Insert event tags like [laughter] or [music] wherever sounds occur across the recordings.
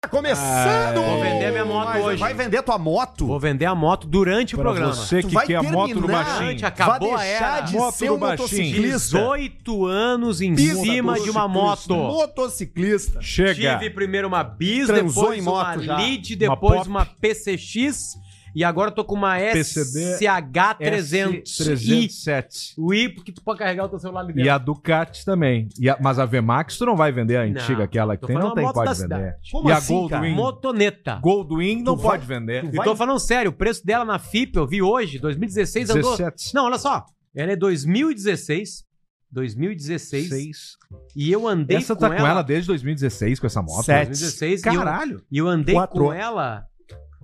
Tá Começando! Ah, é. Vou vender a minha moto Mas hoje. Vai vender tua moto? Vou vender a moto durante o Pra programa. você Tu que vai quer a moto do terminar Gente, baixinho. acabou vai a deixar era. de Moto ser do um baixinho. motociclista. 18 anos em Pista cima do de uma ciclista. moto. Motociclista. Chega. Tive primeiro uma Bis, Transou depois em moto uma já. Lead, Uma depois Pop. uma, PCX e agora eu tô com uma PCD, SCH300i. 307. O I, porque tu pode carregar o teu celular ali dentro. E a Ducati também. E a- mas a VMAX tu não vai vender a antiga, Não, aquela que tô tem. falando Não tem moto da pode cidade. vender. Como e a assim, cara? Goldwing. Motoneta. Goldwing não Tu pode vai- vender. tu E vai- tô falando sério, o preço dela na FIP, eu vi hoje, 2016, andou... 17. Não, olha só. Ela é 2016. 2016. E eu andei Essa tá com ela... desde 2016 com essa moto. né? Sete. 2016. E eu, Caralho. e eu andei Quatro. com ela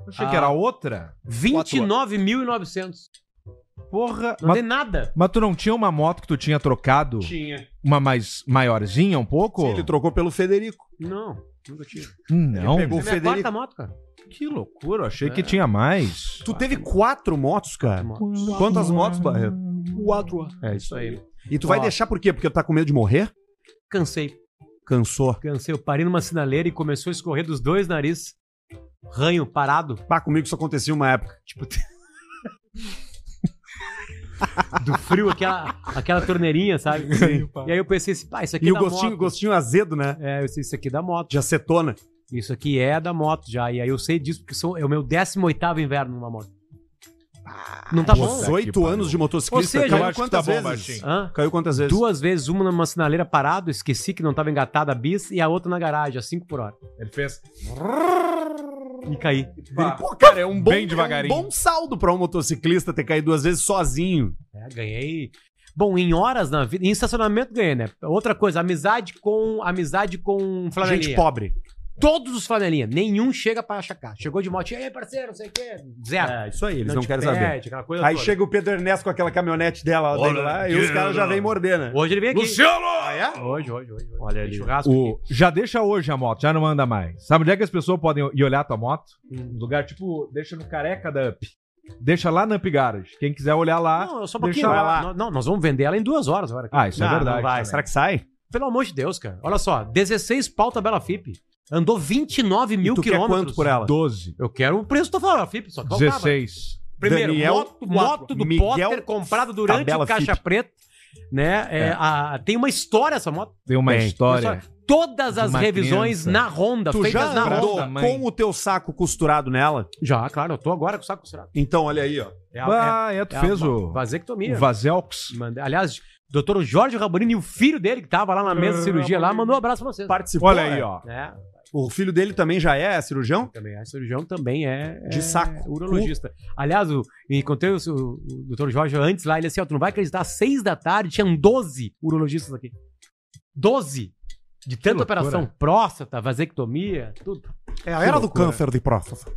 Eu achei Ah. que era outra. 29.900. Porra. Não mas, tem nada. mas tu não tinha uma moto que tu tinha trocado? Tinha. Uma mais maiorzinha um pouco? Hum, Sim, ele trocou pelo Federico. Não, nunca tinha. Não. Ele pegou- O É minha Federico- quarta moto, cara. Que loucura. eu Achei É. que tinha mais. Tu teve quatro motos, cara? Quantas motos, Barreto? Quatro. É isso aí. E tu vai Ó. deixar por quê? Porque tu tá com medo de morrer? Cansei. Cansou. Cansei. Eu parei numa sinaleira e começou a escorrer dos dois narizes. Ranho, parado. Pá, comigo isso acontecia uma época. Tipo. Do [laughs] frio, aquela, aquela torneirinha, sabe? E aí eu pensei assim, pá, isso aqui E é o da gostinho, moto. gostinho azedo, né? É, eu sei, isso aqui é da moto. De acetona. Isso aqui é da moto já. E aí eu sei disso, porque sou, é o meu 18 inverno numa moto. Ah, Não tá bom? 18 pariu. anos de motociclista. Ou seja, eu acho que tá bom, baixinho. Hã? Caiu quantas vezes? Duas vezes, uma numa sinaleira parado, esqueci que não tava engatada a bis, e a outra na garagem, a 5 por hora. Ele fez. E caí. Ele- Pô, cara, é um bom, Bem é um devagarinho. bom saldo pra um motociclista ter caído duas vezes sozinho. É, ganhei. Bom, em horas na vida, em estacionamento ganhei, né? Outra coisa, amizade com amizade com Gente flanelinha. pobre. Todos os flanelinha, nenhum chega pra achacar. Chegou de moto, e aí, parceiro, não sei o quê. Zero. É, isso aí, eles não, É, te querem pede, saber. aquela coisa Aí toda. chega o Pedro Ernesto com aquela caminhonete dela Olha, dele lá, e os caras já vêm morder, né? Hoje ele vem aqui. Luciano! Hoje, hoje, hoje. hoje. Olha Tem ali. Churrasco O, aqui. já deixa hoje a moto, já não anda mais. Sabe onde é que as pessoas podem ir olhar a tua moto? Um lugar tipo, deixa no careca da UP. Deixa lá na UP Garage. Quem quiser olhar lá. Não, só deixa um pouquinho. lá. ela- Não, nós vamos vender ela em duas horas agora. Ah, isso Não, é não verdade. vai. também. Será que sai? Pelo amor de Deus, cara. Olha só, 16 pauta Bela Fipe. Andou 29 mil E tu quer quilômetros. quanto por ela? 12, Eu quero o preço da Bela Fipe, só que faltava. 16. Primeiro, Daniel moto, quatro. moto do Miguel tá Potter comprado durante Tabela o Caixa Fipe. Preta. Né? É, É. a- tem uma história essa moto. Tem uma Bem, história. Todas De as uma revisões criança. na Honda, Tu já feitas na Honda. andou roda, mãe. com o teu saco costurado nela? Já, claro, eu tô agora com o saco costurado. Então, olha aí, ó. É Ah, é, tu fez o, o Vasectomia. Vazelx. Mandei- Aliás, doutor Jorge Raborini, e o filho dele, que tava lá na mesa de cirurgia lá, mandou um abraço pra vocês. Participou. Olha aí, né? ó. É, O filho dele também já é cirurgião? também é cirurgião, também é, De é saco. urologista. Aliás, eu encontrei o, o, o Dr. Jorge antes lá, ele assim, ó, tu não vai acreditar, às seis da tarde tinham 12 urologistas aqui. 12! De tanta loucura. operação, próstata, vasectomia, tudo. É a Que loucura. de próstata.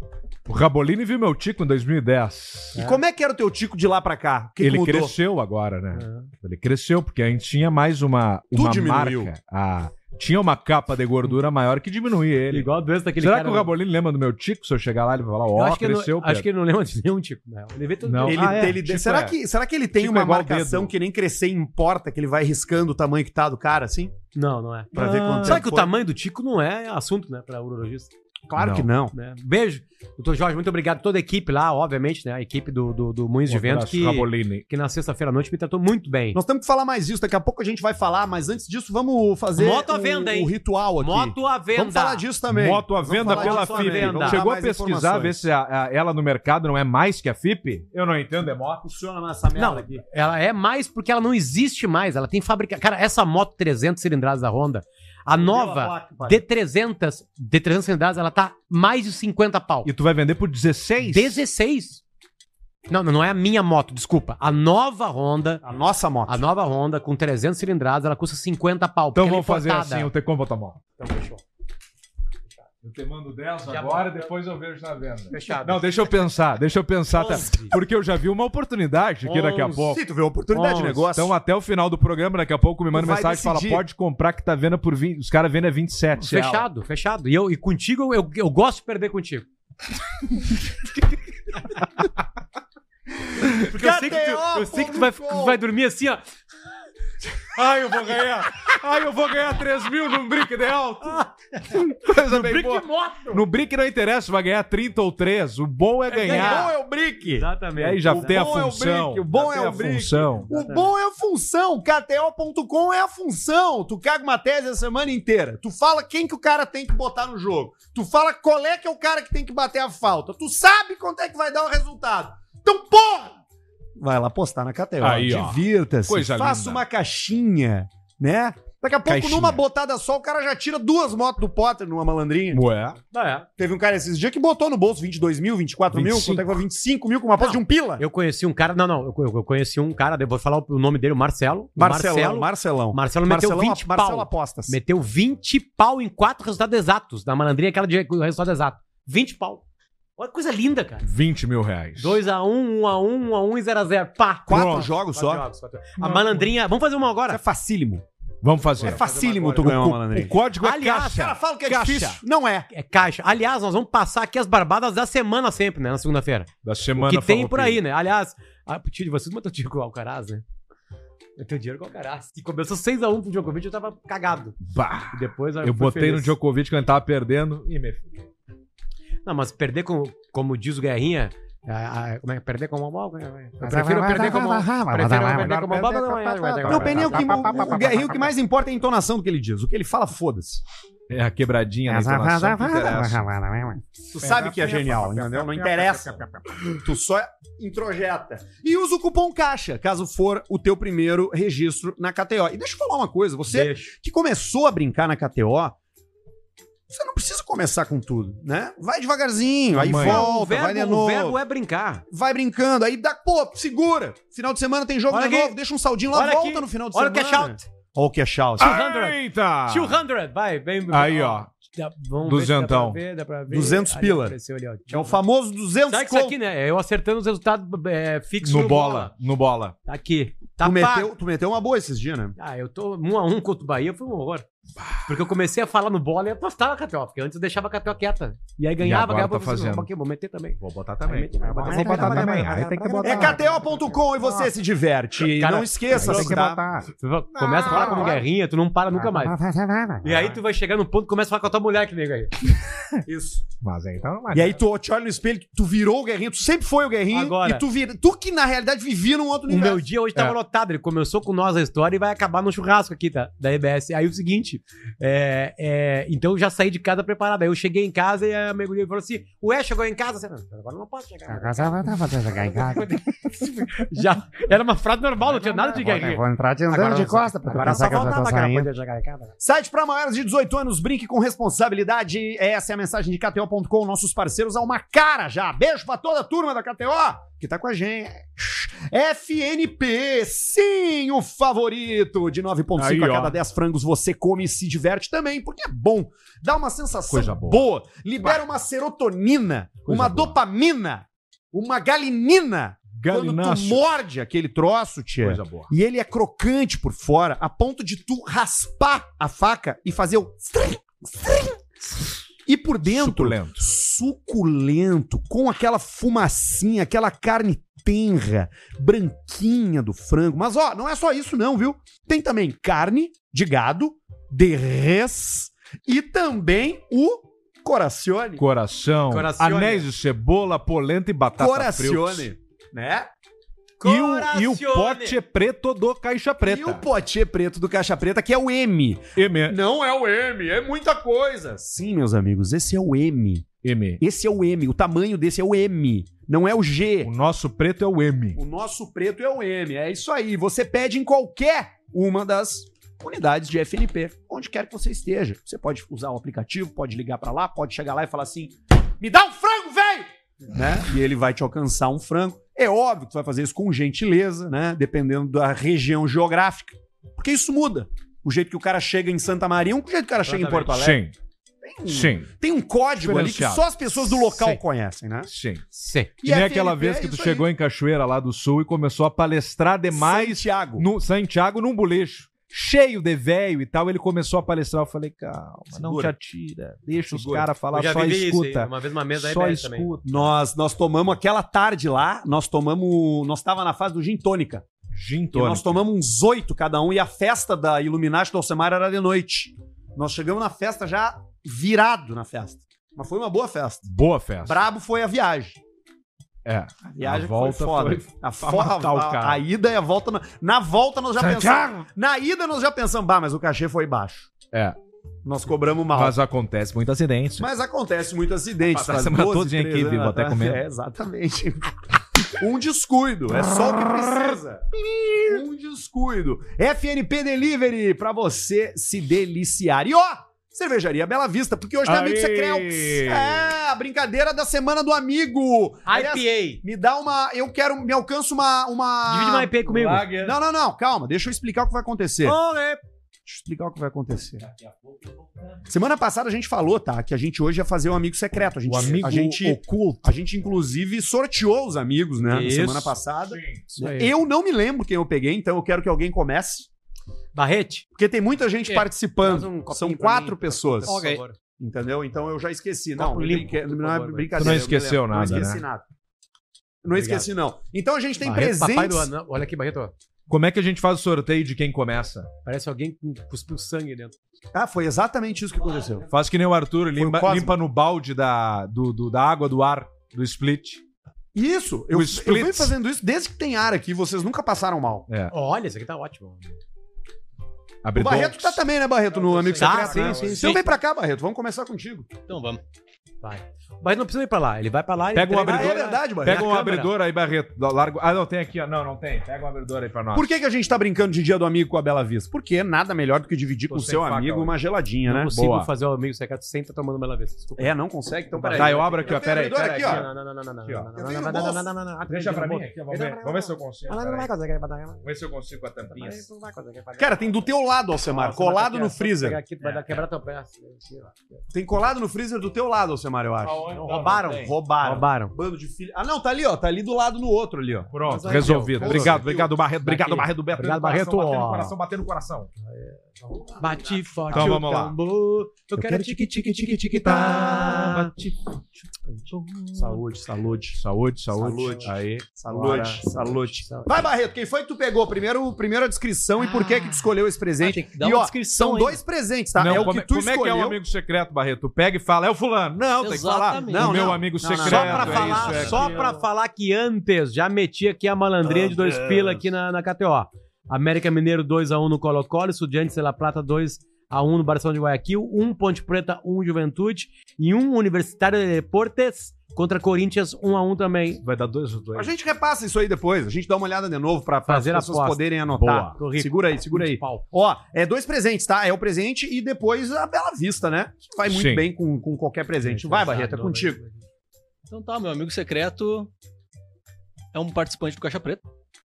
O Rabolini viu meu tico em 2010. E como é que era o teu tico de lá pra cá? O que, que ele mudou? cresceu agora, né? É. Ele cresceu, porque a gente tinha mais uma, Tu uma diminuiu. marca. Ah, tinha uma capa de gordura maior que diminuía ele. Igual a doença daquele Será cara. que o Rabolini lembra do meu tico? Se eu chegar lá, ele vai falar, Eu ó, acho, que ele cresceu, não, acho que ele não lembra de nenhum tipo. Né? Ele vê tudo. Não. Ele, Ah, é, ele- tipo, será, é. que, será que ele tem Tipo uma é igual marcação dedo. que nem crescer importa, que ele vai riscando o tamanho que tá do cara, assim? não, não é. Pra ver quanto Sabe tempo que o foi? tamanho do Tico não é assunto, né, pra urologista. Claro Não. que não. né? Beijo, doutor Jorge, muito obrigado. Toda a equipe lá, obviamente, né? A equipe do, do, do Moinhos Um de Vento, que, Rabolini. que na sexta-feira à noite me tratou muito bem. Nós temos que falar mais disso, daqui a pouco a gente vai falar, mas antes disso vamos fazer Moto à o- venda, hein? o ritual aqui. Moto à venda. Vamos falar disso também. Moto à Vamos venda falar pela disso FIP. também. venda. Vamos Chegou dar a mais pesquisar, informações. ver se a- a- ela no mercado não é mais que a FIP? Eu não entendo, é moto. funciona mais essa merda Não, aqui. ela é mais porque ela não existe mais. Ela tem fábrica. Cara, essa moto 300 cilindradas da Honda, a nova D300, D300 cilindradas, ela tá mais de 50 pau. E é tu vai vender por 16? 16. Não, não, não é a minha moto, desculpa. A nova Honda, A nossa moto. a nova Honda com 300 cilindradas, ela custa 50 pau. Então porque ela é vamos fazer importada. assim, eu te compro a tua moto. Então, fechou. Eu te mando 10 Já agora, bom. depois eu vejo na venda. Fechado. Não, deixa eu pensar, deixa eu pensar. tá? Onze. Porque eu já vi uma oportunidade aqui daqui a Onze. pouco. Se tu vê uma oportunidade de Bom, negócio. Então até o final do programa, daqui a pouco me manda Vai mensagem e fala, decidir. pode comprar que tá vendo é por 20, os caras vendem a 27. real. Fechado, fechado. E, eu, e contigo, eu, eu gosto de perder contigo. [laughs] Porque eu sei, que tu, eu sei que tu vai, KTO.com. vai dormir assim, ó. Ai, eu vou ganhar! Ai, eu vou ganhar 3 mil num brick de alto! Coisa bem boa. moto! No brick não interessa, vai ganhar 30 ou 3. O bom é ganhar. O bom é o brick. E Exatamente. aí já O tem a bom é o função. brick, o bom já é tem o a brick. função. O bom é a função. KTO.com é a função. Tu caga uma tese a semana inteira. Tu fala quem que o cara tem que botar no jogo. Tu fala qual é que é o cara que tem que bater a falta. Tu sabe quanto é que vai dar o resultado. Então, porra! Vai lá postar na KTO. Aí, ó. Divirta-se. Coisa Faça linda. uma caixinha, né? Daqui a pouco, Caixinha. numa botada só, o cara já tira duas motos do Potter numa malandrinha. Ué. é. Teve um cara esses dias que botou no bolso 22 mil, 24 mil, 25. quanto é que foi? 25 mil com uma aposta de um pila. Eu conheci um cara, não, não, eu, eu conheci um cara, eu vou falar o nome dele, o Marcelo. O Marcelão, Marcelo, Marcelão. o Marcelo meteu Marcelão, 20 Marcelo pau. apostas. Meteu 20 pau em quatro resultados exatos. Na malandrinha, aquela de com o resultado exato. 20 pau. Olha que coisa linda, cara. 20 mil reais. 2x1, 1x1, 1x1 e 0x0. Pá! Quatro Pronto. jogos Quatro só. é jogos, quatro jogos. A malandrinha. Vamos fazer uma agora? facílimo. Vamos fazer. É facílimo tu O, ganhar uma o, o malandrinha. código Aliás, é caixa. fala que Caixa. Não é. É caixa. Aliás, nós vamos passar aqui as barbadas da semana sempre, né? Na segunda-feira. Da O semana que tem falou por que- aí, né? Aliás, a partir de vocês, mas eu dinheiro com o Alcaraz, né? Eu tenho dinheiro com o Alcaraz. E começou 6x1 pro Djokovic, eu tava cagado. Bah, E depois ah, eu botei no Djokovic quando ele tava perdendo. Ih, me... Não, mas perder com, como diz o Guerrinha, a- a- como é que perder com o mal? Ah, Eu prefiro perder com o mal. Prefiro perder com o mal. Não, o pneu que, o, o Guerrinho, o que mais importa é a entonação do que ele diz. O que ele fala, foda-se. É a quebradinha na entonação Ah, que interessa. Tu sabe que é genial, entendeu? Não interessa. Tu só é introjeta. E usa o cupom CAIXA, caso for o teu primeiro registro na KTO. E deixa eu falar uma coisa. Você que começou a brincar na KTO, você não precisa começar com tudo, né? Vai devagarzinho, aí Amanhã. volta, o verbo, vai de o novo. verbo é brincar. vai brincando, aí dá, pô, segura. Final de semana tem jogo Olha de aqui. novo, deixa um saldinho lá, Olha volta aqui. no final de Olha o semana. cash out. Ah. Olha o cash out. 200. Eita! 200, vai, vem. Ah. Aí, ó. Dá- Vamos Duzentão. ver se dá pra ver, dá pra ver. 200 Ali pila. apareceu ali, ó. um É o famoso Sabe 200 que isso aqui, né? Eu acertando os resultados é, fixos No bola. No bola. Tá aqui. Tá Tu pago. meteu, tu meteu uma boa esses dias, né? Ah, eu tô um a um contra o Bahia, foi um horror. Porque eu comecei a falar no bola e apostava a KTO, porque antes eu deixava a KTO quieta. E aí ganhava, agora ganhava. tá eu pensei, fazendo. "Não, ok, vou meter também. Vou botar Aí meti, vai, vai, Vou vai, vai, botar vai, também, vai, aí vai, tem que vai, Tá botar. É vai, vai. KTO.com e você se diverte. E Cara, não esqueça, tem se tá? Tu vai- Começa a falar como vai. guerrinha, tu não para [laughs] nunca mais. E aí tu vai chegar num ponto e começa a falar com a tua mulher que nem aí. Isso. Mas aí então não E aí tu te olha no espelho, tu virou o guerrinho, tu sempre foi o guerrinho. Agora. E tu vira. Tu que na realidade vivia num outro O meu universo. dia hoje tava lotado. Ele começou com nós a história e vai acabar no churrasco aqui, tá? Da EBS. Aí o seguinte, é, é, então eu já saí de casa preparado. Aí eu cheguei em casa e a minha guria falou assim: Ué, chegou em casa? Eu disse, não, agora eu não posso chegar. [laughs] [laughs] Já era uma frase normal, não tinha nada de guerrinha. Vou entrar de andando de costa pra tu Agora pensar só que eu já tô faltava cara saindo. poder chegar em casa. Site para maiores de 18 anos, brinque com responsabilidade. Essa é a mensagem de KTO.com, nossos parceiros a uma cara já. Beijo pra toda a turma da KTO que tá com a gente. FNP, sim, o favorito. De 9,5 Aí, a cada ó. 10 frangos você come e se diverte também, porque é bom. Dá uma sensação Coisa boa. boa. libera uma serotonina, Coisa uma boa. dopamina, uma galinina. Quando tu Galinácio. morde aquele troço, tia. Coisa boa. E ele é crocante por fora, a ponto de tu raspar a faca e fazer o. string, string. E por dentro, Suculento. suculento, com aquela fumacinha, aquela carne tenra, branquinha do frango. Mas ó, não é só isso, não, viu? Tem também carne de gado, de res e também o coracione. Coração. Coracione. Anéis de cebola, polenta e batata fritas. Coracione, né? E o, e o pote preto do caixa preta. E o potê preto do Caixa Preta, que é o M. M. Não é o M, é muita coisa. Sim, meus amigos, esse é o M. M. Esse é o M, o tamanho desse é o M, não é o G. O nosso preto é o M. O nosso preto é o M, é isso aí. Você pede em qualquer uma das unidades de FNP, onde quer que você esteja. Você pode usar o aplicativo, pode ligar pra lá, pode chegar lá e falar assim: "Me dá um frango, velho!" Né? E ele vai te alcançar um frango. É óbvio que tu vai fazer isso com gentileza, né? Dependendo da região geográfica. Porque isso muda. O jeito que o cara chega em Santa Maria, um jeito que o cara chega em Porto Alegre. Sim, Tem- sim, Tem um código ali que Diferenciado. só as pessoas do local Sim. conhecem, né? sim. Sim. E nem FNP aquela vez é que tu isso chegou aí. em Cachoeira lá do Sul e começou a palestrar demais Santiago. no Santiago num bolecho. Cheio de velho e tal, ele começou a palestrar. Eu falei, calma, não te Segura. atira. Deixa Segura. os caras Eu falar, já só vivi isso, escuta. né? hein? uma vez uma mesa aí só BS também. escuta. Nós, nós tomamos aquela tarde lá, nós tomamos. Nós tava na fase do gin tônica. Gin E nós tônico. tomamos uns oito cada um e a festa da Illuminati do Alcemar era de noite. Nós chegamos na festa já virado na festa. Mas foi uma boa festa. Boa festa. Brabo foi a viagem. É. A viagem A volta foi foda. a, fo- matar o a- cara. a ida e a volta. Na, na volta nós já pensamos. Na ida nós já pensamos, bah, mas o cachê foi baixo. É. Nós cobramos mal. Mas, Mas acontece muito acidente. acontece muito acidente. Passar faz a semana 12, todinha aqui, 13 anos vivo, até atrás. comer. É, exatamente. [laughs] Um descuido, é só o que precisa. Um descuido. FNP Delivery, pra você se deliciar. E ó, Cervejaria Bela Vista, porque hoje tem amigo Aê! secreto. É, a brincadeira da semana do amigo. Aliás, IPA. me dá uma. Eu quero. Me alcança uma. uma... Divide uma IPA comigo. Lager. Não, não, não, calma, deixa eu explicar o que vai acontecer. Deixa eu explicar o que vai acontecer. Semana passada a gente falou, tá? Que a gente hoje ia fazer um amigo secreto. A gente, O amigo a gente, oculto. a gente inclusive, sorteou os amigos, né? Na Isso. semana passada. Isso aí. Eu não me lembro quem eu peguei, então eu quero que alguém comece. Barrete? Porque tem muita gente É, faz participando. um copinho São pra quatro mim. pessoas. Por Ok. favor. Entendeu? Então eu já esqueci. Copo Não, limpo, brinca- por não é favor, brincadeira. velho. Tu não esqueceu eu me lembro. nada, né? Não esqueci nada. Não Obrigado. esqueci, não. Então a gente tem Barreto, papai do presentes. anão. Olha aqui, Barreto. ó. Como é que a gente faz o sorteio de quem começa? Parece alguém que cuspiu sangue dentro. Ah, foi exatamente isso que aconteceu. Faz que nem o Arthur, limpa, Cosmo. limpa no balde da, do, do- da água do ar, do split. Isso, eu, O eu Splits. venho fazendo isso desde que tem ar aqui, vocês nunca passaram mal. É. Olha, isso aqui tá ótimo. O Abre Barreto dois. tá também, né, Barreto, no Amigo Tá, Secreto? sim, né? sim, Então sim. vem pra cá, Barreto, vamos começar contigo. Então vamos. Mas não precisa ir pra lá. Ele vai pra lá e Pega um entrega- Ah, é abridor. verdade, Barreto. Pega Na um câmera. abridor aí, Barreto. Dá- Largo... Ah, não, tem aqui, ó. Não, não tem. Pega um abridor aí pra nós. Por que, que a gente tá brincando de Dia do Amigo com a Bela Vista? Porque nada melhor do que dividir Tô com o sem seu faca, amigo ó. uma geladinha, Não né? consigo Boa. fazer o amigo secreto sem estar tomando bela vez. Desculpa. É, não consegue, então peraí. Tá, eu abro aqui, ó. Tem Pera aí. abridor pera aí, aqui, pera aí. Não, não, não, não, não, não. Aqui, ó. Eu Não, não, tenho não, no não, bolso. não, não, não, não. Deixa pra mim Ela aqui, ó. é Vamos ver, vamos ver se eu consigo. não pera aí. vai conseguir pagar. ela Vamos ver se eu consigo com a tampinha. Não vai conseguir pagar. Cara, tem do teu lado, Alcemar, colado no Pegar freezer. aqui, tu vai dar quebrar teu pé. Aqui, ó. Tem colado no freezer do teu lado, Alcemar, eu acho. Não, roubaram? não tem. Roubaram. Roubaram. Bando de filho. Ah, não, tá ali, ó. Tá ali do lado no outro ali, ó. Pronto, Mas aí, resolvido. meu, Obrigado, resolvido. obrigado, Barreto. Obrigado, Daqui. Barreto. Beto. Obrigado, Batendo no Barreto. coração, batendo no coração, batendo Bati forte Então, o vamos lá. tambor. Eu quero tique tique tique tique tá. Bati forte o tá. tambor. Saúde, saúde. no coração. Saúde, saúde. Saúde. Aí. Salute, salute. Vai, Barreto, quem foi que tu pegou? Primeiro, primeiro a descrição e por que que tu escolheu esse Ah, presente. tem que dar e uma ó, descrição são aí. dois presentes, tá? Não, é o como, que tu como é escolheu. que é o amigo secreto, Barreto? Tu pega e fala, é o fulano. Não, tem que falar. Exatamente. Não, Não, o meu não. amigo Não, não, secreto. Só É, pra é isso, falar, é só aquilo. pra falar que antes já meti aqui a malandrinha de dois pila aqui na, na KTO. América Mineiro 2x1 no Colo-Colo, Estudiantes de La Plata 2x1 no Barcelona de Guayaquil, 1 Ponte Preta, 1 Juventude e 1 Universitário de Deportes contra Corinthians 1x1 também. Vai dar dois ou A dois? gente repassa isso aí depois. A gente dá uma olhada de novo pra pra Fazer as pessoas aposta. poderem anotar. Boa. Tá, Tô rico. Segura aí, segura aí. Pau. Ó, é dois presentes, tá? É o presente e depois a Bela Vista, né? Que vai muito Sim. bem com, com qualquer presente. Vai, Barreto, é contigo. Então tá, meu amigo secreto é um participante do Caixa Preta.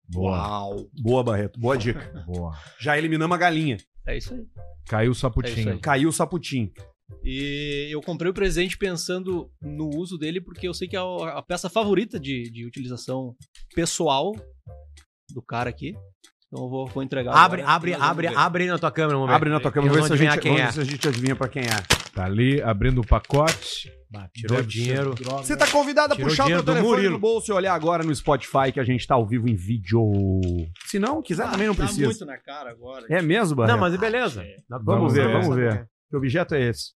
Boa, Uau. Boa, Barreto. Boa dica. boa. Já eliminamos a galinha. É isso aí. Caiu o É isso saputinho. aí. Caiu o saputinho. E eu comprei o presente pensando no uso dele, porque eu sei que é a a peça favorita de, de utilização pessoal do cara aqui. Então eu vou, vou entregar. Abre, agora. abre, Nós vamos abre, ver. abre aí na tua câmera, momento. Abre na tua câmera, Eles vamos ver vão se a adivinhar gente, quem vamos é. ver se a gente adivinha pra quem é. Tá ali, abrindo o pacote. Tirou Deve dinheiro. Você tá convidado a Tirou puxar o teu dinheiro do telefone Murilo. do bolso e olhar agora no Spotify que a gente tá ao vivo em vídeo. Se não quiser, também não Tá precisa. muito na cara agora. É mesmo, Barreto? Não, mas beleza. Nós Vamos ver, vamos ver. Que objeto é esse?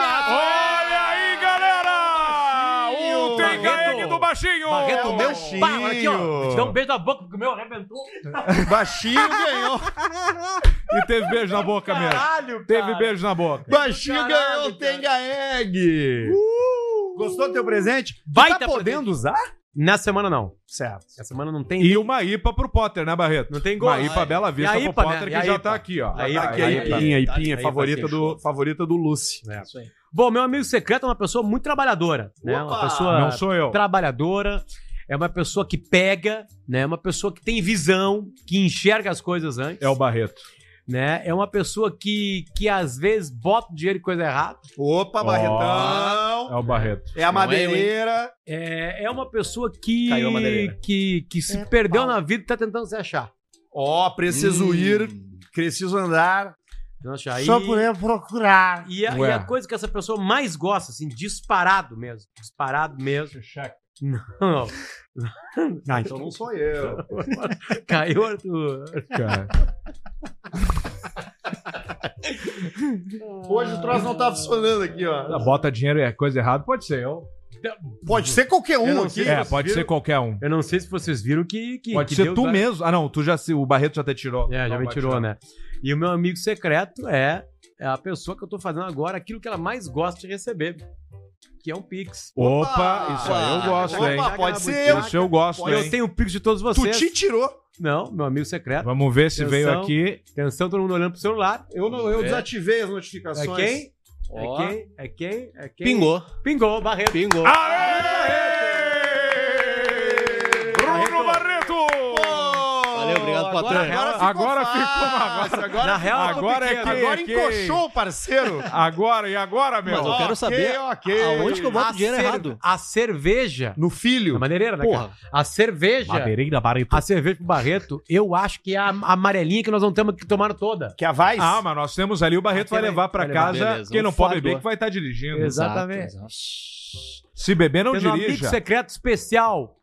Olha aí, galera! O TKN Barreto. do baixinho! É Barreto, um meu Baixinho. pau. Olha aqui, ó. Dá um beijo na boca, porque o meu arrebentou. [laughs] Baixinho ganhou. E teve beijo na boca mesmo. Teve beijo na boca. Baixinho Caralho, ganhou o cara. Tenga Egg. Gostou do teu presente? Vai tá podendo usar? Na semana não. Certo. Essa semana não tem. E uma IPA pro Potter, né, Barreto? Não tem gol. Uma IPA Bela Vista E a pro IPA, né? Potter, E que a já IPA. tá aqui, ó. Aí, aqui a aí, Ipinha, a aí, Ipinha, aí, favorita, aí, do, favorita do Lucy. né? Isso aí. Bom, meu amigo secreto é uma pessoa muito trabalhadora, né? Uma Opa! pessoa Não sou eu. trabalhadora, é uma pessoa que pega, né? Uma pessoa que tem visão, que enxerga as coisas antes, É o Barreto. né? É uma pessoa que, que às vezes bota o dinheiro em coisa errada. Opa, Ó. É Barretão. o Barreto. É a Não é eu, hein? madeireira. É, é uma pessoa que Caiu a madeireira. que, que É se perdeu na vida e tá tentando se achar. Ó, preciso Hum. ir, preciso andar. Tentando se Tá achar. Só E- por eu procurar. E a, Ué. e a coisa que essa pessoa mais gosta, assim, disparado mesmo. Disparado mesmo. Não, Ah, então não sou eu. caiu, Arthur. Cara. Hoje o troço não tá funcionando aqui, ó. Bota dinheiro e é coisa errada, pode ser eu. Pode ser qualquer Eu um não aqui. sei. É, pode ser qualquer um. Eu não sei se vocês viram que. que Pode que ser deu tu da- mesmo. Ah, não, tu já se, o Barreto já te tirou. É, já Não, me vai tirou, tirar. né? E o meu amigo secreto é é a pessoa que eu tô fazendo agora aquilo que ela mais gosta de receber, que é um Pix. Opa, isso aí eu Opa, gosto, opa, hein? pode ser eu. Isso eu gosto, Eu hein? tenho o Pix de todos Tu vocês. te tirou. Não, meu amigo secreto. Vamos ver se Atenção. veio aqui. Atenção, todo mundo olhando pro celular. Eu, não, eu É. desativei as É notificações. quem? Ó. É quem? É quem? É quem? Pingou. Pingou, Barreto. Pingou. Bruno Barreto! Valeu, obrigado, patrão. Agora ficou fácil. Agora, Na real, agora é pequeno. quem? agora é quem? encoxou o parceiro. Agora, e agora, meu? Mas eu quero saber ok. é- aonde que eu boto dinheiro cer- errado. A cerveja. No Na filho. madeireira, né? cara? Porra. A cerveja. Madeireira Barreto. A cerveja pro Barreto, eu acho que é a a amarelinha que nós não temos que tomaram toda. Que a Vaz. Ah, mas nós temos ali, o Barreto vai Aquele- levar pra vai levar, casa. beleza. Quem Um não pode fador. beber, que vai estar dirigindo. Exatamente. exato. Se beber, não Tendo um amigo dirija. secreto especial,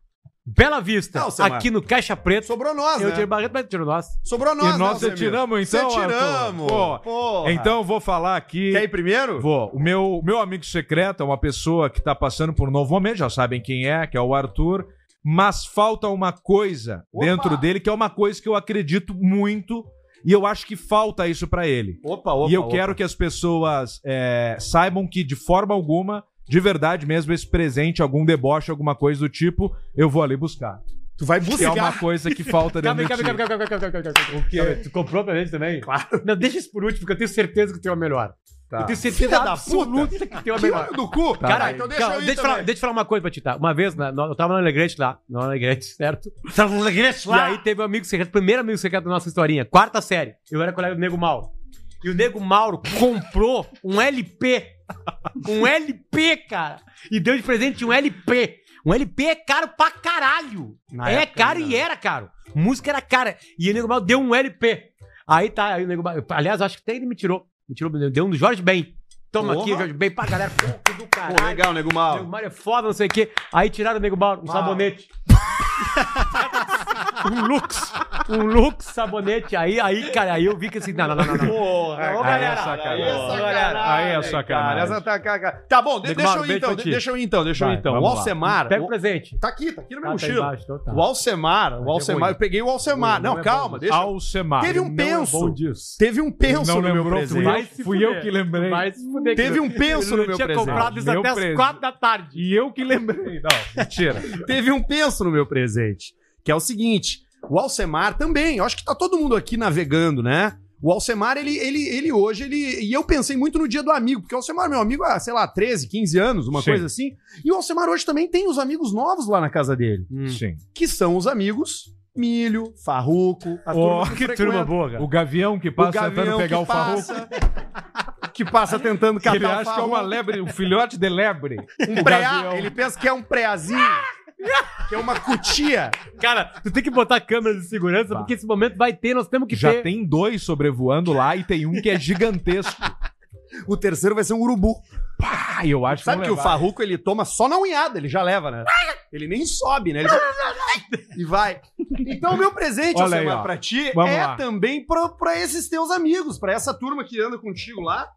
Bela Vista, Não, Samar. aqui no Caixa Preto. Sobrou nós, eu né? tirei Barreto, mas tirou nós. Sobrou nós, E nós né, Alcemir? tiramos, então, Cê Arthur? tiramos. Pô, Porra. Então eu vou falar aqui. Quer ir primeiro? Vou. O meu, meu amigo secreto é uma pessoa que tá passando por um novo momento, já sabem quem é, que é o Arthur. Mas falta uma coisa Opa! dentro dele, que é uma coisa que eu acredito muito, e eu acho que falta isso pra ele. Opa, opa. e eu opa. quero que as pessoas é, saibam que, de forma alguma, de verdade mesmo, esse presente, algum deboche, alguma coisa do tipo, eu vou ali buscar. Tu vai Que é buscar. uma [laughs] coisa que falta dentro Calma, de calma, ti. calma, calma, calma, calma, calma. O quê? Tu comprou pra gente também? Claro. Não, deixa isso por último, porque eu tenho certeza que o teu é o melhor. Tá. Eu tenho certeza Filha da absoluta que o teu é o Que melhor. olho do cu. Tá. Cara, então deixa deixa, eu ir deixa, eu falar, também. deixa eu falar uma coisa pra ti, tá? Uma vez, né, no- eu tava no Alegrete lá, no Alegrete, [laughs] certo? Tá no regresso E aí teve um amigo secreto, primeiro amigo secreto da nossa historinha, quarta série. Eu era colega do Nego Mauro. E o Nego Mauro comprou um LP. Um LP, cara. E deu de presente um LP. Um LP é caro pra caralho. Na é época caro ainda. e era caro. Música era cara. E o Nego Mauro deu um LP. Aí tá, aí o Nego Mauro. Aliás, eu acho que até ele me tirou. Me tirou, deu um do Jorge Ben. Toma aqui, Porra. Jorge Ben, pra galera. Pô, do caralho. Pô, legal, nego O Nego mal. Mauro é foda, não sei o quê. Aí tiraram o Nego Mauro, um [laughs] sabonete. um Lux. Um Lux sabonete. Aí, aí, cara, aí eu vi que assim, não, não, não, não. não. Porra, Ô, Aí é galera, sacanagem. aí é sacanagem. Aí é sacanagem. Essa tá, cá, cá. tá bom, de- Nego deixa Mauro, eu ir beijo então, pra de- ti. deixa eu ir então, deixa eu ir Vai, então. O vamos lá. Alcemar, Pega o o- presente. tá aqui, tá aqui na minha Ah, tá mochila. embaixo, então tá. O Alcemar, Mas o é Alcemar, ruim. eu peguei o Alcemar. Ruim, Não, não é calma, bom. deixa. Alcemar. Teve um Não é bom penso. disso. Teve um penso Não é no meu lembrou, presente. fui Vai eu, se fui eu fuder. que lembrei. Vai se fuder. Teve um penso no Eu não meu tinha presente. comprado isso Meu até as presente. quatro da tarde. E eu que lembrei. Não, mentira. Teve um penso no meu presente, que é o seguinte, o Alcemar também, eu acho que tá todo mundo aqui navegando, né? O Alcemar, ele, ele, ele hoje, ele. E eu pensei muito no dia do amigo, porque o Alcemar, meu amigo, há, sei lá, 13, 15 anos, uma Sim. coisa assim. E o Alcemar hoje também tem os amigos novos lá na casa dele, Hum. Sim. que são os amigos Milho, Farruco, a Ó, que que frequenta, turma boa, O gavião que passa tentando pegar o farruco. passa, que passa tentando Que catar ele o acha que é farruco. uma lebre, um filhote de lebre. Um preá, ele pensa que é um preazinho, que é uma cutia. Cara, tu tem que botar câmera de Tá. segurança, porque esse momento vai ter, nós temos que Já ter. tem dois sobrevoando lá e tem um que é gigantesco. O terceiro vai ser um urubu. Pá, eu acho um Sabe que vão o levar. farruco ele toma só na unhada, ele já leva, né? Ele nem sobe, né? Ele vai... [laughs] e vai. Então, meu presente, Olha aí, Alcemar, ó. pra ti Vamos é lá. também pro- pra esses teus amigos, pra essa turma que anda contigo lá.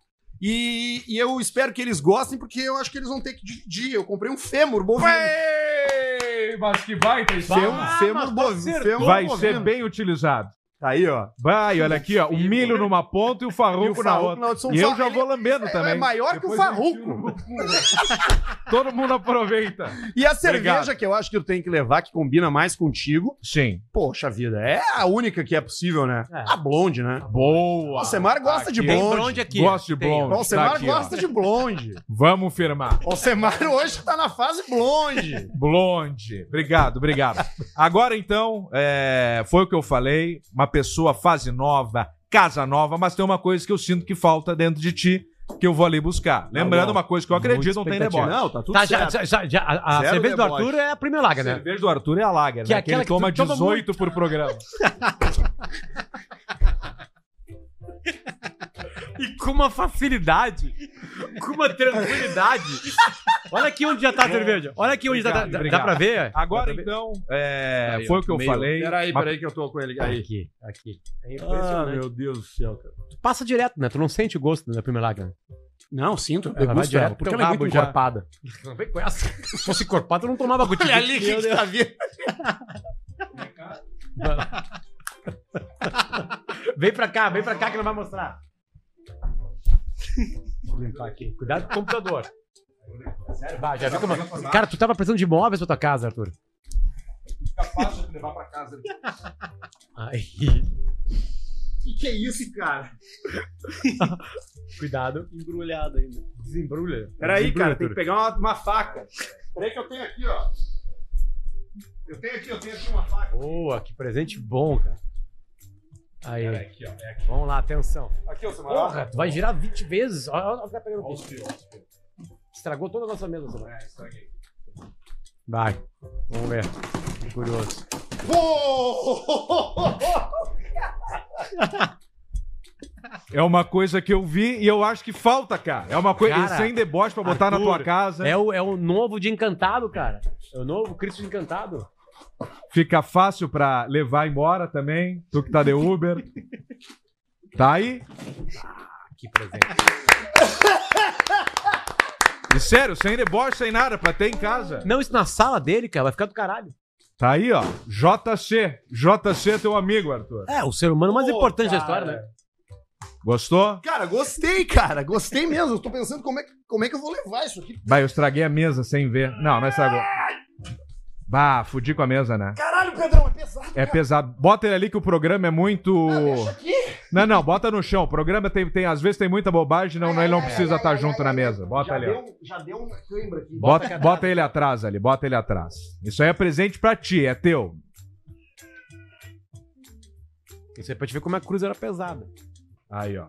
E, e eu espero que eles gostem, porque eu acho que eles vão ter que dividir. Eu comprei um fêmur bovino. Ei, Mas que vai, tem Fê- vai, fêmur bovino. fêmur vai bovino. ser bem utilizado. Tá aí, ó. Vai, olha aqui, ó. O milho numa ponta e o farruco, E um o na farruco outra. na outra. São E eu só- já ele- vou lambendo também. É maior Depois que o eu farruco. Todo mundo aproveita. E a cerveja Obrigado. que eu acho que tu tem que levar, que combina mais contigo, Sim. poxa vida, é a única que é possível, né? É. A blonde, né? Boa. O Semar gosta de Aqui. Tem blonde. blonde aqui. Gosto de Tem. blonde. O Alcemar Tá aqui, gosta é de [laughs] blonde. Vamos firmar. O Alcemar hoje tá na fase blonde. Blonde. Obrigado, obrigado. Agora então, é, foi o que eu falei. Uma pessoa fase nova, casa nova, mas tem uma coisa que eu sinto que falta dentro de ti que eu vou ali Tá buscar. Lembrando bom. uma coisa que eu acredito, Muita não tem expectativa. deboche. Não, tá tudo Tá, já, certo. já, já, já- a a Zero cerveja do deboche. Arthur é a primeira laga, A né? cerveja do Arthur é a Lager, Que é né? Que aquela ele que toma tu toma 18 por programa. E com uma facilidade, com uma tranquilidade. Olha aqui onde já tá a cerveja. Olha aqui onde Obrigado, já tá. Dá obrigado. pra ver? Agora Dá pra ver? então, é, Aí, ó, foi o que eu meio. falei. Peraí, Mas- peraí que eu tô com ele aí. Aqui, aqui. É Ah, impressionante. meu Deus do céu, cara. Tu passa direto, né? Tu não sente o gosto da primeira laga. Não, sinto. Ela vai direto pro porque teu ela é muito rabo já. encorpada. Não vem com essa. Se fosse encorpado, eu não tomava contigo. Olha ali que tá vindo. Vem pra cá, vem pra cá que não vai mostrar. Vou limpar aqui. Cuidado com o computador. Sério? Vai, já viu como... é. Cara, tu tava precisando de móveis pra tua casa, Arthur. Capaz de levar pra casa. Ai, Que que é isso, cara? [laughs] cuidado. Embrulhado ainda. Desembrulha. Peraí, Desembrulha, cara, tem que Arthur. pegar uma, uma faca. Peraí que eu tenho aqui, ó. Eu tenho aqui, eu tenho aqui uma faca. Boa, que presente bom, cara. Aí, É aqui, ó. É aqui. vamos lá, atenção. Aqui, ô Samuel. Porra, tu vai girar 20 vezes. Olha, olha o que tá pegando Ó os aqui. fios, ó os fios. Estragou toda a nossa mesa, Samuel. É, estraguei. Vai, vamos ver. Fiquei Curioso. É uma coisa que eu vi e eu acho que falta, cara. É uma coisa Cara, sem deboche pra botar na tua Arthur, casa. É o, é o novo de Encantado, cara. É o novo Cristo de Encantado. Fica fácil pra levar embora também. Tu que tá de [laughs] Uber. tá aí? Ah, Que presente. E sério, sem deboche, sem nada, pra ter em casa. Não, isso na sala dele, cara, vai ficar do caralho. Tá aí, ó. JC. JC é teu amigo, Arthur. É, o ser humano mais Pô, importante da cara. história, né? Gostou? Cara, gostei, cara. Gostei mesmo. Eu tô pensando como é, que- como é que eu vou levar isso aqui. Bah, eu estraguei a mesa sem ver. Não, não estragou. Bah, fudi com a mesa, né? Caralho, Pedrão, é pesado. É pesado. Bota ele ali que o programa é muito. aqui. Não, não, bota no chão. O programa tem, tem às vezes tem muita bobagem, não, não, ele não precisa estar junto na mesa. Bota já ali, ó. deu, um- Já deu uma cãibra aqui. Bota, bota ele atrás ali, bota ele atrás. Isso aí é presente pra ti, é teu. Isso é pra te ver como a cruz era pesada. Aí, ó.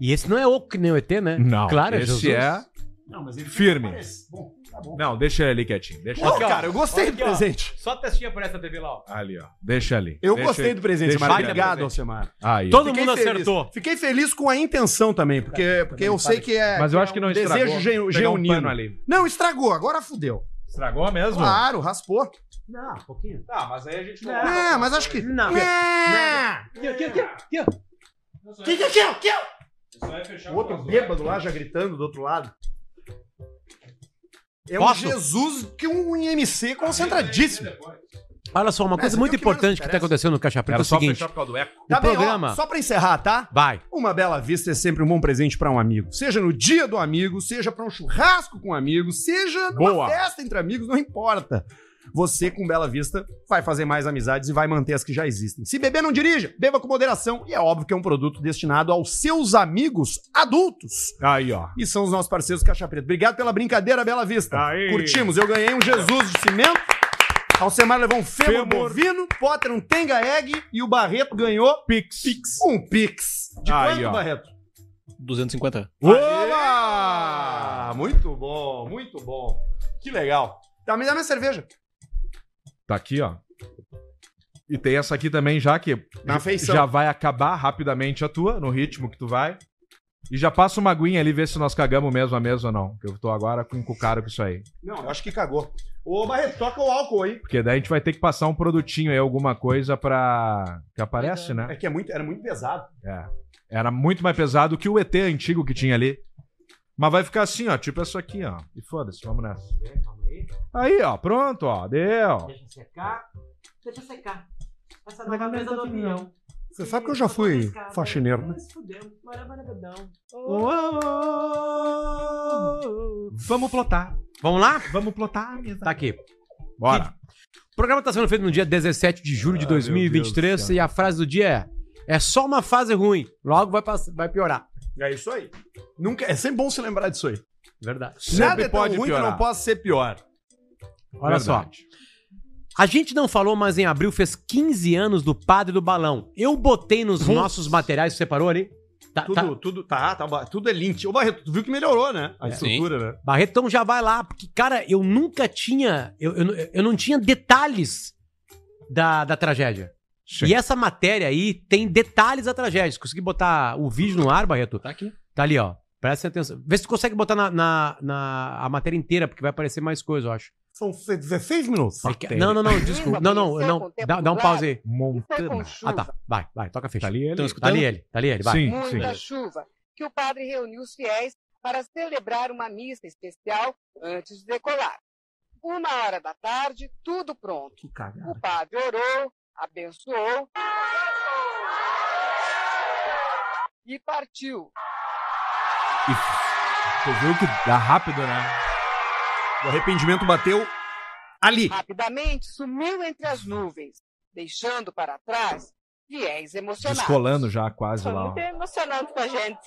E esse não é oco que nem o ET, né? Não, Claro, é esse Jesus. é Não, mas ele... firme. Bom, tá bom. Não, deixa ele ali quietinho. Deixa Pô, ele. cara, eu gostei do presente. Só testinha por essa TV lá, ó. ali, ó. Deixa ali. Eu Deixa gostei ele. do presente, deixa Amaro. ele Obrigado, presente. Alcemar. Aí. Todo Fiquei mundo feliz. acertou. Fiquei feliz com a intenção também, porque, porque eu sei que é. Mas eu acho que não estragou. Desejo geu- Vou pegar um genuíno. Ah, pano ali. Não, estragou, agora fudeu. Estragou mesmo? Claro, raspou. Não, um pouquinho. Tá, mas aí a gente não. Não, mas acho que. Não. Não. Aqui, aqui, aqui, aqui, ó. Que que que é? Que é? Isso aí é fechar O outro com as bêbado lá já gritando do outro lado. É um Posso? Jesus que um MC é outras. concentradíssimo. Olha só, uma Não, coisa isso aqui muito é o que menos importante que tá interessa. acontecendo no Caixa Preta é Era o só seguinte. fechar por causa do eco. O Tá bem, ó, programa- só pra encerrar, tá? Vai. Uma bela vista é sempre um bom presente pra um amigo. Seja no dia do amigo, seja pra um churrasco com um amigo, seja numa Boa. festa entre amigos, não importa. Você, com Bela Vista, vai fazer mais amizades e vai manter as que já existem. Se beber, não dirija. Beba com moderação. E é óbvio que é um produto destinado aos seus amigos adultos. Aí, ó. E são os nossos parceiros Caixa Preta. Obrigado pela brincadeira, Bela Vista. Aí. Curtimos. Eu ganhei um Jesus de cimento. Alcemar levou um fêmur, Fêmur. bovino, Potter um tenga egg e o Barreto ganhou Pix. um pix. De Aí, quanto, ó. Barreto? 250. Oba! muito bom, muito bom. Que legal. Tá, me dá minha cerveja. Tá aqui, ó. E tem essa aqui também já que Na feição. já vai acabar rapidamente a tua, no ritmo que tu vai. E já passa uma aguinha ali, ver se nós cagamos mesmo a mesa ou não. Que eu tô agora com o cara com isso aí. Não, eu acho que cagou. Ô, Barreto, toca o álcool aí. Porque daí a gente vai ter que passar um produtinho aí, alguma coisa pra. Que aparece, né? É que é muito, era muito pesado. É. Era muito mais pesado que o ET antigo que tinha ali. Mas vai ficar assim, ó. Tipo isso aqui, ó. E foda-se, vamos nessa. Aí, ó. Pronto, ó. Deu. Deixa secar. Deixa secar. Essa nova mesa do opinião. Você sabe que eu já fui faxineiro, né? Vamos plotar. Vamos lá? Vamos plotar a mesa. Tá aqui. Bora. O programa está sendo feito no dia 17 de julho de Ah, 2023 meu Deus do e a frase do dia é: É só uma fase ruim, logo vai, pass- vai piorar. É isso aí. Nunca, é sempre bom se lembrar disso aí. Verdade. Nada é tão pode ruim piorar. que não possa ser pior. Olha só. A gente não falou, mas em abril fez 15 anos do Padre do Balão. Eu botei nos nossos materiais, você separou ali? Tá, Tudo, tá. tudo, tá, tá, ba- tudo é lint. Ô, Barreto, tu viu que melhorou, né? A É. estrutura, né? Barreto, então já vai lá, porque, cara, eu nunca tinha. Eu, eu, eu não tinha detalhes da, da tragédia. Sim. E essa matéria aí tem detalhes da tragédia. Consegui botar o vídeo no ar, Barreto? Tá aqui. Tá ali, ó. Presta atenção. Vê se tu consegue botar na, na- na- a matéria inteira, porque vai aparecer mais coisa, eu acho. São 16 minutos. É Não, é não, não, desculpa. Não, não, não. é Dá, dá um pause aí. Montana. Ah, tá. Vai, vai, toca a ficha. Tá ali ele? Estão Tá escutando? ali ele, tá ali ele, vai. Sim, sim. muita chuva, que o padre reuniu os fiéis para celebrar uma missa especial antes de decolar. Uma hora da tarde, tudo pronto. Que cagada. O padre orou, abençoou e partiu. E tu viu que dá rápido, né? O arrependimento bateu ali. Rapidamente sumiu entre as nuvens, deixando para trás fiéis emocionados. Descolando já, quase lá. ó. emocionante pra gente.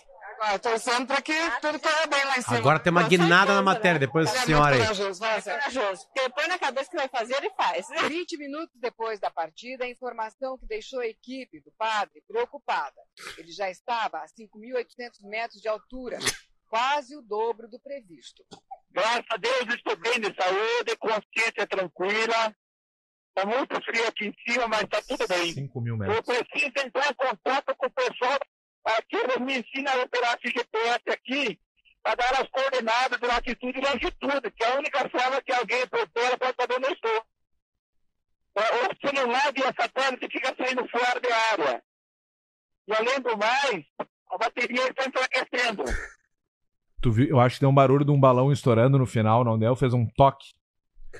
Agora, torcendo para que tudo corra bem lá em cima. né? Agora tem uma guinada na matéria, depois essa senhora aí. Porque põe na cabeça que vai fazer, ele [laughs] faz. 20 minutos depois da partida, a informação que deixou a equipe do padre preocupada. Ele já estava a 5.800 metros de altura, quase o dobro do previsto. Graças a Deus estou bem de saúde, consciência tranquila. Está muito frio aqui em cima, mas está tudo bem. 5 mil metros. Eu preciso entrar em contato com o pessoal para que eles me ensinem a operar esse GPS aqui, para dar as coordenadas de latitude e longitude, que é a única forma que alguém opera para saber onde eu estou. É, O celular de satélite fica saindo fora de área. E além do mais, a bateria está enfraquecendo. Tu viu? Eu acho que deu um barulho de um balão estourando no final, não deu? Fez um toque.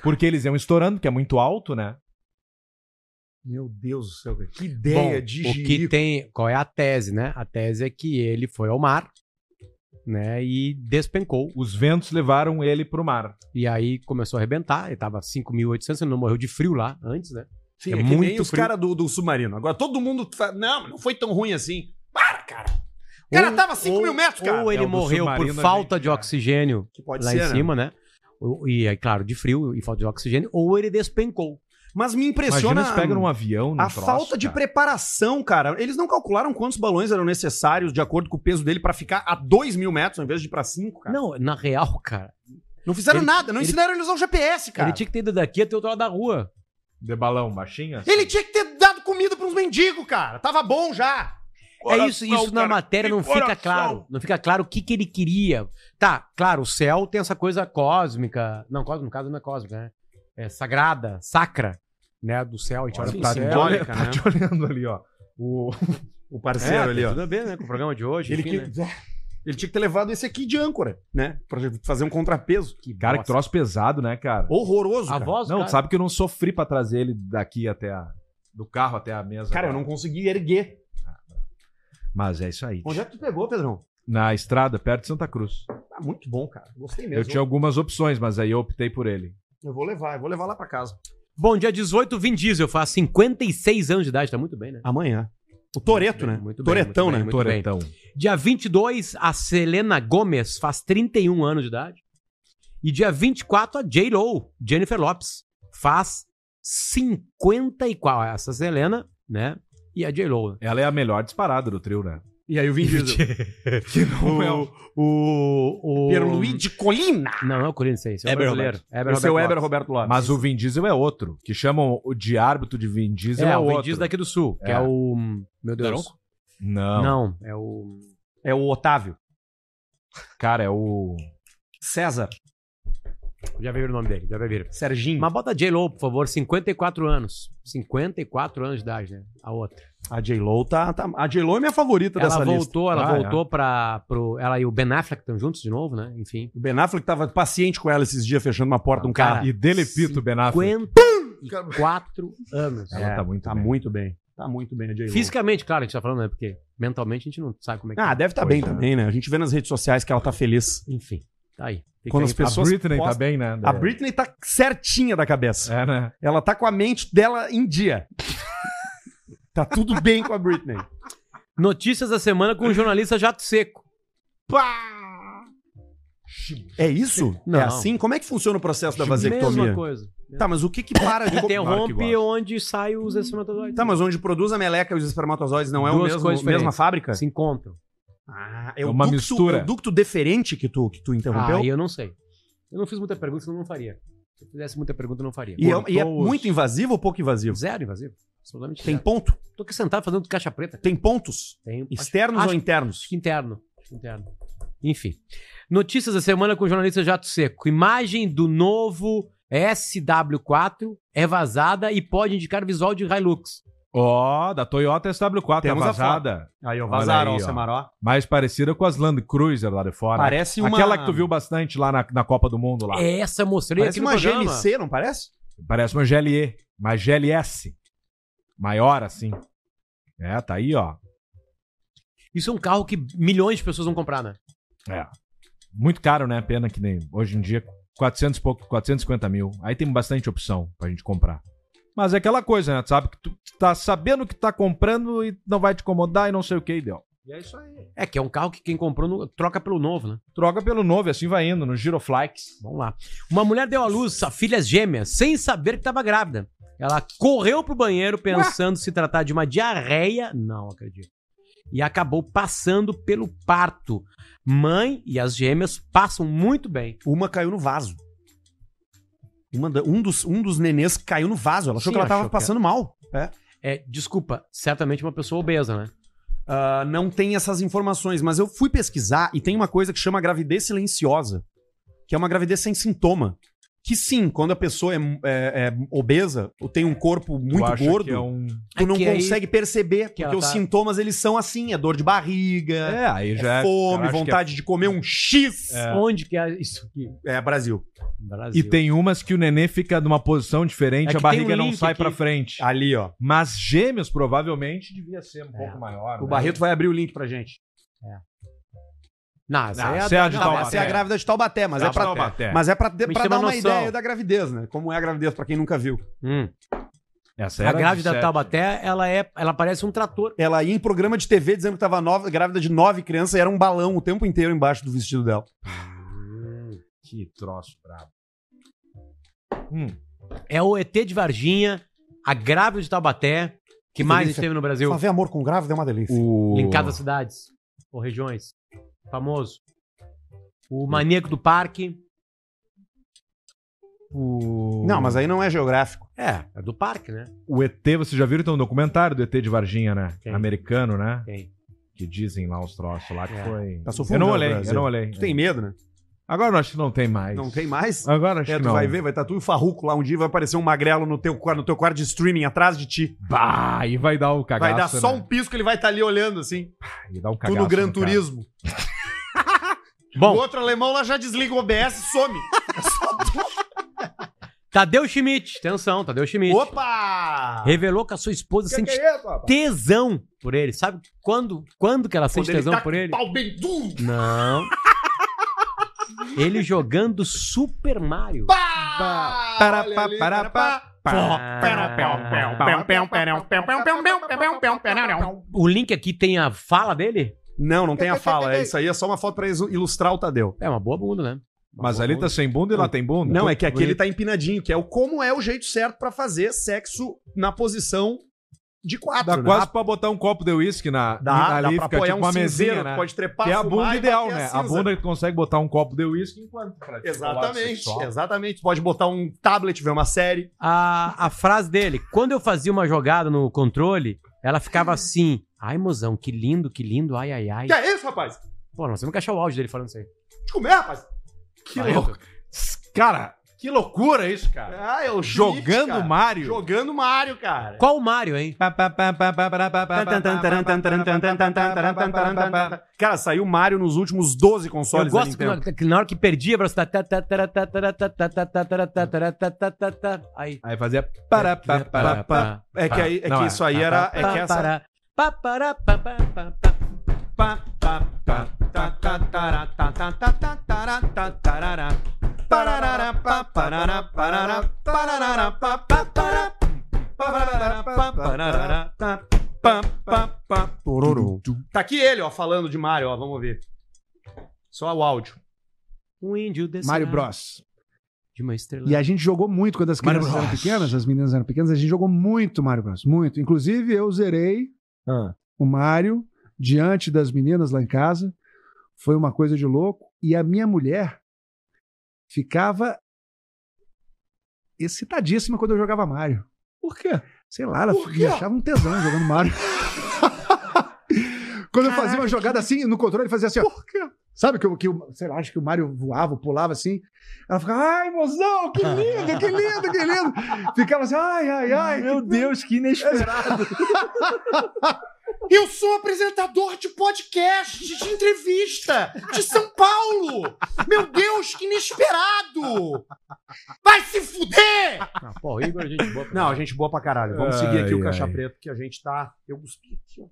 Porque eles iam estourando, que é muito alto, né? Meu Deus do céu, cara. Que Bom, ideia de o que tem, qual é a tese, né? A tese é que ele foi ao mar, né, e despencou. Os ventos levaram ele pro mar. E aí começou a arrebentar, ele tava 5.800, ele não morreu de frio lá antes, né? Sim, É é, que muito nem os frio. caras do, do submarino. Agora todo mundo fala, não, não foi tão ruim assim. Um Para, cara. O cara tava a 5 mil metros, cara. Ou ele É, o do morreu por submarino né? a falta gente de já- oxigênio Que pode lá ser, em né? cima, né? Ou- E aí, claro, de frio e falta de oxigênio, ou ele despencou. Mas me impressiona Imagina se pega num avião, num a troço, falta de cara. preparação, cara. Eles não calcularam quantos balões eram necessários de acordo com o peso dele pra ficar a 2 mil metros ao invés de ir pra 5, cara. Não, Não, na real, cara, fizeram ele- nada, não ele- ensinaram eles a usar o GPS, cara. ele tinha que ter ido daqui até o outro lado da rua. De balão, assim. baixinha? Ele tinha que ter dado comida pra uns mendigos, cara. Tava bom já. é isso, isso na matéria não fica claro. Não fica claro o que, que ele queria. Tá, claro, o céu tem essa coisa cósmica. Não, cósmica, no caso não é cósmica, né? É sagrada, sacra, né? Do céu, a gente olha Olha, pro tá, céu. te olha- cara, tá né? te olhando ali, ó. O, o É, parceiro ali, ó. Tudo bem, né? Com o programa de hoje. Ele, enfim, né? que- ele tinha que ter levado esse aqui de âncora, né? Pra fazer um contrapeso. Cara, que troço pesado, né, cara? Horroroso, A cara. voz, Não, cara, sabe que eu não sofri pra trazer ele daqui até a... Do carro até a mesa. Cara, eu não consegui erguer. Mas é isso aí. Onde é que tu pegou, Pedrão? Na estrada, perto de Santa Cruz. Ah, muito bom, cara. Gostei mesmo. Eu tinha algumas opções, mas aí eu optei por ele. Eu vou levar, eu vou levar lá pra casa. Bom, dia 18, Vin Diesel faz 56 anos de idade, tá muito bem, né? Amanhã. O Toreto, né? Muito bem, Toretão, muito bem, né? muito bem. Toretão. Dia 22, a Selena Gomez faz 31 anos de idade. E dia 24, a J.Lo, Jennifer Lopes, faz 54. Essa Selena, né? E a J.Lo. né? Ela é a melhor disparada do trio, [laughs] né? E aí o Vin Diesel. [laughs] O. o... Pierluigi Colina. Não, não é o Corinthians, esse é o Eber brasileiro. Eber O seu Roberto Weber Lopes. Roberto Lopes. Mas o Vin Diesel é outro. Que chamam o de árbitro de Vin Diesel é, É, o outro. Vin Diesel daqui do Sul, que é, É. o... Meu Deus. Daronco? Não, Não. é o... é o Otávio. Cara, é o... César. Já viram o nome dele, já viram. Serginho. Mas bota a J.Lo, por favor, 54 anos. 54 anos de idade, né? A outra. A J-Lo tá, tá- A J-Lo é minha favorita Ela dessa lista. voltou, ela Ah, é. voltou pra. Pro, ela e o Ben Affleck estão juntos de novo, né? Enfim. é. O Ben Affleck tava paciente com ela esses dias, fechando uma porta de um Cara, carro. E dele pito, Ben Ah, Affleck. 54 anos. É, Ela tá muito tá bem. muito bem. Tá muito bem a J-Lo. Fisicamente, claro, a gente tá falando, né? Porque mentalmente a gente não sabe como é que Ah, tá. deve estar tá Pois bem é. também, né? A gente vê nas redes sociais que ela tá feliz. Enfim, tá aí. Fica Quando aí. as pessoas a Britney postam- tá bem, né? A Britney tá certinha da cabeça. É, né? Ela tá com a mente dela em [laughs] dia. tá tudo bem com a Britney. Notícias da semana com o jornalista Jato Seco. É isso? Não. É assim? Como é que funciona o processo [laughs] da Mesma vasectomia? coisa. Tá, mas o que que [laughs] para Claro de... que Interrompe gosta. onde saem os espermatozoides. Tá, mas onde produz a meleca e os espermatozoides não é o Duas mesmo, coisas diferentes. mesma fábrica? Se encontram. Ah, É uma mistura. Ah, é o ducto deferente que tu, que tu interrompeu? Aí eu não sei. Eu não fiz muita pergunta, senão eu não faria. Se eu fizesse muita pergunta, eu não faria. E, é, cortou e é os- muito invasivo ou pouco invasivo? Zero invasivo. Absolutamente Tem zero. ponto? Tô aqui sentado fazendo caixa preta. Tem pontos? Tem. um Externos Acho- ou Acho internos? que interno. Acho que interno. Enfim. Notícias da semana com o jornalista Jato Seco. Imagem do novo SW4 é vazada e pode indicar visual de Hilux. Ó, da Toyota SW4, Temos é a vazada. Aí, ó, Olha vazaram aí, o ó. Samaró. Mais parecida com as Land Cruiser lá de fora. Parece uma... Aquela que tu viu bastante lá na, na Copa do Mundo lá. É essa, mostrei Parece aqui no uma programa. GLC, não parece? Parece uma GLE, uma GLS. Maior assim. É, tá aí, ó. Isso é um carro que milhões de pessoas vão comprar, né? É. Muito caro, né? Pena que nem hoje em dia, 400 e pouco, 450 mil. Aí tem bastante opção pra gente comprar. Mas é aquela coisa, né? Tu sabe que tu tá sabendo que tá comprando e não vai te incomodar e não sei o que, e deu. É que é um carro que quem comprou no- troca pelo novo, né? Troca pelo novo, e assim vai indo, no Giroflex. Vamos lá. Uma mulher deu à luz a filhas gêmeas sem saber que estava grávida. Ela correu pro banheiro pensando se tratar de uma diarreia. Não acredito. E acabou passando pelo parto. Mãe e as gêmeas passam muito bem. Uma caiu no vaso. Uma da- um, dos, um dos nenês caiu no vaso. Ela achou Sim, que ela tava achou que passando mal. É, desculpa, certamente uma pessoa obesa, né? Ah, não tem essas informações, mas eu fui pesquisar e tem uma coisa que chama gravidez silenciosa, que é uma gravidez sem sintoma. Que sim, quando a pessoa é, é- é obesa ou tem um corpo Tu muito acha gordo, que É, um... tu não É que aí- consegue perceber, que porque ela os tá- sintomas eles são assim, é dor de barriga, é aí é já é. fome, eu acho que é- vontade de comer um X. É, Onde que é isso aqui? Brasil. Brasil. E tem umas que o nenê fica numa posição É diferente, que a barriga tem um não link sai aqui. Ah. pra frente. Ali, ó. Mas gêmeos provavelmente devia ser um É. pouco maior. O né? Barreto vai abrir o link pra gente. Não, essa Não, é a essa é a de da- Não, Taubaté. essa é a grávida de Taubaté, mas é pra, Taubaté. mas é pra, gente pra tem dar uma uma noção. ideia da gravidez, né? Como é a gravidez, pra quem nunca viu. Hum. Essa A era grávida tá 17. da Taubaté, ela, é, ela parece um trator. Ela ia em programa de TV dizendo que tava nova, grávida de nove crianças e era um balão o tempo inteiro embaixo do vestido dela. Que troço brabo. Hum. É o ET de Varginha, a grávida de Taubaté, que Que mais a gente delícia. teve no Brasil. Fazer amor com grávida é uma delícia. O... Linkado às cidades ou regiões. Famoso. O maníaco do parque. O... Não, mas aí não é geográfico. É, é do parque, né? O ET, vocês já viram? Tem um documentário do ET de Varginha, né? Tem. Americano, né? Tem. Que dizem lá os troços lá que É. foi. Passou Eu fome não Tá no olhei, Brasil. eu não olhei. Tu tem medo, né? Agora eu acho que não tem mais. Não tem mais? Agora É acho É, que tu não. vai ver, vai estar tu e o Farruco lá um dia, vai aparecer um magrelo no teu, qua- no teu quarto de streaming atrás de ti. Bah, aí vai dar o cagaço. vai dar só um né? pisco, ele vai estar ali olhando assim. Aí dá um Tu cagaço no Gran cara. Turismo. Bom. O outro alemão lá já desliga o OBS e some. Tadeu Schmidt, atenção, Tadeu Schmidt. Opa! é Revelou que a sua esposa sente tesão por ele. Sabe quando, quando que ela sente Quando ele tesão tá por com ele? Pau bem duro. [laughs] Não. ele jogando Super Mario. Pá! Ah, Para, Ah, Olha pá, ali, para, pá. O link aqui tem a fala dele? Não, não [laughs] tem a fala. É isso aí é só uma foto pra isu- ilustrar o Tadeu. É uma boa bunda, né? Uma Mas boa ali bunda. tá sem bunda e lá tem bunda? Não, é que aqui ele tá empinadinho, que é o como é o jeito certo pra fazer sexo na posição de quatro. Dá né? quase pra botar um copo de uísque na. Dá, dá ali fica pra apoiar tipo um uma mesinha, cinzeiro, né? tu pode trepar, Que é a fumar bunda e ideal, bater né? cinza. A bunda que consegue botar um copo de uísque enquanto. pratica é o lado Exatamente, sexual. exatamente. Pode botar um tablet, ver uma série. a, a frase dele. Quando eu fazia uma jogada no controle, ela ficava assim. Ai, mozão, que lindo, que lindo, ai, ai, ai. Que é isso, rapaz? Pô, nós temos que achar o áudio dele falando isso aí. De comer, rapaz. Que louco. Cara, que loucura isso, cara. Ah, eu Jogando Mario. Jogando Mario, cara. Qual o Mario, hein? Cara, saiu Mario nos últimos 12 Eu consoles da gosto que Nintendo. na, que na hora que perdia, a velocidade. tá, tá, tá, tá, tá, tá, tá, tá, tá, tá, tá, tá, tá, tá, tá, tá. Aí. Aí fazia. Para, pa, para, pa, É que, aí, é Não, que é. isso aí era. É que essa. Pará, pá, pará, pá, pá, pá, pá. Pá, pá, pá, tá, tá, tará, tá, tá, tá, tá, tará, tá, tarará. Parará, pá, parará, parará, parará, pá, pá, pará, parará, pá, parará, tá, pá, pá, pá, tororô. Tá aqui ele, ó, falando de Mario, ó, vamos ver. Só o áudio. Um índio desse. Mario Bros. De uma estrela. E a gente jogou muito quando as Mario crianças eram Bros. pequenas, as meninas eram pequenas, a gente jogou muito Mario Bros. Muito. Inclusive, eu zerei Ah. o Mario diante das meninas lá em casa. Foi uma coisa de louco. E a minha mulher ficava excitadíssima quando eu jogava Mario. [laughs] Por quê? Sei lá, ela me achava um tesão jogando Mario. Quando eu fazia uma jogada assim, no controle, ele fazia assim, ó. Sabe que, eu- que eu, sei lá, acho que o Mário voava, pulava assim. Ela ficava, ai, mozão, que lindo, que lindo, que lindo. [laughs] Ficava assim, ai, ai, ai. Meu Deus, que inesperado. Eu sou apresentador de podcast, de entrevista, de São Paulo! Meu Deus, que inesperado! Vai se fuder! Não, pô, o Igor é gente boa. Não, gente boa pra caralho. Vamos seguir aqui Ai, o Caixa ai. Preto, que a gente tá. Eu cuspi aqui, ó.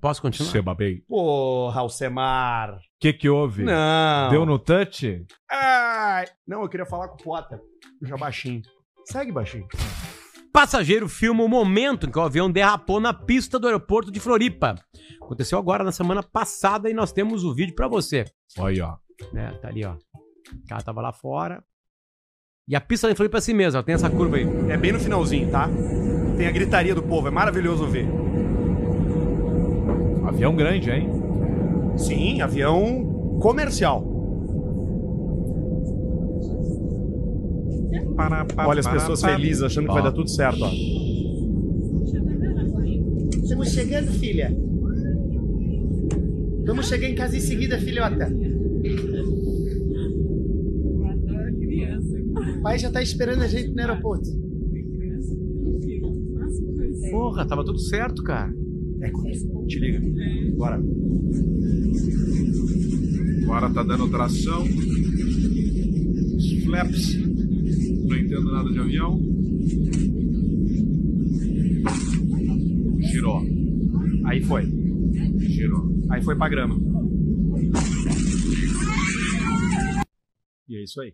Posso continuar? Seba bem. Porra, Alcemar. O que que houve? Não. Deu no touch? Ai. Não, eu queria falar com o Potter. Já baixinho. Segue baixinho. Passageiro filma o momento em que o avião derrapou na pista do aeroporto de Floripa. Aconteceu agora na semana passada e nós temos o vídeo pra você. Olha aí, ó. Né? Tá ali, ó. O cara tava lá fora. E a pista lá em Floripa é assim mesmo, ó. Tem essa curva aí. É bem no finalzinho, tá? Tem a gritaria do povo, é maravilhoso ver. Avião grande, hein? Sim, avião comercial. Olha as pessoas felizes, achando que vai dar tudo certo, ó. Estamos chegando, filha. Vamos chegar em casa em seguida, filhota. O pai já tá esperando a gente no aeroporto. Porra, tava tudo certo, cara. Te liga. Bora. Agora tá dando tração. Os flaps. Não entendo nada de avião. Girou. Aí foi. Girou. Aí foi pra grama. E é isso aí.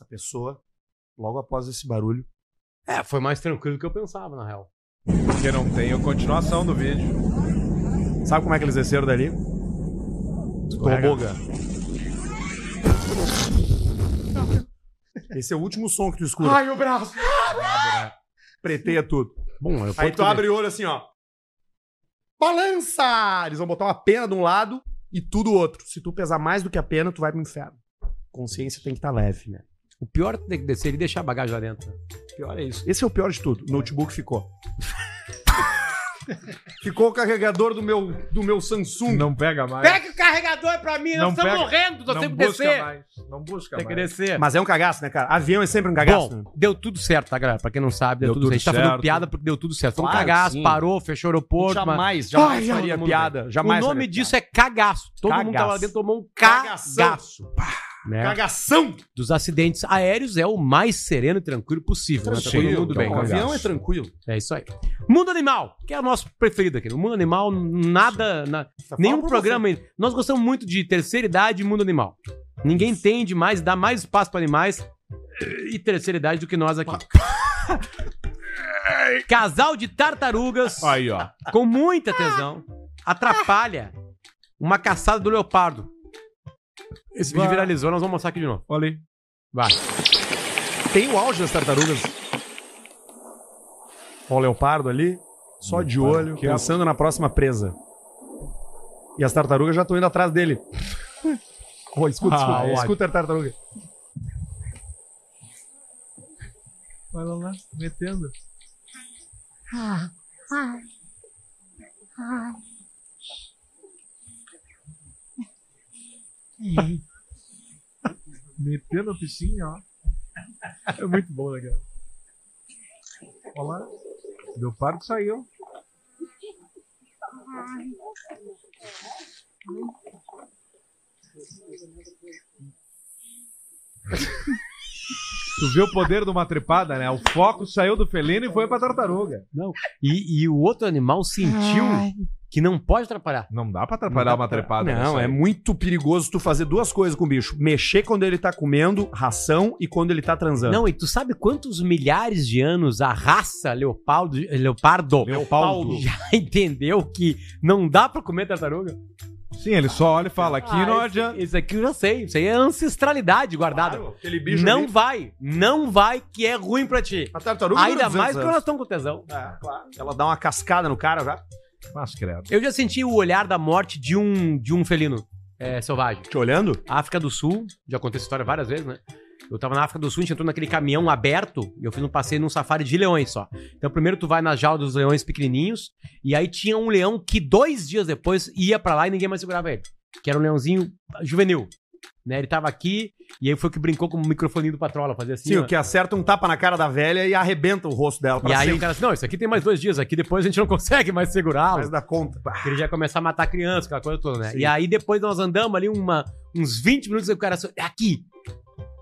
A pessoa, logo após esse barulho. É, foi mais tranquilo do que eu pensava, na real. Porque não tem a continuação do vídeo. Sabe como é que eles desceram dali? Tobogã. Esse é o último som que tu escuta. Ai, o braço. Preteia tudo. Bom, eu Aí tu abre o olho assim, ó. Balança! Eles vão botar uma pena de um lado e tudo do outro. Se tu pesar mais do que a pena, tu vai pro inferno. Consciência tem que estar leve, né? O pior é ter que descer e deixar a bagagem lá dentro. Pior é isso. Esse é o pior de tudo. Notebook ficou. [laughs] ficou o carregador do meu, do meu Samsung. Não pega mais. Pega o carregador pra mim, Não nós estamos pega- morrendo, nós não temos que busca descer. mais. Não busca Tem que mais. descer. Mas é um cagaço, né, cara? Avião é sempre um cagaço. né? Bom, deu tudo certo, tá, galera? Pra quem não sabe, Deu deu, tudo tudo, certo. A gente tá certo. fazendo piada porque deu tudo certo. Foi um Claro que cagaço, sim. parou, fechou o aeroporto. mas- jamais, jamais Ai, faria todo mundo piada. Jamais o nome faria disso é cagaço. Todo mundo que Cagaço. tava lá dentro tomou um é Cagação. cagaço. Né? piada. Cagação! Dos acidentes aéreos é o mais sereno e tranquilo possível. né? Tá todo Tranquilo, mundo tá bem. um o avião é tranquilo. É isso aí. Mundo Animal, que é o nosso preferido aqui. No Mundo Animal, nada. na- Tá nenhum programa. Nós gostamos muito de terceira idade e mundo animal. Ninguém entende mais, dá mais espaço para animais e terceira idade do que [laughs] nós aqui. Casal de tartarugas Aí, ó. com muita tesão atrapalha uma caçada do leopardo. Esse vídeo viralizou, nós vamos mostrar aqui de novo. Olha aí. Vai. Tem o auge das tartarugas. Ó o leopardo ali, só de olho, que pensando na próxima presa. E as tartarugas já estão indo atrás [laughs] dele. Ó, escuta, Ah, escuta, ótimo. escuta a tartaruga. Olha lá, metendo. metendo a piscina, ó. É muito bom, né, cara? Olha lá. Deu paro que saiu. Tu vê o poder de uma trepada, né? O foco saiu do felino e foi pra tartaruga. E, e o outro animal sentiu que não pode atrapalhar. Não dá pra atrapalhar Não dá uma pra- trepada. Não, dessa é aí. muito perigoso tu fazer duas coisas com o bicho. Mexer quando ele tá comendo ração e quando ele tá transando. Não, e tu sabe quantos milhares de anos a raça leopardo, leopardo, Leopoldo. [laughs] já entendeu que não dá pra comer tartaruga? Sim, ele só olha e fala: aqui não esse, adianta. Isso aqui eu já sei. Isso aí é ancestralidade guardada. Claro, aquele bicho não ali- vai. Não vai que é ruim pra ti. A tartaruga Ainda dura 200 mais quando elas estão com tesão. anos. É, claro. Ela dá uma cascada no cara já. Mas credo. Eu já senti o olhar da morte de um, de um felino é, selvagem. Te olhando? África do Sul, já contei essa história várias vezes, né? Eu tava na África do Sul, a gente entrou naquele caminhão aberto e eu fiz um passeio num safari de leões só. Então, primeiro tu vai na jaula dos leões pequenininhos e aí tinha um leão que dois dias depois ia pra lá e ninguém mais segurava ele. Que era um leãozinho juvenil. Né? Ele tava aqui e aí foi que brincou com o microfone do Patrola, fazia assim. Sim, ó. o que acerta um tapa na cara da velha e arrebenta o rosto dela pra E aí sempre. o cara assim, não, isso aqui tem mais dois dias, aqui depois a gente não [laughs] consegue mais segurá-lo. Mas dá conta. Porque ele já ia começar a matar criança, aquela coisa toda, né? Sim. E aí depois nós andamos ali uma, uns 20 minutos e o cara só, "É aqui!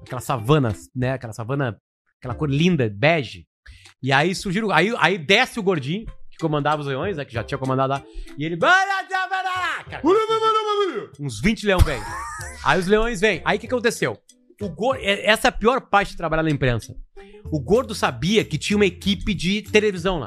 Aquela savana, né? Aquela savana, aquela cor linda, bege. E aí surgiu, aí, aí desce o gordinho, que comandava os leões, né? Que já tinha comandado lá. E ele, "Bora, já, vai lá!" Cara, uns 20 leão vem. Aí os leões vêm. Aí o que aconteceu? O gordo, é- essa é a pior parte de trabalhar na imprensa. O gordo sabia que tinha uma equipe de televisão lá.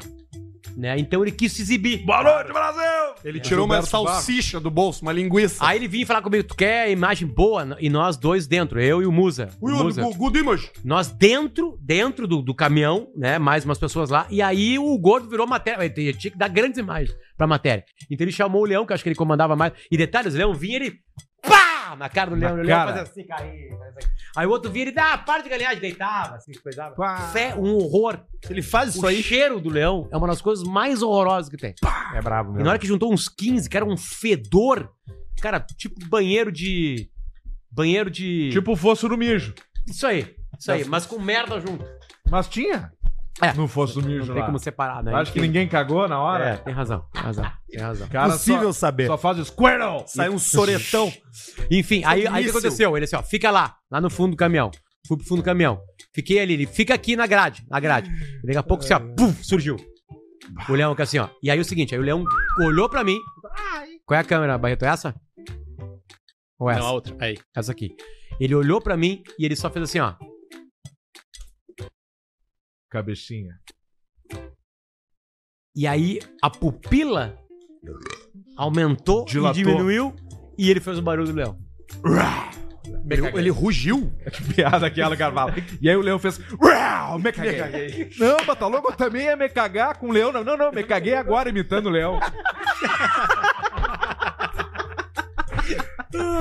Né? Então ele quis se exibir. Boa noite, Brasil! É Ele tirou uma salsicha do bolso, uma linguiça. Aí ele vinha falar comigo, tu quer a imagem boa? E nós dois dentro, eu e o Musa. O Musa. good image. Nós dentro, dentro do, do caminhão, né? Mais umas pessoas lá. E aí o gordo virou matéria. Ele tinha- tinha que dar grandes imagens pra matéria. Então ele chamou o leão, que eu acho que ele comandava mais. E detalhes, o leão vinha ele. Pá! Na cara do leão. o leão cara. fazia assim, cair. fazia assim. Aí o outro vinha ele dá ah, para de galinhagem, deitava, assim, coisava. Fé, um horror. Ele faz isso o aí. cheiro do leão é uma das coisas mais horrorosas que tem. É brabo E na hora que juntou uns 15, que era um fedor. Cara, tipo banheiro de. Banheiro de. Tipo fosso no mijo. Isso aí. Isso aí, mas com merda junto. Mas tinha? É. Não fosse no mijo Não tem lá. como separar, né? Acho que ninguém cagou na hora. É, tem razão, tem razão, [laughs] tem razão. Cara, Possível só, É. saber. só faz o squirrel. Saiu um soretão. Enfim, aí, aí o que Míssil. aconteceu? Ele assim, ó, fica lá, lá no fundo do caminhão. Fui pro fundo do caminhão. Fiquei ali, ele fica aqui na grade, na grade. E daqui a pouco, assim, ó, puf, surgiu. O leão que assim, ó. E aí o seguinte, aí o leão olhou pra mim. Qual é a câmera, Barreto? É essa? Ou é essa? Não, a outra. Aí. Essa aqui. Ele olhou pra mim e ele só fez assim, ó. Cabecinha. E aí a pupila aumentou Dilatou. e diminuiu e ele fez o barulho do leão. Ele, ele rugiu. [laughs] Que piada aquela, Carvalho. E aí o leão fez. Uau, me caguei. Não, Batalogo eu também ia me cagar com o leão. Não, não, não. Me caguei agora imitando o leão.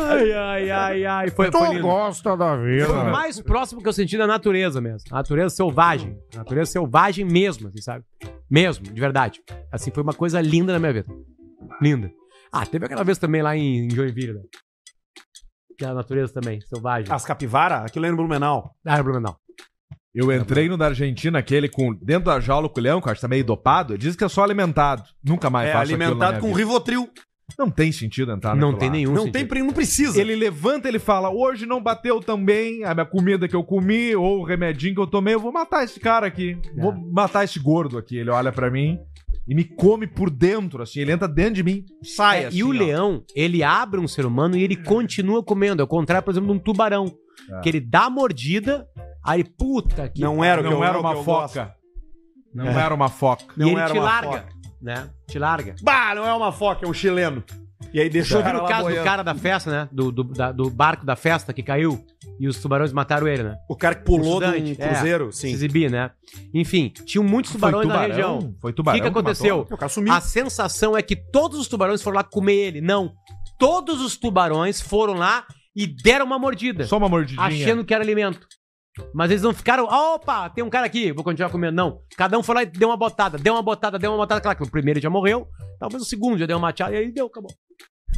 Ai, ai, ai, ai. Foi, foi lindo. gosta da vida. Foi o mais próximo que eu senti da natureza mesmo. A natureza selvagem. A natureza selvagem mesmo, assim, sabe? Mesmo, de verdade. Assim, foi uma coisa linda na minha vida. Linda. Ah, teve aquela vez também lá em, em Joinville, né? Que a natureza também, selvagem. As capivara, aquilo é no Blumenau. Ah, Blumenau. Eu entrei no da Argentina, aquele com dentro da jaula com o leão, que eu acho que tá meio dopado. Diz que é só alimentado. Nunca mais é faço aquilo na alimentado minha com vida. Rivotril. Não tem sentido entrar Não naquilo tem lá. nenhum Não um sentido. tem, pri- não precisa. Ele levanta, ele fala: hoje não bateu também a minha comida que eu comi ou o remedinho que eu tomei. Eu vou matar esse cara aqui. É. Vou matar esse gordo aqui. Ele olha pra mim e me come por dentro, assim. Ele entra dentro de mim, sai. É, assim, e o ó. leão, ele abre um ser humano e ele continua comendo. Ao contrário, por exemplo, de um tubarão. É. Que ele dá a mordida, aí, puta que. Não era o que Não eu- era o que uma eu foca. Não É. era uma foca. e ele era te uma larga. foca. Né? Te larga. Bah, não é uma foca, é um chileno. E aí deixou Tu viu o caso do cara da festa, né? Do, do, da- do barco da festa que caiu e os tubarões mataram ele, né? O cara que pulou do Estudante, é. cruzeiro, Se sim. exibir, né? Enfim, tinham muitos tubarões na é região. Foi O tubarão. que, que aconteceu? O cara sumiu. A sensação é que todos os tubarões foram lá comer ele. Não. Todos os tubarões foram lá e deram uma mordida, Só uma mordidinha. achando que era alimento. Mas eles não ficaram, "Ah, opa, tem um cara aqui, vou continuar comendo. Não. Cada um foi lá e deu uma botada, deu uma botada, deu uma botada. Claro que o primeiro já morreu, talvez o segundo já deu uma machada e aí deu, acabou.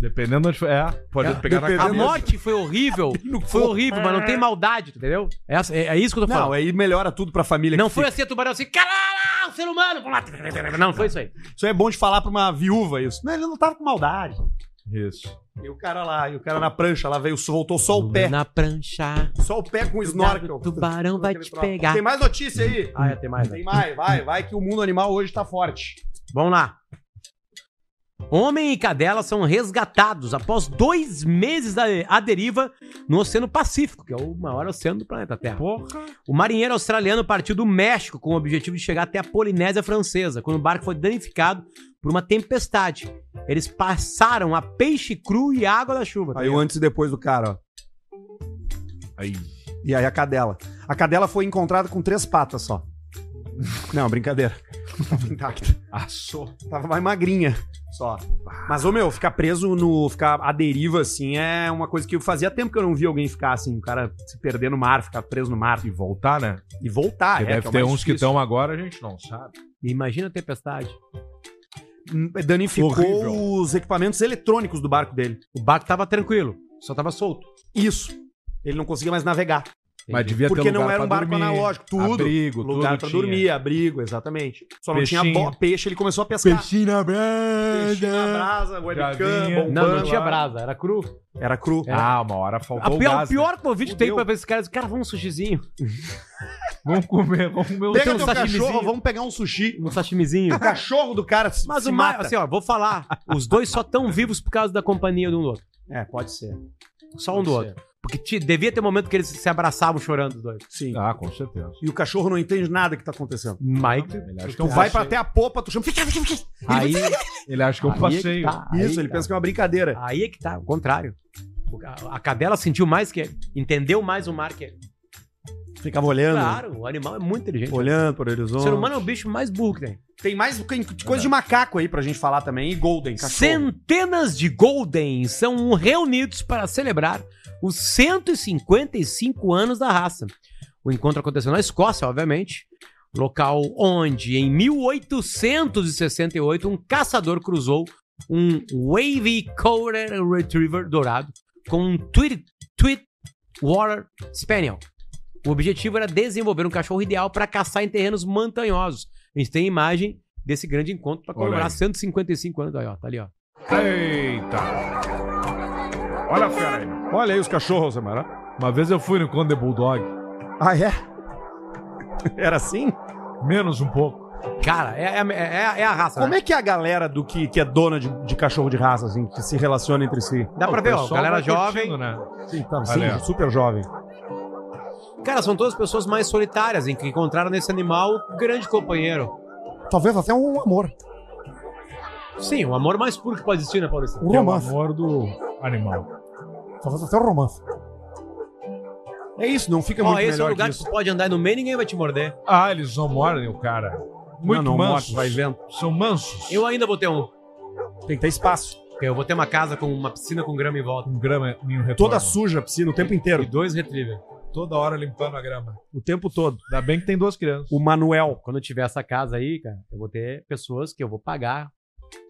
Dependendo onde foi. É, pode É, pegar na A cabeça. morte foi [laughs] horrível. Foi horrível, mas não tem maldade, tu entendeu? Essa- É, é isso que eu tô Não, falando. aí melhora tudo pra família. Não que foi assim, o tubarão assim, caralho, ser humano. vamos lá." Não, foi isso aí. fica. Isso aí é bom de falar pra uma viúva isso. Não, ele não tava com maldade. Isso. E o cara lá, e o cara na prancha, lá veio, voltou só o pé. Na prancha, Só o pé com o o snorkel. tubarão vai te pegar. Tem mais notícia aí? Ah, é, tem mais. né? Tem mais, vai, vai que o mundo animal hoje tá forte. Vamos lá. Homem e cadela são resgatados após dois meses à à deriva no Oceano Pacífico, que é o maior oceano do planeta Terra. Porra. O marinheiro australiano partiu do México com o objetivo de chegar até a Polinésia Francesa, quando o barco foi danificado por uma tempestade. Eles passaram a peixe cru e água da chuva. tá Aí o ligado? antes e depois do cara, ó. Aí. E aí a cadela. A cadela foi encontrada com três patas só. Não, brincadeira. Tava intacta. Assou. Tava mais magrinha. Só. Mas, ô meu, ficar preso no. ficar à deriva assim é uma coisa que eu fazia tempo que eu não vi alguém ficar assim, o cara se perder no mar, ficar preso no mar. E voltar, né? E voltar, Porque é, deve que é o ter mais uns que difícil. estão agora, a gente não sabe. Imagina a tempestade. Hum, Danificou Horrível. os equipamentos eletrônicos do barco dele. O barco tava tranquilo, só tava solto. Isso. Ele não conseguia mais navegar. Mas devia porque ter não lugar era um pra barco dormir, analógico, tudo. Abrigo, lugar tudo pra tinha. dormir, abrigo, exatamente. Só não Peixinho. né? tinha bo- peixe, ele começou a pescar. Piscina Peixinho na branda. brasa, webcam, vinha. bombando. Não, não tinha lá. brasa, era cru. Era cru. Ah, uma hora A faltou o pior, gás, o pior convite que tem Fudeu. pra ver esses caras, cara, vamos um sushizinho. né? Vamos comer, vamos comer. o- Pega um teu sashimizinho. cachorro, vamos pegar um sushi. Um sashimizinho. O cachorro do cara se, Mas se o mais, mata. assim, ó, vou falar. Os dois só tão vivos por causa da companhia de um do outro. É, pode ser. Só um do outro. Porque te- devia ter momento que eles se abraçavam chorando os dois. Sim. Ah, com certeza. E o cachorro não entende nada que tá acontecendo. Mike. Então vai pra até a popa, tu chama. Fica, fica, fica. Aí, Ele acha que eu aí é que passeio. tá, aí Isso, que ele tá. pensa que é uma brincadeira. Aí é que tá, o contrário. O- A, a cadela sentiu mais que ele. Entendeu mais o mar que ele. Ficava olhando, Claro, o animal é muito inteligente. olhando pro O horizonte. ser humano é o bicho mais burro que tem. Tem mais co- coisa de macaco aí pra gente falar também. E Golden, cachorro. Centenas de Golden são reunidos para celebrar os 155 anos da raça. O encontro aconteceu na Escócia, obviamente, local onde, em 1868, um caçador cruzou um Wavy Coated Retriever dourado com um Tweet, tweet Water Spaniel. O objetivo era desenvolver um cachorro ideal para caçar em terrenos montanhosos. A gente tem imagem desse grande encontro para Olha comemorar aí. 155 anos. Aí, ó, tá ali, ó. Eita! Olha a fera aí. Olha aí os cachorros, Samara. Uma vez eu fui no Conde Bulldog, Ah, é? [laughs] Era assim? menos um pouco. Cara, é, é, é- é a raça. Como né? é que é a galera do que, que é dona de, de cachorro de raça, assim, que se relaciona entre si? Dá pra ver, ó. Só Galera vai jovem. curtindo, né? Sim, tá, Olha aí. super jovem. Cara, são todas pessoas mais solitárias em que encontraram nesse animal um grande companheiro. Talvez até um amor. Sim, o amor mais puro que pode existir, né, Paulista? Um Que é o romance. amor do animal. Talvez até um romance. É isso, não fica Ó, muito esse é o melhor lugar que que isso. tu pode andar e no meio e ninguém vai te morder. Ah, eles não mordem o cara. Muito não, não, mansos. morte, vai vendo. São mansos. Eu ainda vou ter um. Tem que ter espaço. porque Eu vou ter uma casa com uma piscina com grama em volta. Um grama em um Toda reforma. suja a piscina o tempo E inteiro. dois retriever. Toda hora limpando a grama. O tempo todo. Ainda bem que tem duas crianças. O Manuel. Quando eu tiver essa casa aí, cara, eu vou ter pessoas que eu vou pagar O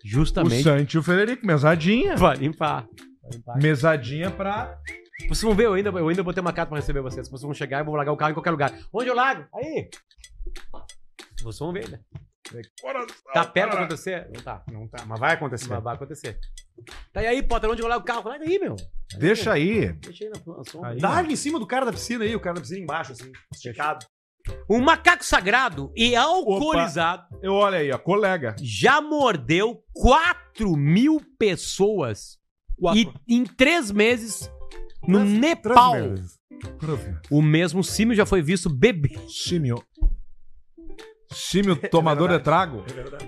justamente [laughs] Santi e o Frederico, mesadinha. pra limpar. Pra limpar. Mesadinha pra. Vocês vão ver, eu ainda, eu ainda vou ter uma carta pra receber vocês. Vocês vão chegar e vou largar o carro em qualquer lugar. Onde eu largo? Aí! Vocês vão ver, né? Tá perto de acontecer? Não tá. Não tá, mas vai acontecer. Mas vai acontecer. Tá e aí, Potter, onde eu largo o carro? Larga aí, meu. Deixa aí. Deixa aí na na sombra. Aí, Dá água em cima do cara da piscina aí, o cara da piscina embaixo, assim, esticado. Um macaco sagrado e alcoolizado Eu olho aí, ó. Colega. já mordeu 4 mil pessoas e, em três meses no Nepal. O mesmo símio já foi visto beber. Símio. [laughs] Símio É tomador de trago.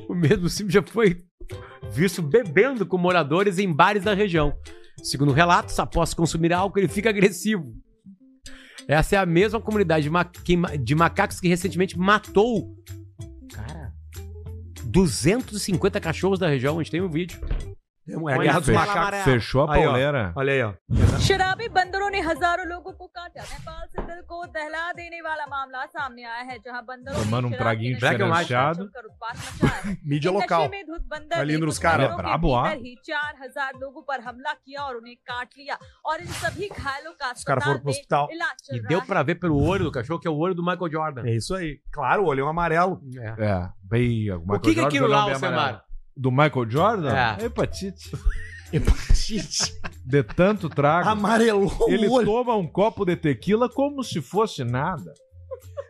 O mesmo símio já foi visto bebendo com moradores em bares da região. Segundo relatos, após consumir álcool, ele fica agressivo. Essa é a mesma comunidade de, ma- que ma- de macacos que recentemente matou. Cara. 250 cachorros da região, a gente tem um vídeo. É a guerra dos Fechou. macacos. Fechou a Aí, ó. pauleira. Olha aí, ó. शराबी बंदरों ने हजारों लोगों को काटा नेपाल से दिल को दहला देने वाला मामला सामने आया है जहां बंदरों Tomando um traguinho diferenciado. जमकर उत्पात मचाया है। Mídia tá इन local. नशे में धुत बंदर Olha ने indo nos कुछ caras. दिनों के Brabo, ó. भीतर ही चार हजार लोगों पर हमला किया और उन्हें काट लिया और इन सभी घायलों का Os caras अस्पताल foram pro में hospital. इलाज चल E रहा deu है। pra ver pelo olho do cachorro que é o olho do Michael Jordan. É isso aí. Claro, o olhão [laughs] amarelo. É. É. Bem, alguma O que, que é Jordan, aquilo olhão lá, bem amarelo. Alcemar? Do Michael Jordan? É. Hepatite. De tanto trago. Amarelou Ele o olho. toma um copo de tequila como se fosse nada.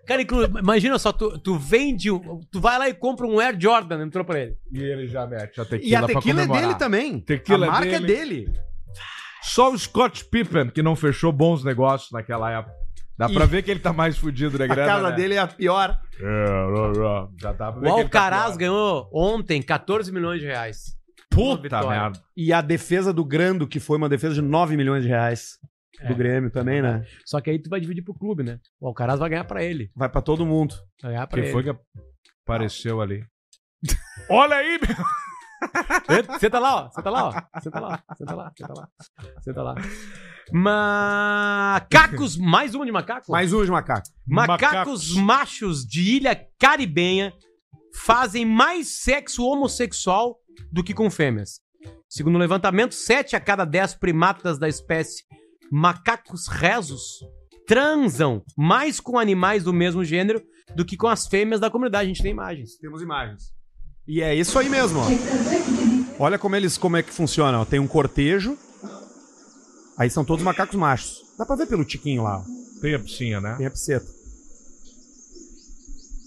Cara, inclu- imagina só, tu, tu vende, um- tu vai lá e compra um Air Jordan, entrou pra ele. E ele já mete a tequila E a pra tequila é comemorar. dele também. Tequila a é marca é dele. dele. Só o Scott Pippen que não fechou bons negócios naquela época. Dá pra ver que ele tá mais fudido da A grana, casa né? dele é a pior. É, rá, rá. já dá pra ver O que ele tá Alcaraz pior. ganhou ontem 14 milhões de reais. Uma Puta vitória. merda. E a defesa do Grando, que foi uma defesa de 9 milhões de reais É. do Grêmio também, né? Só que aí tu vai dividir pro clube, né? O Alcaraz vai ganhar pra ele. Vai pra todo mundo. Vai ganhar pra Quem [laughs] ele. foi que apareceu ali? Olha aí, meu. Senta lá, ó. Senta lá, ó. Senta lá, senta lá, senta lá. Senta lá. Macacos, mais um de macaco? Mais um de macaco. Macacos machos de ilha caribenha fazem mais sexo homossexual do que com fêmeas. Segundo o levantamento, 7 a cada 10 primatas da espécie macacos rezos transam mais com animais do mesmo gênero do que com as fêmeas da comunidade. A gente tem imagens. Temos imagens. E é isso aí mesmo, ó. Olha como eles como é que funciona, ó. Tem um cortejo. Aí são todos macacos machos. Dá pra ver pelo tiquinho lá. ó. Tem a piscinha, né? Tem a pisceta.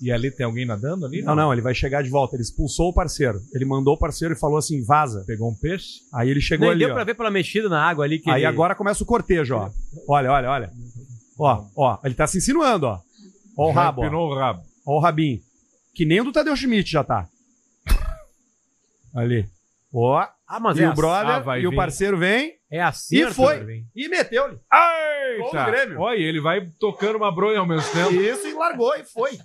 E ali tem alguém nadando ali? Não, não, ele vai chegar de volta. Ele expulsou o parceiro. Ele mandou o parceiro e falou assim: vaza. Pegou um peixe. Aí ele chegou Não, e ali. deu ó. pra ver pela mexida na água ali que Aí ele- agora começa o cortejo, ó. Olha, olha, olha. Ó, ó. Ele tá se insinuando, ó. Ó o Já rabo. empinou o rabo. Ó o rabinho. Que nem o do Tadeu Schmidt já tá. Ali. Ó. Ah, mas e é o assim. brother Ah, vai e o vir. parceiro vem. É assim, E Arthur? foi. E meteu-lhe. Gol do Eita! Grêmio. Olha, ele vai tocando uma bronha ao mesmo tempo. Isso, e largou e foi.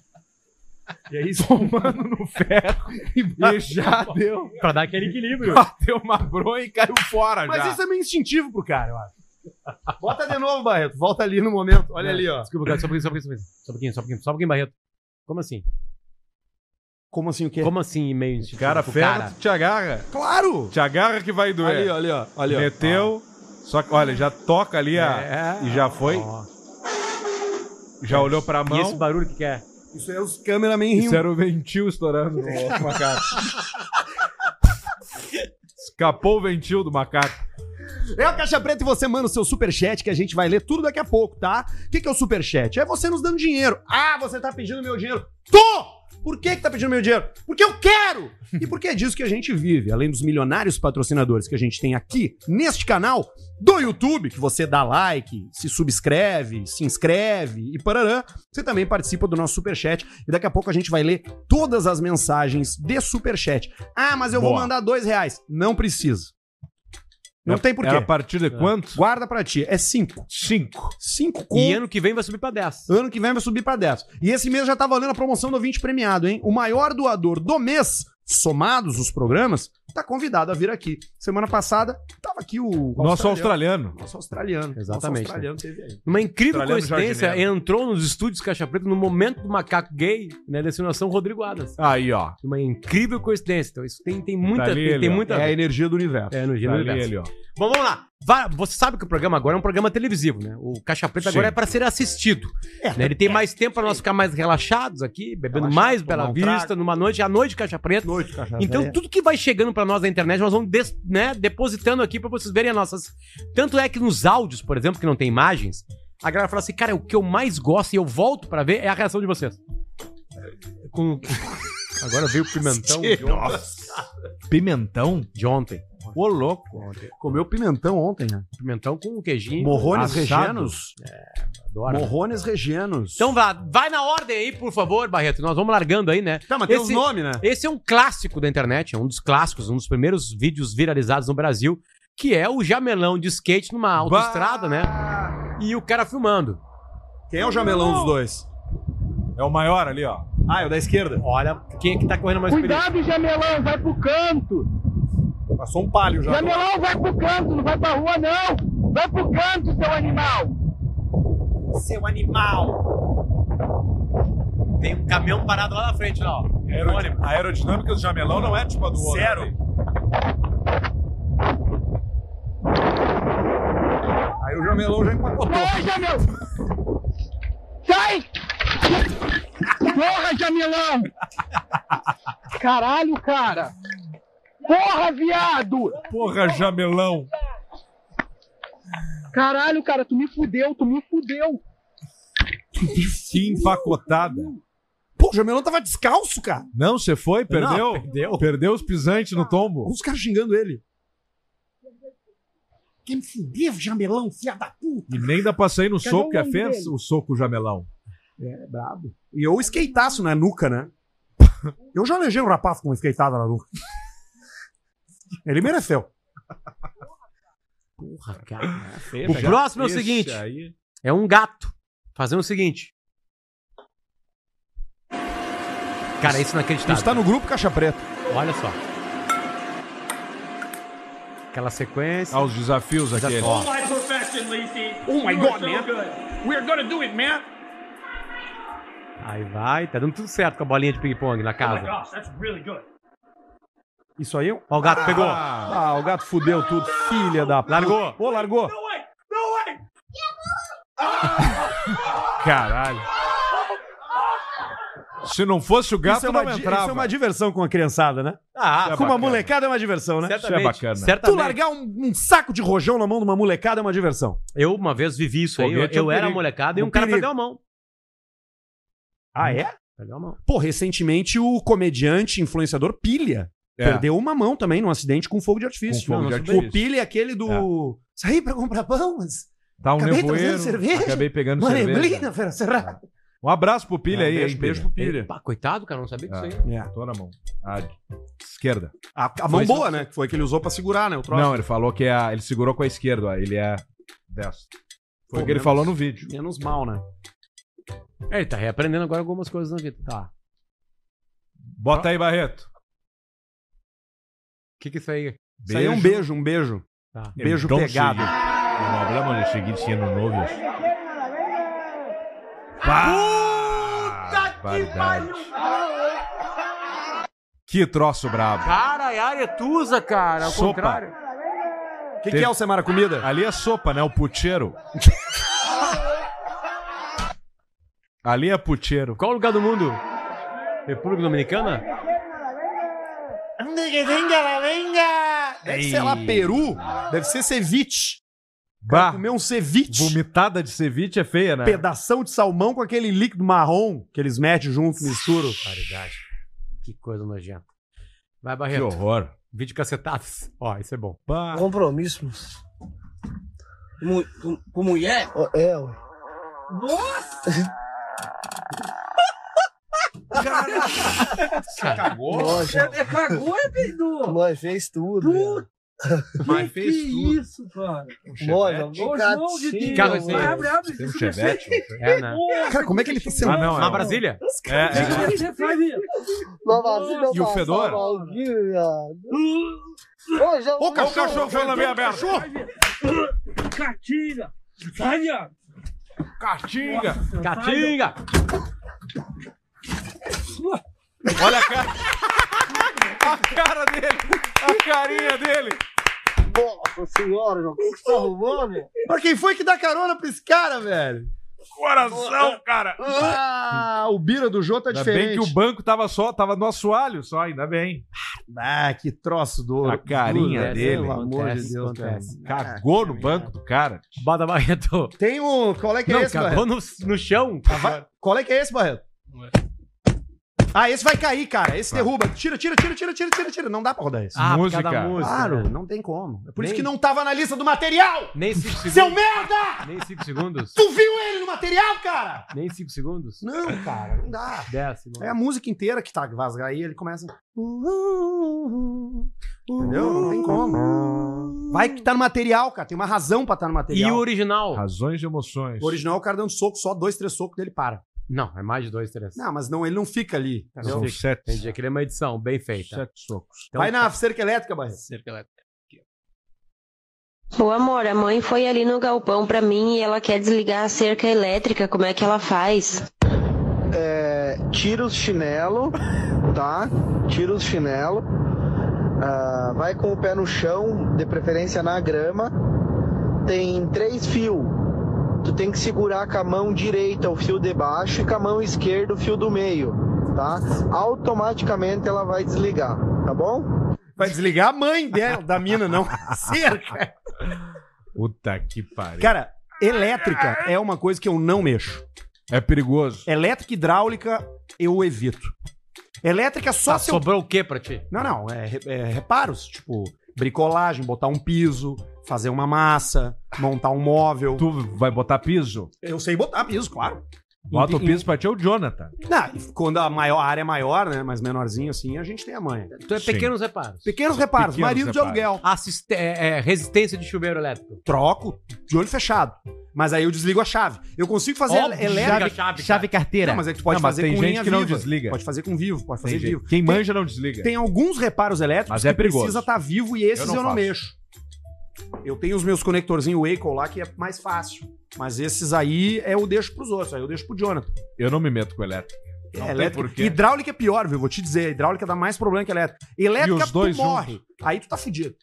E aí, tomando no ferro. e já deu. Pra dar aquele equilíbrio. Bateu uma bronha e caiu fora Mas já. isso é meio instintivo pro cara, eu acho. Bota de novo, Barreto. Volta ali no momento. É. Olha Não, ali, ó. Desculpa, cara, só um pouquinho, só um pouquinho, só um pouquinho, só um pouquinho, só um pouquinho, só um pouquinho, Barreto. Como assim? Como assim o quê? Como assim e-mail? Tipo, Cara, tipo, ferro, é. cara? tu te agarra. Claro! Te agarra que vai doer. Ali, ó, ali, ó. Ali, ó. Meteu. Só que, olha, já toca ali a... É. e já foi. Já olhou pra E mão. esse barulho que que é? Isso é os cameramen rindo. Isso era o ventil estourando no macaco. Escapou o ventil do macaco. É o Caixa Preta e você manda o seu superchat que a gente vai ler tudo daqui a pouco, tá? O que, que é o superchat? É você nos dando dinheiro. Ah, você tá pedindo meu dinheiro. Tô! Por que, que tá pedindo meu dinheiro? Porque eu quero! E porque é disso que a gente vive. Além dos milionários patrocinadores que a gente tem aqui neste canal do YouTube, que você dá like, se subscreve, se inscreve e parará, você também participa do nosso superchat. E daqui a pouco a gente vai ler todas as mensagens de superchat. Ah, mas eu vou Boa. É, mandar dois reais. Não precisa. Não tem porquê. Era a partir de quanto? Guarda pra ti. É 5. Cinco. 5 com. E Ano... ano que vem vai subir pra 10. que vem vai subir pra 10. E esse mês já tá valendo a promoção do 20 premiado, hein? O maior doador do mês, somados os programas, tá convidado a vir aqui. Semana passada tava aqui o. Nosso australiano. Nosso australiano. Exatamente, Nosso australiano teve aí. Uma incrível Australiano coincidência, jardineiro. entrou nos estúdios Caixa Preta no momento do macaco gay, né, da insinuação Rodrigo Adas. Aí, ó. Uma incrível coincidência. Então, isso tem, tem muita. Tá ali tem, ele, tem ó. muita. É a energia do universo. É, no Tá gênero ali universo. ele, ó. Bom, vamos lá. Vá- Você sabe que o programa agora é um programa televisivo, né? O Caixa Preta Sim. agora é para ser assistido. né? Ele tem mais tempo para nós ficar mais relaxados aqui, bebendo Relaxar, mais tomar Bela um Vista, trago. numa noite, à noite Caixa Preta. Noite, cachorro. Então, tudo que vai chegando pra nós na internet, nós vamos des- né, depositando aqui pra vocês verem as nossas. Tanto é que nos áudios, por exemplo, que não tem imagens, a galera fala assim: cara, o que eu mais gosto e eu volto pra ver é a reação de vocês. Com... Agora veio o pimentão de ontem. Pimentão? De ontem. Ô, louco. Comeu pimentão ontem, né? Pimentão com queijinho. Morrones assado. regenos. Adoro. Morrones regenos. Então vá, vai na ordem aí, por favor, Barreto. Nós vamos largando aí, né? tá, mas tem esse- os nomes, né? Esse é um clássico da internet, é um dos clássicos, um dos primeiros vídeos viralizados no Brasil, que é o jamelão de skate numa autoestrada, né? E o cara filmando. Quem é o jamelão dos dois? É o maior ali, ó. Ah, é o da esquerda. Olha quem é que tá correndo mais perigo. Jamelão, vai pro canto! Passou um palho já. Jamelão, vai pro canto, não vai pra rua não! Vai pro canto, seu animal! Seu animal. Tem um caminhão parado lá na frente, lá, ó. Ônibus. A aerodinâmica do jamelão não é tipo a do outro. Zero. ali. Aí o jamelão já empacotou. Sai, Jamel! Sai! Porra, Jamilão! Caralho, cara! Porra, viado! Porra, jamelão. Caralho, cara, tu me fudeu, tu me fudeu! Que empacotada. Pô, o jamelão tava descalço, cara. Não, você foi? Perdeu? perdeu. Perdeu os pisantes no tombo. Os caras xingando ele. Quem me fudeu, jamelão, filha da puta. E nem dá pra sair no Cadê soco o que é nome fez dele? o soco jamelão. É, brabo. E eu esqueitaço na nuca, né? [laughs] Eu já alejei um rapaz com uma esqueitada na nuca. [laughs] Ele mereceu. Porra, cara. O próximo é o Esse seguinte: aí- é um gato fazendo o seguinte. Cara, isso é inacreditável. Isso tá no grupo Caixa Preta. Olha só. aquela sequência. Aos desafios aqui. Ó. my profession, Lisi. Oh my You God, are so man. good. We're gonna do it, man. Aí vai, tá dando tudo certo com a bolinha de ping-pong na Oh my casa. gosh, that's really good. Isso aí? Ó, o gato pegou. Ah, o gato fudeu tudo. Filha da puta. Largou. Ô, largou. No way. Caralho. Se não fosse o gato, isso, é uma, não di- entrava. isso é uma diversão com a criançada, né? Ah, com bacana. uma molecada é uma diversão, né? Certamente, Isso é bacana. Tu Certamente. largar um, um saco de rojão na mão de uma molecada é uma diversão. Eu uma vez vivi isso aí. Eu, Foguete é um eu era perigo. molecada e Um um cara perigo. perdeu a mão. Ah, é? Perdeu a mão. Pô, recentemente o comediante, influenciador Pilha, É. perdeu uma mão também num acidente com fogo de artifício. Com fogo Não, não, de artifício. O Pilha é aquele do... Saí pra comprar pão, mas... Tá um Acabei nevoeiro. trazendo cerveja. Acabei pegando Uma cerveja. neblina, fera, será? Um abraço pro Pilha É, aí. beijo, hein? Beijo pro Pilha. Pilha. Pá, coitado, cara, não sabia disso Ah. aí. É. Tô na mão. A esquerda. A, a mão Foi boa, né? Que Foi a que ele usou pra segurar, né? O troço. Não, ele falou que é a... ele segurou com a esquerda, ó. Ele é destro. Foi Pô, o que ele menos- falou no vídeo. Menos mal, né? É, Ele tá reaprendendo agora algumas coisas na vida. Tá. Bota aí, Barreto. O que que é isso aí? Isso aí é um beijo, um beijo. Tá. Beijo Então, pegado. sim. No hablamos de seguir siendo novios. Puta que Que troço brabo. Cara, é aretusa, cara. Ao Sopa. contrário. O que, que é o Semara Comida? Ali é sopa, né? O puteiro. Ali é puteiro. Qual o lugar do mundo? República Dominicana? Ah, Deve ser lá Peru. Deve ser ceviche. Bah, Comer um ceviche. vomitada de ceviche é feia, né? Pedação de salmão com aquele líquido marrom que eles metem junto, misturam. Paridade. Que coisa nojenta. Vai, Que Barreto. horror. Vídeo cacetadas. Ó, isso é bom. Bah. Compromissos. Mu- com, com mulher? É, Lógico. Cagou, é, Pedro? nós fez tudo. Mas fez tudo. Isso, cara. Nós, Que carro é esse aí? Abre, abre. Tem um chevette. É, né? Cara, como é que ele tá sendo? Ah, não. Na é um- Brasília? É, é. E o fedor? Ô, cachorro, cachorro foi na minha aberta. Catinga. Sai, viado. Catinga. Catinga! Olha a cara. A cara dele. A carinha dele. Mas quem foi que dá carona pra esse cara, velho? Coração, cara. Ah, o Bira do Jô tá Ainda bem diferente. que o banco tava só, tava no assoalho só, ainda bem. Ah, que troço do. A carinha Pelo dele. amor de Acontece, Deus, cara. acontece. Cagou no banco do cara. Bada Barreto. Tem um. Qual é [laughs] que é Não, esse, Barreto? cagou no, no chão. Qual é que é esse, Barreto? Ah, esse vai cair, cara. Esse derruba. Tira, tira, tira, tira, tira, tira, tira. Não dá pra rodar esse. Ah, por música. causa da música. Claro, né? não tem como. É por isso Nem- que não tava na lista do material! Nem 5 segundos. Seu merda! Nem 5 segundos. Tu viu ele no material, cara? Nem 5 segundos. Não, cara, não dá. 10 segundos. É a música inteira que tá vazga. Aí ele começa. Entendeu? Não tem como. Vai que tá no material, cara. Tem uma razão pra tá no E material. o original? Razões e emoções. O original é o cara dando soco, só dois, três socos dele para. Não, é mais de 2, 3. Não, mas não, ele não fica ali. São Entendeu? sete. Entendi, aquele é uma edição bem feita. Tá Sete socos. Então, tá, Vai na cerca elétrica, Barreto. Cerca elétrica. Ô amor, a mãe foi ali no galpão pra mim e ela quer desligar a cerca elétrica. Como é que ela faz? É, tira os chinelo, tá? Tira os chinelo. Ah, vai com o pé no chão, de preferência na grama. Tem três fios. Tu tem que segurar com a mão direita o fio de baixo e com a mão esquerda o fio do meio, tá? Automaticamente ela vai desligar, tá bom? Vai desligar a mãe dela, da mina, não. a cerca. Puta que pariu. Cara, elétrica é uma coisa que eu não mexo. É perigoso. Elétrica e hidráulica eu evito. Elétrica é só tá, se eu. sobrou o que pra ti? Não, não. É, re- é reparos, tipo, bricolagem, botar um piso, fazer uma massa, montar um móvel. Tu vai botar piso? Eu sei botar piso, claro. Bota o Em- piso pra ti é o Jonathan. Não, quando a, maior, a área é maior, né? Mas menorzinho assim, a gente tem a manha. Tu é Sim. pequenos reparos. Pequenos reparos, Pequenos marido de reparos. aluguel. Assiste- é, é, resistência de chuveiro elétrico. Troco de olho fechado. Mas aí eu desligo a chave. Eu consigo fazer Óbvio, é elétrica. chave, carteira. Não, mas é que tu pode Não, mas fazer tem com gente linha que não viva. desliga. Pode fazer com vivo, pode fazer Tem jeito. vivo. Quem Tem- manja não desliga. Tem alguns reparos elétricos Mas é que perigoso. precisa estar vivo e esses Eu eu não não, faço. mexo. Eu tenho os meus conectorzinhos Waco lá que é mais fácil. Mas esses aí é eu deixo pros outros, aí eu deixo pro Jonathan. Eu não me meto com elétrico. Não É, tem elétrica. porquê. Hidráulica é pior, viu? Vou te dizer. Hidráulica dá mais problema que elétrica. Elétrica, E os dois tu morre. juntos? Aí tu tá fudido.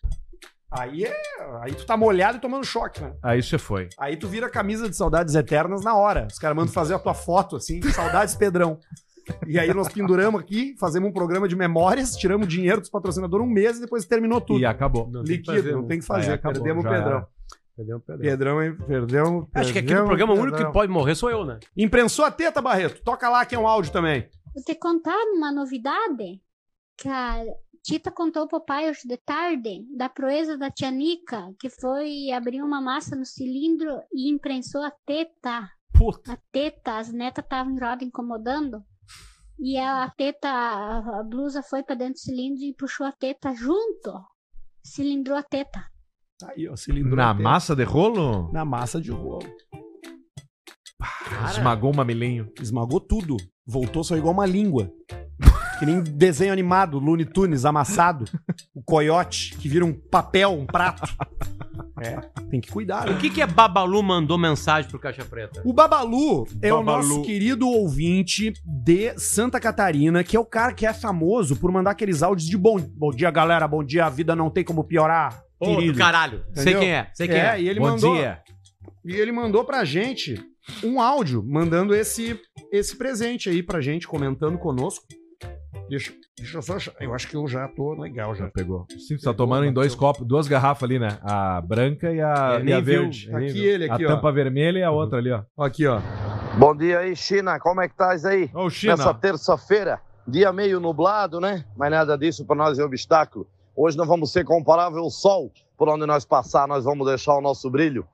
Aí é. Aí tu tá molhado e tomando choque, né? Aí você Ah, é foi. Aí tu vira a camisa de saudades eternas na hora. Os caras mandam fazer a tua foto assim, saudades Pedrão. E aí nós penduramos aqui, fazemos um programa de memórias, tiramos dinheiro dos patrocinadores um mês e depois terminou tudo. E acabou. Não tem que Liquido, um fazer, né? não tem que fazer. Aí acabou, perdemos o já Pedrão. era. Perdemos o Pedrão. Pedrão, hein? Perdão. Acho que aqui no programa o único que pode morrer sou eu, né? Imprensou a teta, Barreto. Toca lá que é um áudio também. Vou te contar uma novidade. Cara, Tita contou pro pai hoje de tarde da proeza da tia Nica, que foi abrir uma massa no cilindro e imprensou a teta. A teta, as netas estavam em roda incomodando. E a a teta, a a blusa foi pra dentro do cilindro e puxou a teta junto. Cilindrou a teta. Aí, ó, cilindro. Na massa de rolo? Na massa de rolo. Esmagou o mamilinho. Esmagou tudo. Voltou só igual uma língua. Que nem desenho animado, Looney Tunes amassado. O coiote que vira um papel, um prato. É, tem que cuidar. O que que é Babalu mandou mensagem pro Caixa Preta? O Babalu é o Babalu. nosso querido ouvinte de Santa Catarina, que é o cara que é famoso por mandar aqueles áudios de bom, bom dia, galera, bom dia, a vida não tem como piorar. Ô, do querido." caralho. Sei quem é, sei quem é. E ele Bom mandou, dia. E ele mandou pra gente um áudio, mandando esse, esse presente aí pra gente, comentando conosco. Deixa, deixa eu só achar. Eu acho que eu já tô legal já. Pegou. Sim, você tá tomando em dois copos, duas garrafas ali, né? A branca e a, Ele e a É, nem viu. verde. Tá nem aqui viu. ele, aqui, A ó. tampa vermelha e a outra ali, ó. Aqui, ó. Bom dia aí, China. Como é que tá isso aí? Ô, China. Nessa terça-feira, dia meio nublado, né? Mas nada disso para nós é obstáculo. Hoje não vamos ser comparável ao sol. Por onde nós passar, nós vamos deixar o nosso brilho.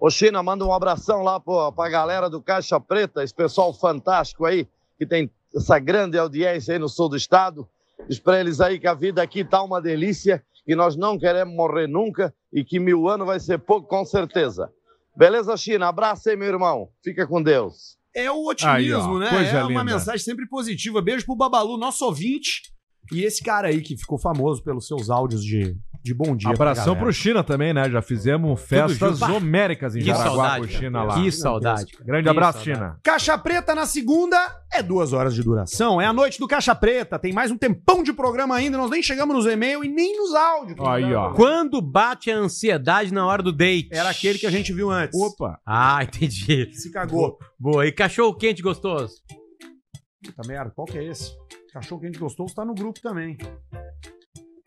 Ô, China, manda um abração lá pro- pra galera do Caixa Preta, esse pessoal fantástico aí, que tem essa grande audiência aí no sul do estado. Diz pra eles aí que a vida aqui tá uma delícia, que nós não queremos morrer nunca e que mil anos vai ser pouco, com certeza. Beleza, China? Abraço aí, meu irmão. Fica com Deus. É o otimismo, Aí, ó, né? coisa é uma linda. mensagem sempre positiva. Beijo pro Babalu, nosso ouvinte. E esse cara aí que ficou famoso pelos seus áudios de, de bom dia. pra Abração galera. pro China também, né? Já fizemos festas junto. homéricas em Que Jaraguá saudade, com o cara. China lá. Que saudade, cara. Grande Que abraço, saudade. China. Caixa Preta na segunda é duas horas de duração. É a noite do Caixa Preta. Tem mais um tempão de programa ainda. Nós nem chegamos nos e-mails e nem nos áudios. Quando bate a ansiedade na hora do date? Era aquele que a gente viu antes. Opa. Ah, [laughs] entendi. Se cagou. Boa. E cachorro quente gostoso? Puta merda, qual que é esse? Cachorro quente gostoso tá no grupo também.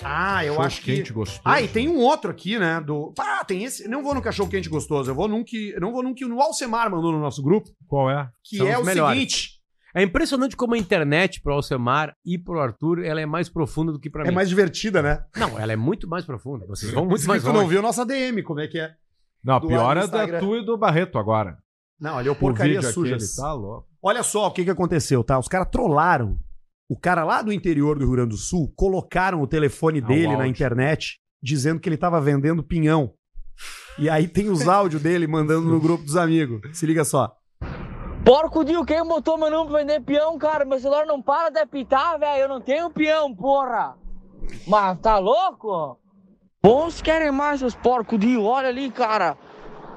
Ah, eu acho que. quente gostoso. Ah, e tem um outro aqui, né? Do... Ah, tem esse. Não vou no cachorro quente gostoso. Eu vou num que. Não vou num que o Alcemar mandou no nosso grupo. Qual é? Que é o seguinte. É impressionante como a internet pro Alcemar e pro Arthur, ela é mais profunda do que pra mim. É mais divertida, né? Não, ela é muito mais profunda. Vocês [laughs] vão muito Diz mais que tu não longe. viu nossa DM, como é que é? Não, Do pior lado é do da Instagram. tu e do Barreto agora. Não, olha, eu O porcaria vídeo suja. aquele tá louco. Olha só o que, que aconteceu, tá? Os caras trollaram. O cara lá do interior do Rio Grande do Sul colocaram Ah, o telefone dele na áudio. internet dizendo que ele tava vendendo pinhão. E aí tem os áudios dele mandando no grupo dos amigos. Se liga só. Porco Dio, quem botou meu nome pra vender peão, cara? Meu celular não para de apitar, velho. Eu não tenho peão, porra. Mas tá louco? Bons querem mais, seus porco Dio. Olha ali, cara.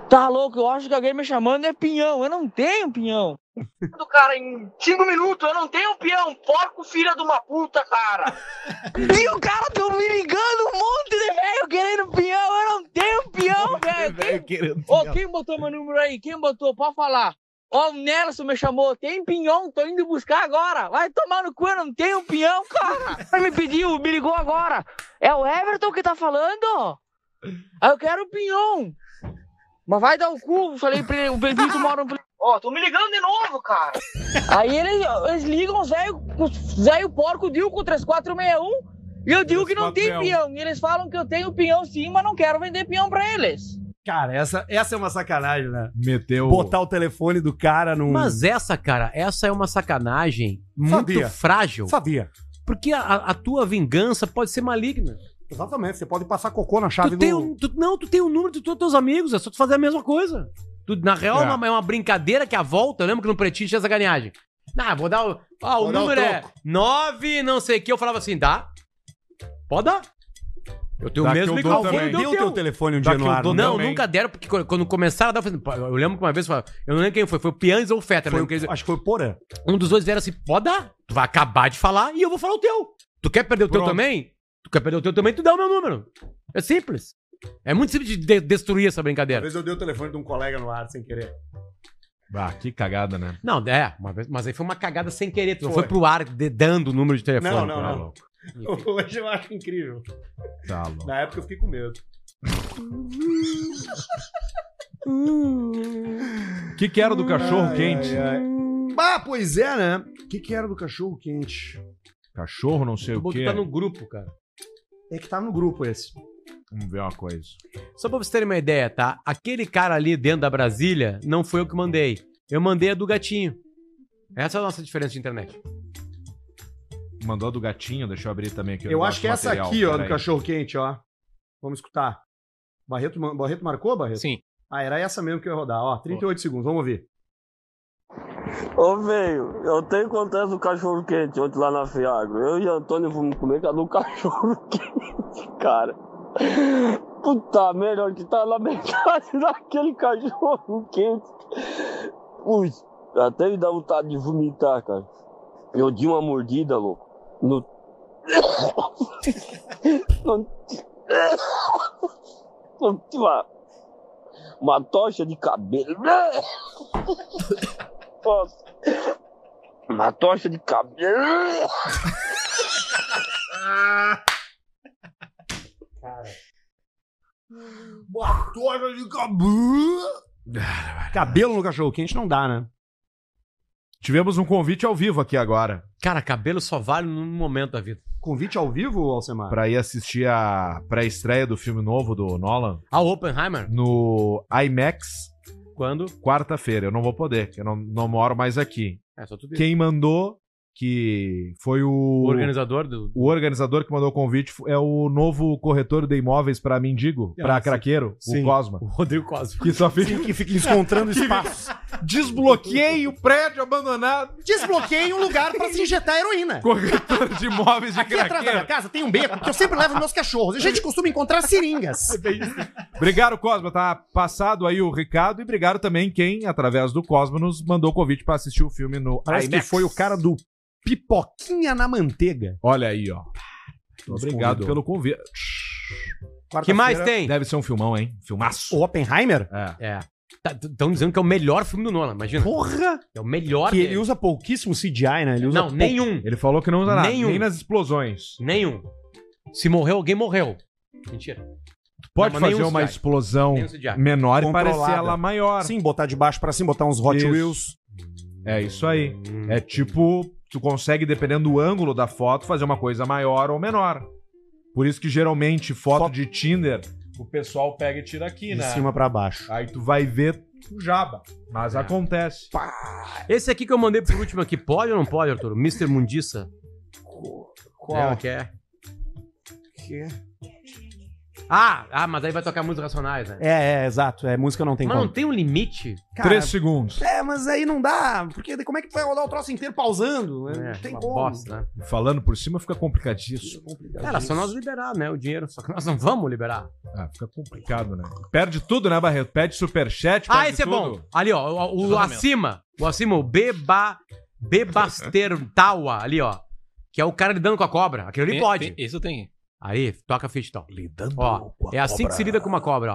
Tá louco? Eu acho que alguém me chamando é pinhão. Eu não tenho pinhão. Do [laughs] cara em cinco minutos, eu não tenho peão. Porco filha de uma puta, cara. [laughs] e o cara tão me ligando um monte de velho querendo peão. Eu não tenho peão, velho. Quem- Ô, quem botou meu número aí? Quem botou? Pode falar. Ó, o Nelson me chamou. Tem pinhão, tô indo buscar agora. Vai tomar no cu, eu não tenho um pinhão, cara. Ele me pediu, me ligou agora. É o Everton que tá falando? Ah, Eu quero pinhão. Mas vai dar o cu, falei pra ele, o [laughs] bendito mora no... Ó, tô me ligando de novo, cara. Aí eles, eles ligam os velho, os velho porco Dil com 3461 e eu digo que não tem 3461. pinhão. E eles falam que eu tenho pinhão sim, mas não quero vender pinhão pra eles. Cara, essa, essa é uma sacanagem, né? Meteu. Botar o telefone do cara num. Mas essa, cara, essa é uma sacanagem muito Sabia. frágil. Sabia. Porque a, a tua vingança pode ser maligna. Exatamente, você pode passar cocô na chave tu tem o- tu- Não, tu tem o número de todos os teus amigos, é só tu fazer a mesma coisa. Tu, na real, É. é. uma- é uma brincadeira que a volta, eu lembro que no Pretinho tinha essa ganhagem. Ah, vou dar o... Ah, o Vou dar o número é 9 não sei o que, eu falava assim, dá? Pode dar. Eu tenho o mesmo microfone. Alguém deu o teu telefone um dia no ar, né? Não, Também. nunca deram, porque quando- quando começaram a dar, eu, falei, "Pô", eu lembro que uma vez, eu não lembro quem foi, foi o Pianes ou o Fetter. Acho que foi o Porã. Um dos dois vieram assim, pode dar, tu vai acabar de falar e eu vou falar o teu. Tu quer perder o teu também? Tu quer perder o teu também, tu dá o meu número. É simples. É muito simples de, de- destruir essa Às brincadeira. vezes eu dei o telefone de um colega no ar sem querer. Ah, que cagada, né? Não, é, uma vez, mas aí foi uma cagada sem querer. Tu não Foi. foi pro ar de- dando o número de telefone. Não, não, Tá não. louco. [laughs] Hoje eu acho incrível. Tá Na época eu fiquei com medo. O que, que era do cachorro Ai, quente? ai, ai. Ah, pois é, né? O que, que era do cachorro quente? Cachorro, não sei o bom que quê. tá no grupo, cara. É que tá no grupo esse. Vamos ver uma coisa. Só pra vocês terem uma ideia, tá? Aquele cara ali dentro da Brasília não foi eu que mandei. Eu mandei a do gatinho. Essa é a nossa diferença de internet. Mandou a do gatinho, deixa eu abrir também aqui. o Eu acho negócio que é essa material, aqui, ó, do peraí. cachorro quente, ó. Vamos escutar. Barreto, man- Barreto marcou, Barreto? Sim. Ah, era essa mesmo que eu ia rodar, ó. 38 segundos, vamos ouvir. Ô, velho, eu tenho contexto do cachorro quente ontem lá na Fiagro. Eu e Antônio fomos comer cada um cachorro [laughs] quente, cara. Puta merda, olha que tá na metade [laughs] daquele cachorro quente. Ui, até me dá vontade de vomitar, cara. Eu dei uma mordida, louco. No. [laughs] no... no- uma... uma tocha de cabelo. [laughs] Nossa. Uma tocha de cabelo. Batora de cabelo. Cabelo no cachorro quente não dá, né? Tivemos um convite ao vivo aqui agora. Cara, cabelo só vale num momento da vida. Convite ao vivo, Alcemar? Pra ir assistir a pré-estreia do filme novo do Nolan. A Oppenheimer? No IMAX. Quando? Quarta-feira. Eu não vou poder, que eu não, não moro mais aqui. É, só tu diz. Quem mandou, que foi o... O organizador do. O organizador que mandou o convite é o novo corretor de imóveis pra mendigo, Ah, pra sim. craqueiro, Sim. o Cosma. O Rodrigo Cosma. Que só fica, que fica encontrando espaços. Desbloqueei o prédio abandonado. Desbloqueei um lugar pra se injetar heroína. [laughs] Corretor de imóveis de Aqui atrás da minha casa tem um beco que eu sempre levo meus cachorros. E a gente costuma encontrar seringas. Obrigado, Cosma. Tá passado aí o recado. E obrigado também quem, através do Cosma, nos mandou o convite pra assistir o filme no Parece que IMAX. foi o cara do Pipoquinha na Manteiga. Olha aí, ó. Obrigado convidou. pelo convite. Que mais tem? Deve ser um filmão, hein? Filmaço. O Oppenheimer? É. Estão dizendo que é o melhor filme do Nolan, imagina. Porra! É o melhor Que dele. ele usa pouquíssimo CGI, né? Ele usa Não, pou- nenhum. Ele falou que não usa nada. Nenhum. Nem nas explosões. Nenhum. Se morreu, alguém morreu. Mentira. Tu pode Não, mas fazer nenhum uma CGI. explosão Nenhum CGI. menor e Controlada. parecer ela maior. Sim, botar de baixo pra cima, botar uns Hot Isso. Wheels. É isso aí. É tipo, tu consegue, dependendo do ângulo da foto, fazer uma coisa maior ou menor. Por isso que geralmente foto de Tinder, o pessoal pega e tira aqui, De né? cima pra baixo. Aí tu vai ver o jaba. É. Mas acontece. Esse aqui que eu mandei por último aqui, pode ou não pode, Arthur? Mr. Mundiça. É, o que é. Ah, ah, mas aí vai tocar muitos racionais, né? É, é, exato. É, música não tem Mas como. não tem um limite? Três segundos. É, mas aí não dá, porque como é que tu vai rodar o troço inteiro pausando? É, não tem uma como. bosta, né? Falando por cima fica complicadíssimo. Cara, só nós liberar, né? O dinheiro. Só que nós não vamos liberar. Ah, fica complicado, né? Perde tudo, né, Barreto? Perde superchat, perde Ah, esse Tá tudo. é bom. Ali, ó. O, o- o Exatamente. acima. O acima, o Beba, Bebastertawa, ali, ó. Que é o cara lidando com a cobra. Aquilo ali Tem- pode. tem- Esse eu tenho. Aí, toca a ficha, então. Lidando ó, com a É assim que cobra. se lida com uma cobra,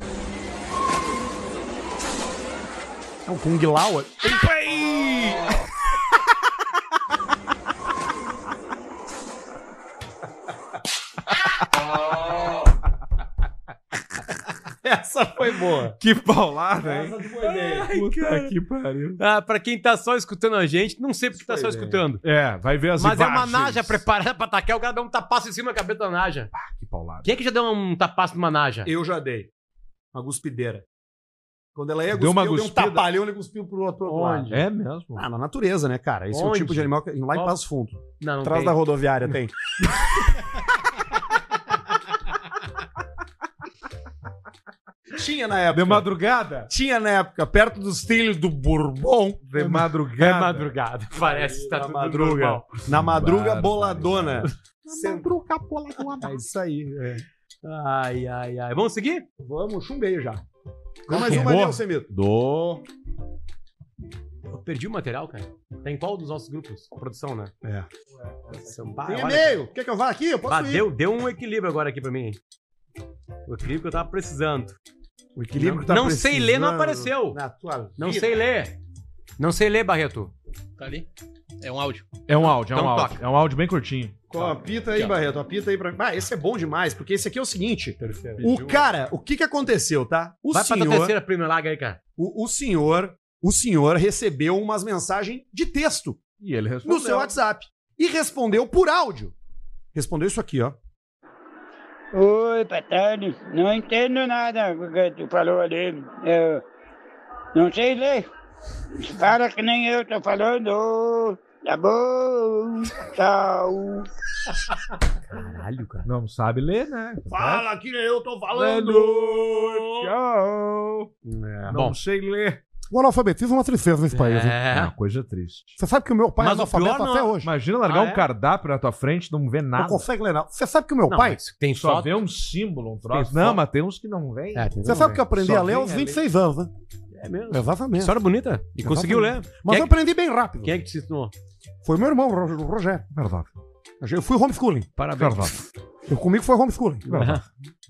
ó. É um Kung Lao. [laughs] Essa foi boa. Que paulada, hein? Puta que pariu. Ah, pra quem tá só escutando a gente, não sei porque tá só escutando. É, vai ver as Mas é uma imagens. naja preparada pra atacar, o cara dá um tapaço em cima da cabeça da naja. Que paulada. Quem é que já deu um tapaço numa naja? Eu já dei. Uma guspideira. Quando ela ia Deu uma eu dei um guspida? tapalhão e cuspiu pro outro, pro outro lado. Onde? É mesmo? Ah, na natureza, né, cara? Esse é o Onde? tipo de animal que lá em Ó. Passo Fundo. Não, não Atrás tem. da rodoviária tem. [laughs] Tinha na época. De madrugada? Tinha na época, perto dos trilhos do Bourbon. De madrugada. É madrugada. Parece que tá tudo normal. Na madruga Barbaridade. boladona. Madruga, bola, bola. É isso aí. é. Ai, ai, ai. Vamos seguir? Vamos, chumbei já. Dá mais uma ali, Alcemito. Do. Eu perdi o material, cara. Tá em qual dos nossos grupos? Produção, né? É. Sampaio. Tem olha, e-mail. Quer que eu vá aqui? Eu posso Ah, ir. deu, deu um equilíbrio agora aqui pra mim. O equilíbrio que eu tava precisando. O equilíbrio não, que tá Não sei ler, não precisando. apareceu. Na tua Não vida. sei ler. Não sei ler, Barreto. Tá ali? É um áudio. É um áudio, é um Então áudio. É um áudio bem curtinho. Ó, apita aí, Barreto, apita aí pra mim. Ah, esse é bom demais, porque esse aqui é o seguinte. Pediu. O cara, o que que aconteceu, tá? O Vai pra tua senhor, terceira Premium Lager aí, cara. o, o senhor, o senhor recebeu umas mensagens de texto E ele no seu WhatsApp e respondeu por áudio. Respondeu isso aqui, ó. Oi, Patani. Não entendo nada do que tu falou ali. Eu não sei ler. Fala que nem eu tô falando. Tá bom. Tchau. Caralho, cara. Não sabe ler, né? Fala que nem eu tô Tchau. É, Não bom. sei ler. O analfabetismo é uma tristeza nesse país. hein? É uma coisa triste. Você sabe que o meu pai é Mas o pior analfabeto não- até hoje. Imagina largar Ah, um é? cardápio na tua frente, não vê nada. Não consegue ler, não. Você sabe que o meu Não, pai. mas tem Só foto? vê um símbolo, um troço. Não, mas É, tem uns que não vêm. Você sabe é. que eu aprendi a ler aos 26 anos, né? É mesmo. um- Exatamente. História bonita. E conseguiu ler. Mas Quem eu é que- aprendi bem rápido. Quem é que te ensinou? Foi meu irmão, Ro- o Rogério. Verdade. Eu fui homeschooling. Parabéns. Eu, comigo foi homeschooling. Verdade.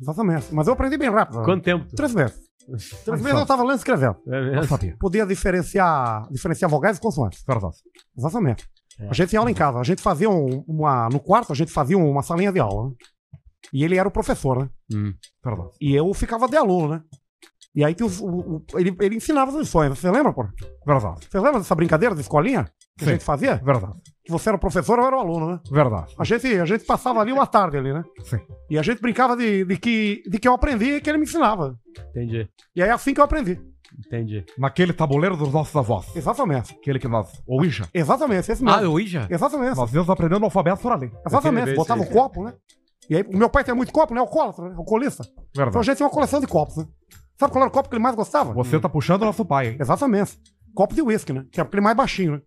Exatamente. Mas eu aprendi bem rápido. Quanto tempo? é Três meses. Três meses eu tava lendo e escrevendo. Eu sabia. Podia diferenciar, diferenciar vogais e consoantes. Verdade. Exatamente. É. A gente tinha aula em casa. A gente fazia um- uma... No quarto, a gente fazia uma salinha de aula. né? E ele era o professor, né? Hum. Verdade. E eu ficava de aluno, né? E aí que o, o- o- ele, ele ensinava as lições. Você lembra, porra? Verdade. Você lembra dessa brincadeira da escolinha? Que Sim. a gente fazia? Verdade. Você era o professor, eu era o aluno, né? Verdade. A gente, a gente passava ali uma tarde ali, né? Sim. E a gente brincava de, de, que, de que eu aprendia e que ele me ensinava. Entendi. E aí é assim que eu aprendi. Entendi. Naquele tabuleiro dos nossos avós. Exatamente. Aquele que nós. O Ouija. Exatamente, esse mesmo. Ah, Ouija? Exatamente. Nós íamos aprendendo o alfabeto por ali. Exatamente. Botava o copo, né? E aí, o meu pai tem muito copo, né? Alcoólatra, né? Alcoolista. Verdade. Então a gente tinha uma coleção de copos, né? Sabe qual era o copo que ele mais gostava? Você tá puxando o nosso pai, hein? Exatamente. Copo de uísque, né? Que é aquele mais baixinho, né?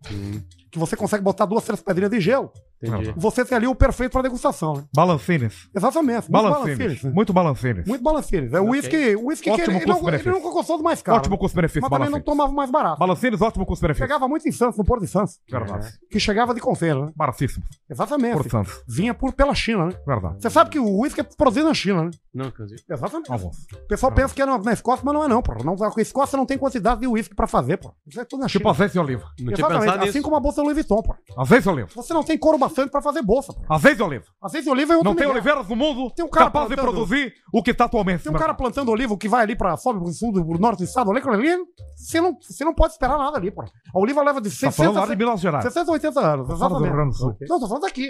Que você consegue botar duas, três pedrinhas de gelo. Entendi. E você tem ali o perfeito pra degustação, né? Balancines. Exatamente. Muito Balancines. balancines, né? Muito balancines. Muito balancines. É o Ok. uísque uísque que Ótimo ele, ele não, custo-benefício. ele nunca gostou do mais caro. Ótimo né? custo-benefício, Mas também não Balancines. tomava o mais barato. Balancines, ótimo custo-benefício. Chegava muito em Santos, no Porto de Santos. Verdade. É. Que chegava de confeiro, né? Baratíssimo. Exatamente. Porto Santo. Vinha por, pela China, né? Verdade. Você sabe que o uísque é produzido na China, né? Não, inclusive. Exatamente. Avô. O pessoal pensa que é na, na Escócia, mas não é não, pô. Não, a Escócia não tem quantidade de uísque pra fazer, pô. Isso é tudo na Tipo China. azeite de oliva. Não tinha Exatamente, assim como a bolsa Louis Vuitton, pô. Azeite de oliva. Você não tem couro bastante pra fazer bolsa, pô. Azeite de oliva. Azeite de oliva é outro Não tem negócio. oliveiras no mundo Tem um cara capaz de plantando- produzir o que está atualmente. Tem um cara plantando oliva que vai ali pra sobe pro sul, do- pro norte do estado, olha aquilo ali, você não, você não pode esperar nada ali, pô. A oliva leva de 60, Tá falando lá de Minas Gerais. 60 80 anos, Tá falando do Rio Grande do Sul. exatamente. Não, tô falando daqui.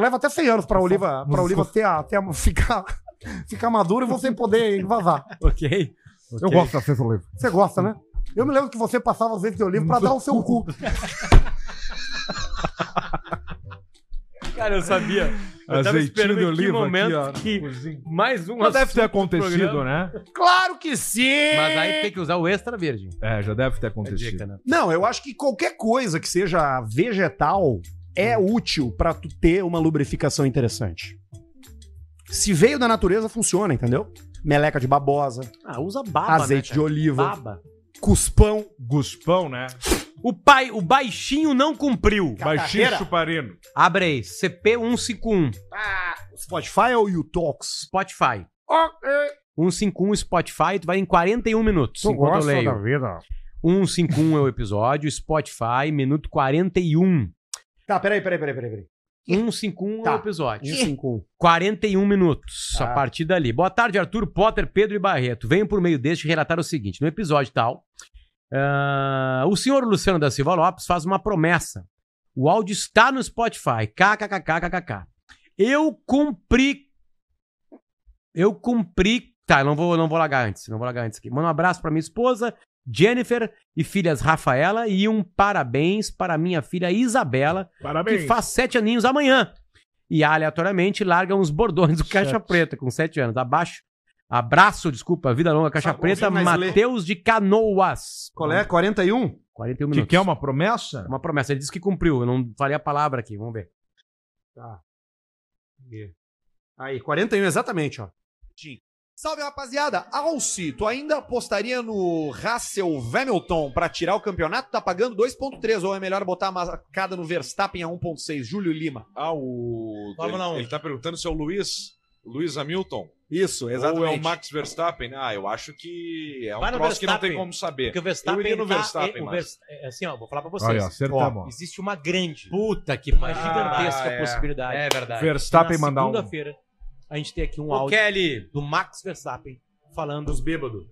Leva até 100 anos pra oliva, pra oliva ter a, ter a- ficar, [laughs] ficar madura e você poder vazar. [laughs] Ok. Eu gosto de azeite de oliva. Você gosta, né? Eu me lembro que você passava às vezes de oliva pra dar o seu [laughs] cu. Cara, eu sabia. Eu tava Azeitinho de esperando em que oliva momento aqui, ó, que mais um Mas deve assunto ter do acontecido, programa. né? Claro que sim! Mas aí tem que usar o extra verde. É, já deve ter acontecido. dica, né? Não, eu acho que qualquer coisa que seja vegetal é Hum. útil pra tu ter uma lubrificação interessante. Se veio da natureza, funciona, entendeu? Meleca de babosa. Ah, usa baba, Azeite né, cara? de oliva. Baba. Cuspão. É Guspão, né? O pai, o baixinho não cumpriu. Baixinho chuparino. Abre aí, CP151. Spotify ou YouTalks? Spotify. 151 Spotify, tu vai em 41 minutos, Tu enquanto eu gosta leio. da vida. 151 é o episódio, Spotify, minuto 41. Tá, peraí, peraí, peraí, peraí. peraí. 151 é Tá. o episódio. 151. 41 minutos Tá. a partir dali. Boa tarde, Arthur, Potter, Pedro e Barreto. Venho por meio deste relatar o seguinte: no episódio tal, ah, o senhor Luciano da Silva Lopes faz uma promessa. O áudio está no Spotify. KKKKKK. Eu cumpri. Eu cumpri. Tá, eu não vou, não vou largar antes. Não vou largar antes aqui. Manda um abraço pra minha esposa, Jennifer e filhas Rafaela. E um parabéns para minha filha Isabela, Parabéns. que faz sete aninhos amanhã. E aleatoriamente larga uns bordões do Caixa Preta, com sete anos. Abaixo. Abraço, desculpa, vida longa, Caixa Preta, consigo mais ler. Matheus de Canoas. Qual é? 41? 41 Que minutos. que é uma promessa? Uma promessa. Ele disse que cumpriu. Eu não falei a palavra aqui. Vamos ver. É. Tá. Aí, 41 exatamente, ó. Tim. Salve, rapaziada. Alci, tu ainda apostaria no Russell Hamilton pra tirar o campeonato? Tá pagando 2.3, ou é melhor botar a marcada no Verstappen a 1.6, Júlio Lima. Ah, o. Tava ele, na onde? ele tá perguntando se é o Luiz. Luiz Hamilton? Isso, exatamente. Ou é o Max Verstappen? Ah, eu acho que é um Vai no troço que não Verstappen, tem como saber. Porque o Verstappen. eu iria no ele tá- Verstappen, é, o Márcio. Verst- é, Assim, ó, vou falar pra Aí, vocês. ó, acertamos, Ó, ó. Existe uma grande. Puta que Uma gigantesca é. possibilidade. É verdade. Verstappen Na mandar um. Segunda-feira, a gente tem aqui um Ô, áudio Kelly. do Max Verstappen falando. Os bêbados.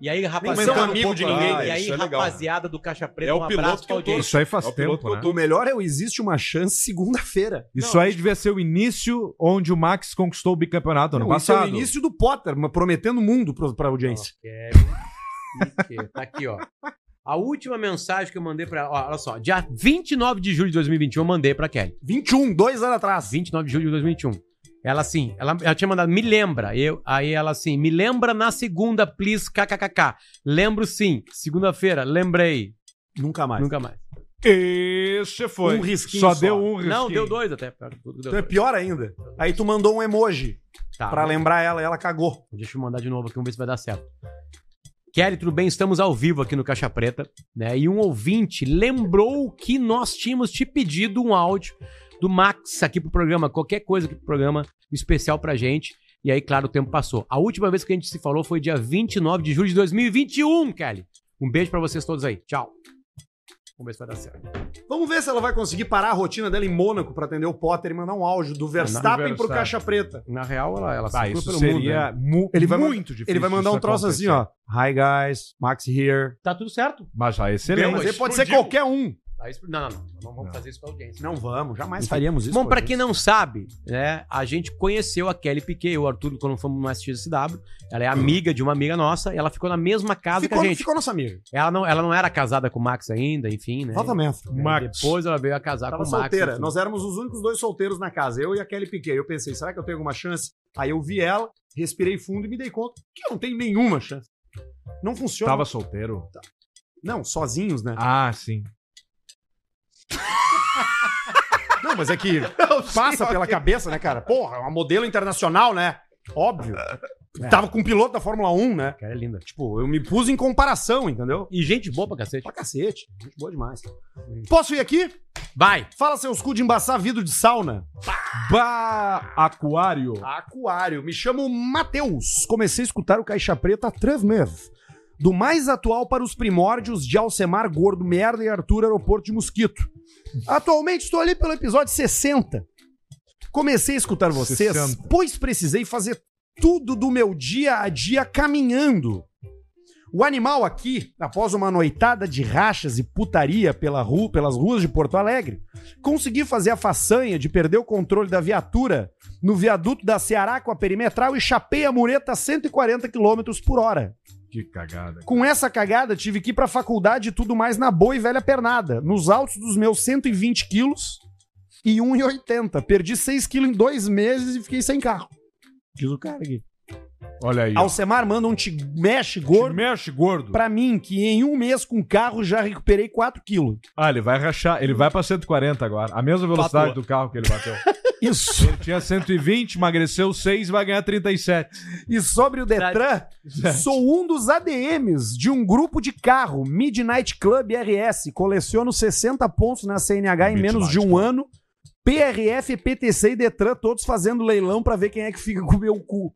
E aí, são rapaziada. amigo de ninguém. E aí, Isso é legal. rapaziada do Caixa Preta, É o um piloto abraço que pra eu audiência. torço. Isso aí faz É o piloto tempo, que né? eu torço. O melhor é o Existe Uma Chance segunda-feira. Isso aí devia ser o início onde o Max conquistou o bicampeonato ano Não, isso é o passado. início do Potter, mas prometendo o mundo pro- pra audiência. Piquet. Tá aqui, ó. A última mensagem que eu mandei pra. Ó, olha só, dia 29 de julho de 2021 eu mandei pra Kelly. 21, dois anos atrás. 29 de julho de 2021. Ela assim, ela, ela tinha mandado, me lembra. Eu, aí ela assim, me lembra na segunda, please, kkkk. Lembro sim, segunda-feira, lembrei. Nunca mais. Nunca mais. Esse foi. Só deu um risquinho. Não, deu dois até. Pior, tudo deu Então é dois. pior ainda. Aí tu mandou um emoji Tá. pra lembrar ela e ela cagou. Deixa eu mandar de novo aqui, vamos ver se vai dar certo. Kelly, tudo bem? Estamos ao vivo aqui no Caixa Preta, né? E um ouvinte lembrou que nós tínhamos te pedido um áudio do Max aqui pro programa, qualquer coisa aqui pro programa especial pra gente. E aí, claro, o tempo passou. A última vez que a gente se falou foi dia 29 de julho de 2021, Kelly. Um beijo pra vocês todos aí. Tchau. Vamos ver se vai dar certo. Vamos ver se ela vai conseguir parar a rotina dela em Mônaco pra atender o Potter e mandar um áudio do Verstappen pro Verstappen. Caixa Preta. Na real, ela, ela Ah, circula isso né? seria mu- ele vai man- Ele vai mandar um troço assim, ó. Hi, guys. Max here. Tá tudo certo. Mas já é Bem, mas ele pode ser qualquer um. Aí, expl- Não, não, não. Não vamos fazer isso com a audiência. Não vamos, jamais Enfim. faríamos isso. Bom, com pra a quem não sabe, né, a gente conheceu a Kelly Piquet, eu e o Arthur, quando fomos no SXSW. Ela é amiga de uma amiga nossa, e ela ficou na mesma casa Ah. Ficou- que a gente. ficou nossa amiga. Ela não, ela não era casada com o Max ainda, enfim, né? Exatamente. É, Max. Depois ela veio a casar Tava com o Max. solteira. enfim. Nós éramos os únicos dois solteiros na casa, eu e a Kelly Piquet. Eu pensei, será que eu tenho alguma chance? Aí eu vi ela, respirei fundo e me dei conta que eu não tenho nenhuma chance. Não funciona. Tava solteiro? Não, sozinhos, né? Ah, sim. Ah. Não, mas é [laughs] que passa pela cabeça, né, cara? Porra, é uma modelo internacional, né? [laughs] Óbvio. Tava com um piloto da Fórmula 1, né? Cara, é linda. Tipo, eu me pus em comparação, entendeu? E gente boa pra cacete. Pra cacete. Gente boa demais. Posso ir aqui? Vai. Fala seus cu de embaçar vidro de sauna. Bah, aquário. Aquário. Me chamo Matheus. Comecei a escutar o Caixa Preta há três meses. Do mais atual para os primórdios de Alcemar Gordo Merda e Arthur Aeroporto de Mosquito. Atualmente estou ali pelo episódio 60. Comecei a escutar vocês, 60. pois precisei fazer tudo do meu dia a dia caminhando. O animal aqui, após uma noitada de rachas e putaria pela rua, pelas ruas de Porto Alegre, consegui fazer a façanha de perder o controle da viatura no viaduto da Ceará com a perimetral e chapei a mureta a 140 km por hora. Que cagada. Com essa cagada, tive que ir pra faculdade e tudo mais na boa e velha pernada. Nos altos dos meus 120 quilos e 1,80. Perdi 6 quilos em dois meses e fiquei sem carro. Diz o cara aqui. Olha aí. ó. Alcemar manda um te mexe gordo. mexe gordo. Pra mim, que em um mês com carro já recuperei 4 [laughs] quilos. Ah, ele vai rachar. Ele vai pra 140 agora. A mesma velocidade Tatuou. do carro que ele bateu. Isso. Ele tinha 120, emagreceu 6 e vai ganhar 37. E sobre o Detran, sou um dos ADMs de um grupo de carro, Midnight Club RS. Coleciono 60 pontos na CNH em menos de um ano. PRF, PTC e Detran, todos fazendo leilão pra ver quem é que fica com o meu cu.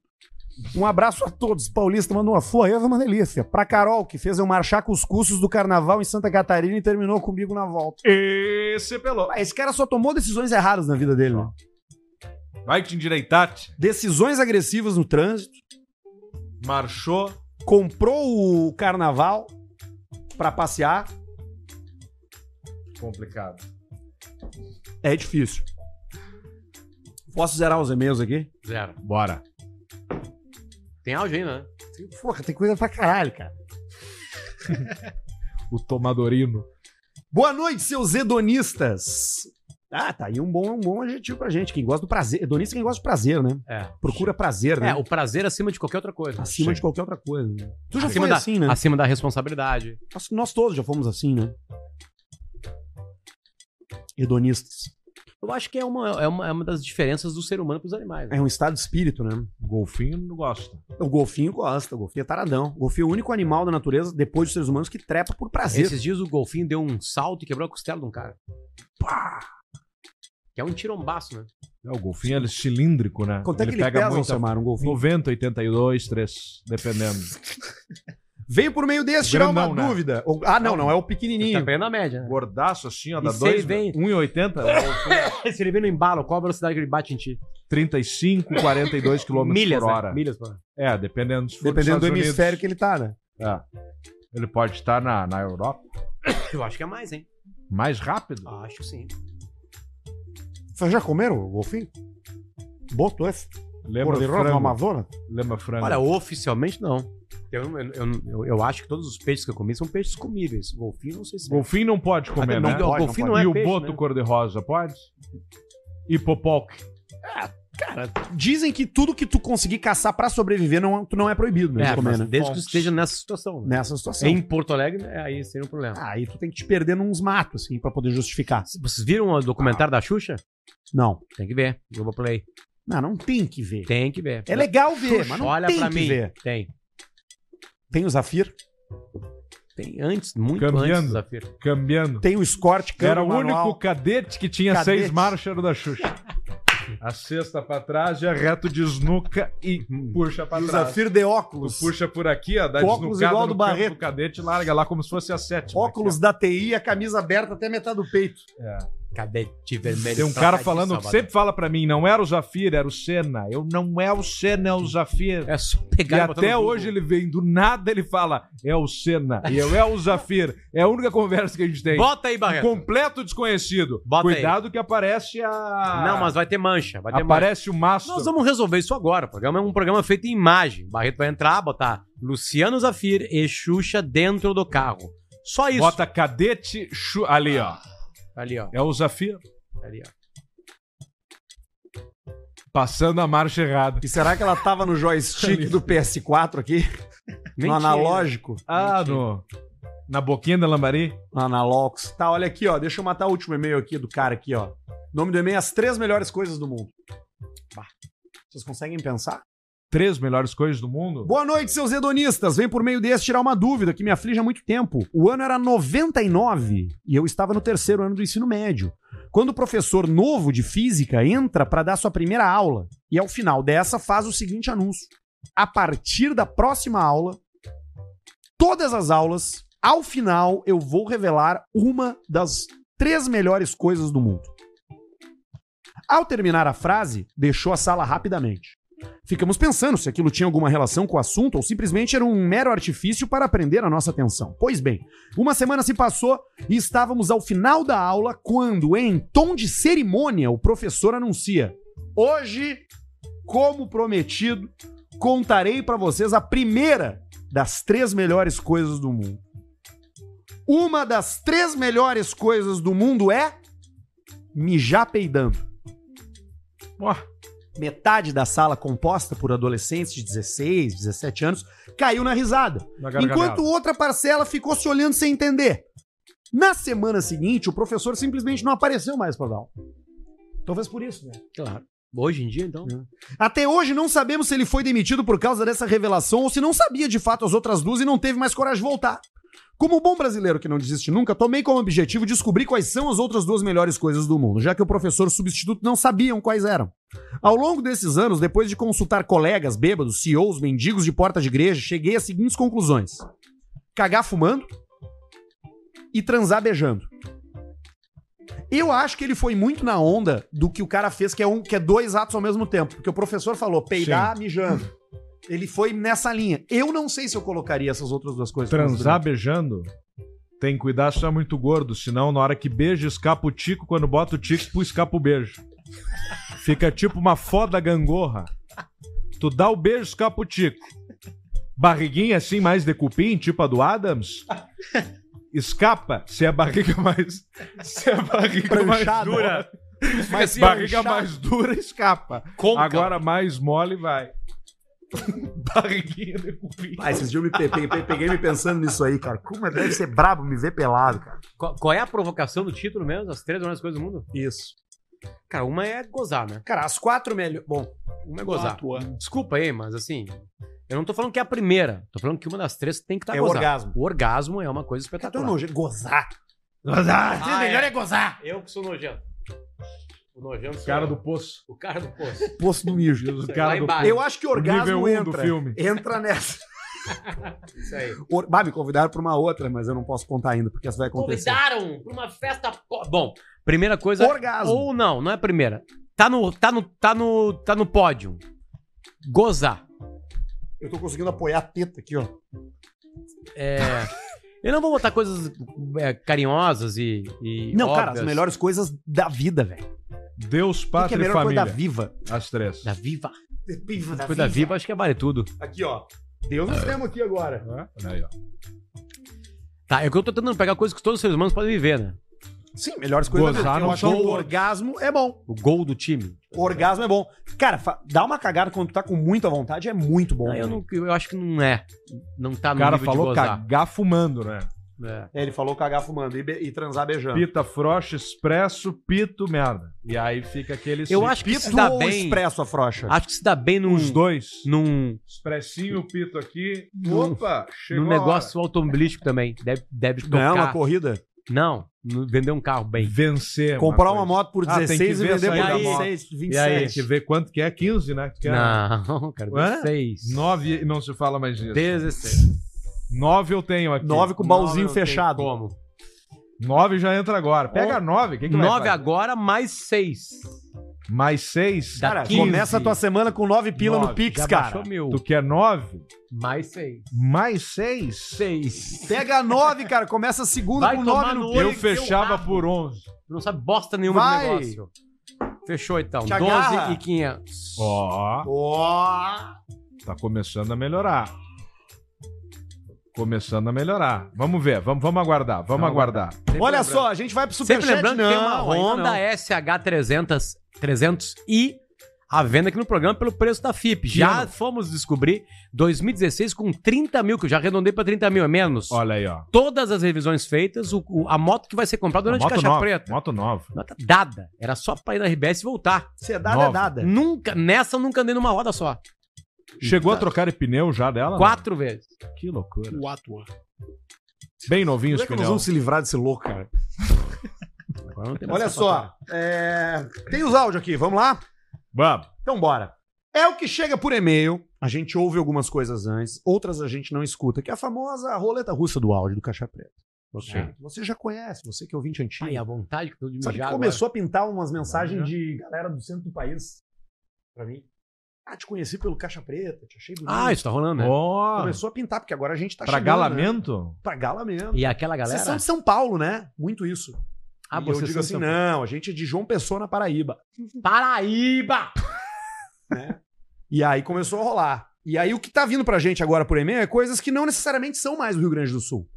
Um abraço a todos. Paulista mandou uma flor, é uma delícia. Pra Carol, que fez eu marchar com os cursos do carnaval em Santa Catarina e terminou comigo na volta. Esse é pelou. Esse cara só tomou decisões erradas na vida dele. né? Vai te endireitar. -te. Decisões agressivas no trânsito. Marchou. comprou o carnaval pra passear, Complicado. é difícil. Posso zerar os e-mails aqui? Zero. Bora. Tem áudio ainda, né? Porra, tem coisa pra caralho, cara. O tomadorino. Boa noite, seus hedonistas. Ah, tá aí um bom, um bom adjetivo pra gente. Quem gosta do prazer. Hedonista é quem gosta de prazer, né? É. Procura prazer, né? É, o prazer acima de qualquer outra coisa. Acima de qualquer outra coisa. né? Tu já acima foi da, assim, né? Acima da responsabilidade. Acho que nós todos já fomos assim, né? Hedonistas. Eu acho que é uma, é uma, é uma das diferenças do ser humano pros animais. né? É um estado de espírito, né? Golfinho não gosta. O golfinho gosta, o golfinho é taradão. O golfinho é o único animal da natureza, depois dos seres humanos, que trepa por prazer. Esses dias o golfinho deu um salto e quebrou a costela de um cara. Pá! Que é um tirombaço, né? É, o golfinho ele é cilíndrico, né? Quanto é que ele pesa, Alcemar, um golfinho? 90, 82, 3, dependendo. Veio por meio desse tirar uma Grandão, né? dúvida. O- Ah, não, não, é o pequenininho. Tá bem na média, [laughs] né? Gordaço assim, ó, E dá se 2, ele vem- 1,80, Se ele vem no embalo, qual a velocidade que ele bate em ti? 35, 42 km Milhas, por né? hora. Milhas por hora. É, dependendo se for dos Dependendo do Estados hemisfério Unidos. que ele tá, né? É. Ele pode estar na, na Europa Eu acho que é mais, hein? mais rápido. Acho sim. Vocês já comeram o golfinho? Boto esse? Lembra Cor de rosa, frango. Amazona? Lembra frango. Olha, oficialmente não. Eu, eu, eu- eu- eu acho que todos os peixes que eu comi são peixes comíveis. Golfinho, não sei se. Golfinho não pode comer, Ah, não né? pode, não Golfinho pode. e não é o peixe, boto né? cor-de-rosa, pode? E popoc. Cara, dizem que tudo que tu conseguir caçar pra sobreviver não, tu não é proibido, né? de É, comer, mas né? desde que esteja nessa situação. né? nessa situação. Em Porto Alegre, né, aí seria um problema. Aí tu tem que te perder nos matos, assim, pra poder justificar. Vocês viram o documentário da Xuxa? Não. Tem que ver. Globoplay. Não, não tem que ver. Tem que ver. É legal ver, Xuxa, mas não olha tem pra que mim. ver. Tem. Tem o Zafir, Tem antes, muito antes do Cambiando. desafio. Cambiando. tem o Escort, câmbio Era o manual. único cadete que tinha Cadete. seis marchas da Xuxa. A cesta pra trás, já reto desnuca e puxa pra E o trás. Zafir de óculos. Tu puxa por aqui, ó, dá Com óculos desnucada igual no do canto Barreto. do cadete e larga lá como se fosse a sétima. Óculos da TI, a camisa aberta até a metade do peito. Cadete vermelho. Tem um cara Saudade de falando, Salvador. sempre fala pra mim, não era o Zafir, era o Senna. Eu não é o Senna, é o Zafir. É só E pegar botar no até Google. hoje ele vem, do nada ele fala, é o Senna. E eu é o Zafir. É a única conversa que a gente tem. Bota aí, Um Barreto. completo desconhecido. Bota aí. Cuidado que aparece a. Não, mas vai ter mancha. Vai ter mancha. Aparece o Mastro. Nós vamos resolver isso agora. O programa é um programa feito em imagem. Barreto vai entrar, botar Luciano Zafir e Xuxa dentro do carro. Só isso. Bota cadete chu... ali, ó. Ali, ó. É o Zafir Ali, ó. passando a marcha errada. E será que ela tava no joystick do PS4 aqui? Nem no tinha analógico? Ah, no... na boquinha da lambari. No Analox. Tá, olha aqui, ó. Deixa eu matar o último e-mail aqui do cara aqui, ó. O nome do e-mail é As Três Melhores Coisas do Mundo. Bah. Vocês conseguem pensar? Três melhores coisas do mundo. Boa noite, seus hedonistas. Vem por meio desse tirar uma dúvida que me aflige há muito tempo. O ano era 99 e eu estava no terceiro ano do ensino médio. Quando o professor novo de física entra para dar sua primeira aula e ao final dessa faz o seguinte anúncio: a partir da próxima aula, todas as aulas, ao final eu vou revelar uma das três melhores coisas do mundo. Ao terminar a frase, deixou a sala rapidamente. Ficamos pensando se aquilo tinha alguma relação com o assunto ou simplesmente era um mero artifício para prender a nossa atenção. Pois bem, uma semana se passou e estávamos ao final da aula quando, em tom de cerimônia, o professor anuncia: Hoje, como prometido, contarei para vocês a primeira das três melhores coisas do mundo. Uma das três melhores coisas do mundo é mijar peidando. Ó. Metade da sala composta por adolescentes de 16, 17 anos caiu na risada, Na enquanto outra parcela ficou se olhando sem entender. Na semana seguinte, o professor simplesmente não apareceu mais para dar aula. Talvez por isso, né? Claro. Hoje em dia, então. Hum. Até hoje não sabemos se ele foi demitido por causa dessa revelação ou se não sabia de fato as outras duas e não teve mais coragem de voltar. Como um bom brasileiro que não desiste nunca, tomei como objetivo descobrir quais são as outras duas melhores coisas do mundo, já que o professor substituto não sabiam quais eram. Ao longo desses anos, depois de consultar colegas bêbados, CEOs, mendigos de porta de igreja, cheguei às seguintes conclusões: cagar fumando e transar beijando. Eu acho que ele foi muito na onda do que o cara fez, que é, um, que é dois atos ao mesmo tempo. Porque o professor falou peidar mijando. Ele foi nessa linha. Eu não sei se eu colocaria essas outras duas coisas. Transar beijando. Tem que cuidar se não é muito gordo, senão na hora que beija, escapa o tico. Quando bota o tico, escapa o beijo. Fica tipo uma foda gangorra. Tu dá o beijo, escapa o tico. Barriguinha assim, mais de cupim, tipo a do Adams. Escapa se é a barriga [laughs] mais. Se é a barriga mais Pranchada. dura. Mas se a barriga pranchada. mais dura, escapa. [laughs] Côncava. Agora mais mole, vai. Barriguinha de cupim. Ah, esses dias eu me pe- pe- pe- peguei me pensando nisso aí, cara. Como é deve ser brabo me ver pelado, cara. Qual, qual é a provocação do título mesmo? As três melhores coisas do mundo? Isso. Cara, uma é gozar, né? Cara, as quatro melhores. Bom, Não é gozar. Quatro Desculpa aí, mas assim. Eu não tô falando que é a primeira. Tô falando que uma das três tem que estar tá É o orgasmo. O orgasmo é uma coisa espetacular. Então, nojo- gozar. Gozar. Ah, Melhor é gozar. Eu que sou nojento. O nojento. O cara sou eu. do poço. O cara do poço. Poço do mijo. Lá cara do- embaixo. Eu acho que orgasmo Nível um do entra. filme. Entra nessa. Isso aí. Or... Bah, me convidaram pra uma outra, mas eu não posso contar ainda, porque essa vai acontecer. Convidaram pra uma festa. po- Bom, primeira coisa. Orgasmo. Ou não, não é a primeira. Tá no, tá no, tá no, tá no pódio. Gozar. Eu tô conseguindo apoiar a teta aqui, ó. É. Eu não vou botar coisas é, carinhosas e. e Não, cara, óbvias. as melhores coisas da vida, velho. Deus, pátria e família. As três. Da viva. Viva É. Coisa da viva, acho que é vale tudo. Aqui, ó. Deus nos temos aqui agora. Aí, ó. Tá, é que eu tô tentando pegar coisas que todos os seres humanos podem viver, né? Sim, melhores coisas Gozar da vida. Eu não acho que são o todas. orgasmo é bom. O gol do time. O orgasmo é bom. Cara, fa- dar uma cagada quando tu tá com muita vontade é muito bom. Não, eu, velho. não, eu acho que não é. Não tá O no cara nível de falou gozar. cagar fumando, né? É. É, Ele falou cagar fumando e, be- e transar beijando. Pita frocha, expresso, pito, merda. E aí fica aquele. Eu acho um que se dá bem. a frocha? Acho que se dá bem num. Os dois. Num. Expressinho, pito aqui. Num- Opa, chegou. num a hora. negócio automobilístico também. Deve, deve tocar. Ganhar uma corrida? Não. no- Vender um carro bem. Vencer. Comprar uma moto por 16 e vender por moto. 16, E aí, tem 27. que ver quanto que é, 15, né? Que Não, [laughs] cara, 16. 9 não se fala mais disso. 16. 9 eu tenho aqui. 9 com o baúzinho Nove eu fechado. tenho. Como? 9 já entra agora. Pega 9, que que vai 9 fazer? agora, mais 6. Mais 6? Dá Cara, 15. começa a tua semana com 9 pila no Nove. Pix, Já cara. baixou mil. Tu quer 9? Mais 6. Mais 6? 6. Pega 9, cara. Começa a segunda Vai com tomar 9 no no Pix. olho Eu fechava por 11. Tu não sabe bosta nenhuma Vai. do negócio. Fechou então. Te 12 agarra. e 500. Ó. Ó. Tá começando a melhorar. Começando a melhorar. Vamos ver, vamos, vamos aguardar, vamos, aguardar. Olha só, a gente vai pro Superchat. Sempre lembrando que tem uma é Não, é. ainda Honda não. SH300 300 i à venda aqui no programa pelo preço da FIP. Já fomos descobrir 2016 com 30 mil, que eu já arredondei para 30 mil, é menos. Olha aí, ó. Todas as revisões feitas, o- o- a moto que vai ser comprada durante moto Caixa nova, Preta. Moto nova. Nota dada. Era só pra ir na RBS e voltar. Se é dada, é Nova. dada. Nunca, nessa eu nunca andei numa roda só. Chegou a trocar de pneu já dela? Quatro vezes. Não? Que loucura. Quatro. Bem novinhos Como os é que nós vamos se livrar desse louco, cara? Olha só, é, tem os áudios aqui, vamos lá? Vamos. Então bora. É o que chega por e-mail. A gente ouve algumas coisas antes, outras a gente não escuta, que é a famosa roleta russa do áudio do Caixa Preta. Você, você já conhece, você que é ouvinte antigo. Ai, a vontade que eu tô de Sabe que mijar começou a pintar umas Uhum. mensagens de galera do centro do país pra mim? Ah, te conheci pelo Caixa Preta, te achei bonito. agora. Ah, isso tá rolando, né? Ó. Começou a pintar, porque agora a gente tá Pra chegando, galamento? Né? Pra galamento. E aquela galera... Vocês são de São Paulo, né? Muito isso. Ah, e vocês eu digo são assim, São Paulo. não, a gente é de João Pessoa na Paraíba. Paraíba! E aí começou a rolar. E aí o que tá vindo pra gente agora por e-mail é coisas que não necessariamente são mais do Rio Grande do Sul.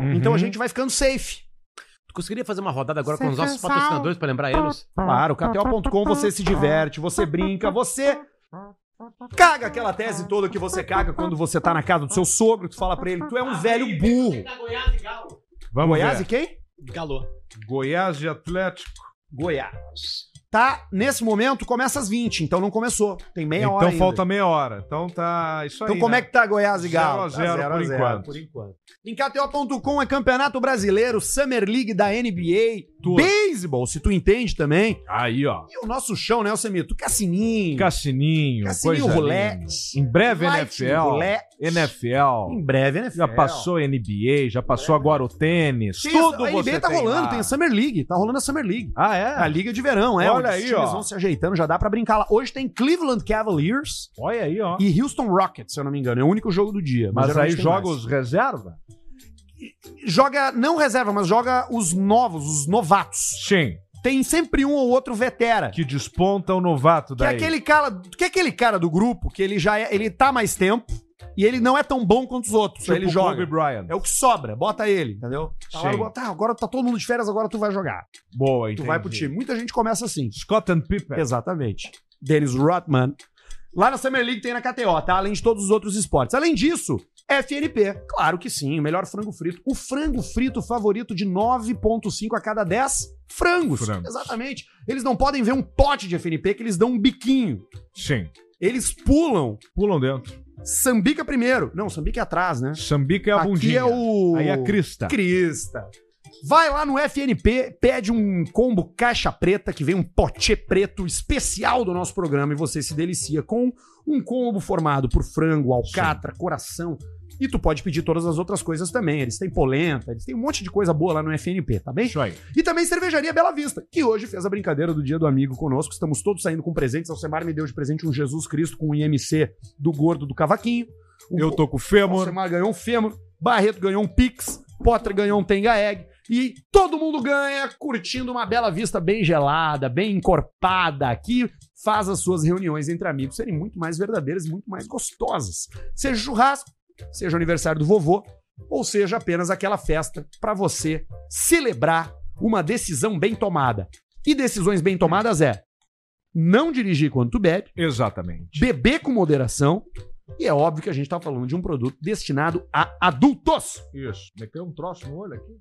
Uhum. Então a gente vai ficando safe. Tu conseguiria fazer uma rodada agora Sem com os nossos pensar. patrocinadores pra lembrar eles? Claro, KTO.com você se diverte, você brinca, você caga aquela tese toda que você caga quando você tá na casa do seu sogro, tu fala pra ele, tu é um velho burro. Vamos Goiás ver. e quem? Galo. Goiás e Atlético. Goiás. Tá, nesse momento começa às 20, então não começou. Tem meia então hora ainda. falta meia hora. Então tá isso aí. Então como né? é que tá Goiás e Galo? Zero a zero Tá por enquanto. Em KTO.com é Campeonato Brasileiro, Summer League da NBA, beisebol, se tu entende também. Aí, ó. E o nosso chão, né, Alcemito? Cassininho. Cassininho. Cassininho, coisa rolete. linda. Em breve Lightning, NFL. rolete. NFL. Em breve NFL. Já passou NBA, já passou agora o tênis. É, Tem- tudo a você NBA tá tem rolando, lá. tem a Summer League, tá rolando a Summer League. Ah, é? A Liga de Verão, Olha é. onde aí, os times ó. vão se ajeitando, já dá pra brincar lá. Hoje tem Cleveland Cavaliers Olha aí, ó. e Houston Rockets, se eu não me engano. É o único jogo do dia. Mas aí geralmente tem joga mais. os reserva? joga, não reserva, mas joga os novos, os novatos. Sim. Tem sempre um ou outro vetera. Que desponta o novato Que é daí. aquele cara, que é aquele cara do grupo que ele já é, ele tá mais tempo e ele não é tão bom quanto os outros, Tipo aí ele o joga. Kobe Bryant. É o que sobra, bota ele, entendeu? Tá, lá, Sim. agora, tá, agora tá todo mundo de férias, agora tu vai jogar. Boa, Tu entendi. vai pro time. Muita gente começa assim. Scott and Pippen. Exatamente. Dennis Rodman. Lá na Summer League tem na KTO, tá? Além de todos os outros esportes. Além disso, FNP. Claro que sim, o melhor frango frito. O frango frito favorito de 9,5 a cada 10 frangos. Frangos. Exatamente. Eles não podem ver um pote de FNP que eles dão um biquinho. Sim. Eles pulam. Pulam dentro. Sambica primeiro. Não, Sambica é atrás, né? Sambica é a bundinha. Aqui é o... Aí é a crista. Crista. Vai lá no FNP, pede um combo caixa preta, que vem um pote preto especial do nosso programa e você se delicia com um combo formado por frango, alcatra, coração. E tu pode pedir todas as outras coisas também. Eles têm polenta, eles têm um monte de coisa boa lá no FNP, tá bem? Isso aí. E também Cervejaria Bela Vista, que hoje fez a brincadeira do Dia do Amigo conosco. Estamos todos saindo com presentes. Alcemar me deu de presente um Jesus Cristo com um IMC do gordo do cavaquinho. um O Eu tô com o fêmur. Alcemar ganhou um fêmur. Barreto ganhou um Pix. Potter ganhou um Tenga Egg. E todo mundo ganha curtindo uma bela vista bem gelada, bem encorpada aqui. Faz as suas reuniões entre amigos serem muito mais verdadeiras e muito mais gostosas. Seja churrasco, seja aniversário do vovô, ou seja apenas aquela festa para você celebrar uma decisão bem tomada. E decisões bem tomadas é não dirigir quando tu bebe, Exatamente. beber com moderação, e é óbvio que a gente tá falando de um produto destinado a adultos. Isso. Meteu um troço no olho aqui.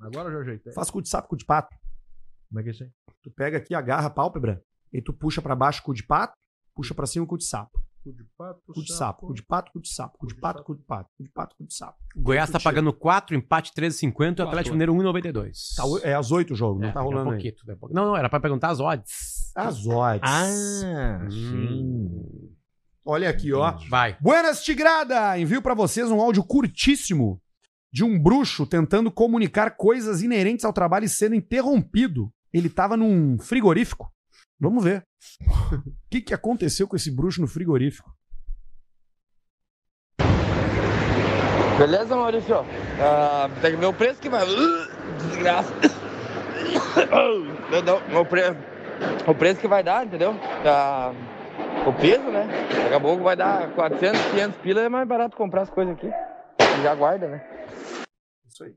Agora eu já ajeitei. Faz cu de sapo, cu de pato. Como é que é isso aí? Tu pega aqui, agarra a pálpebra, e tu puxa pra baixo cu de pato, puxa pra cima cu de sapo. Cu de pato, Cu de sapo, cu de pato, cu de sapo, cu de pato, cu de pato, cu de pato, cu de sapo. Goiás tá pagando 4, empate 13,50 e o Atlético Mineiro 1,92. Tá, é às oito o jogo, não tá daqui a rolando aí. um pouquinho, daqui a pouquinho. Não, não, era pra perguntar as odds. As odds. É, Hum. Ah, Olha aqui, ó. Vai. Buenas Tigrada! Envio pra vocês um áudio curtíssimo de um bruxo tentando comunicar coisas inerentes ao trabalho e sendo interrompido. Ele tava num frigorífico. Vamos ver. O que, que aconteceu com esse bruxo no frigorífico? Beleza, Maurício? Ah, tem que ver o preço que vai. [coughs] Desgraça. [coughs] Perdão, o, pre... o preço que vai dar, entendeu? Ah, o peso, né? Daqui a pouco vai dar 400, 500 pila, é mais barato comprar as coisas aqui. Já guarda, né? [laughs]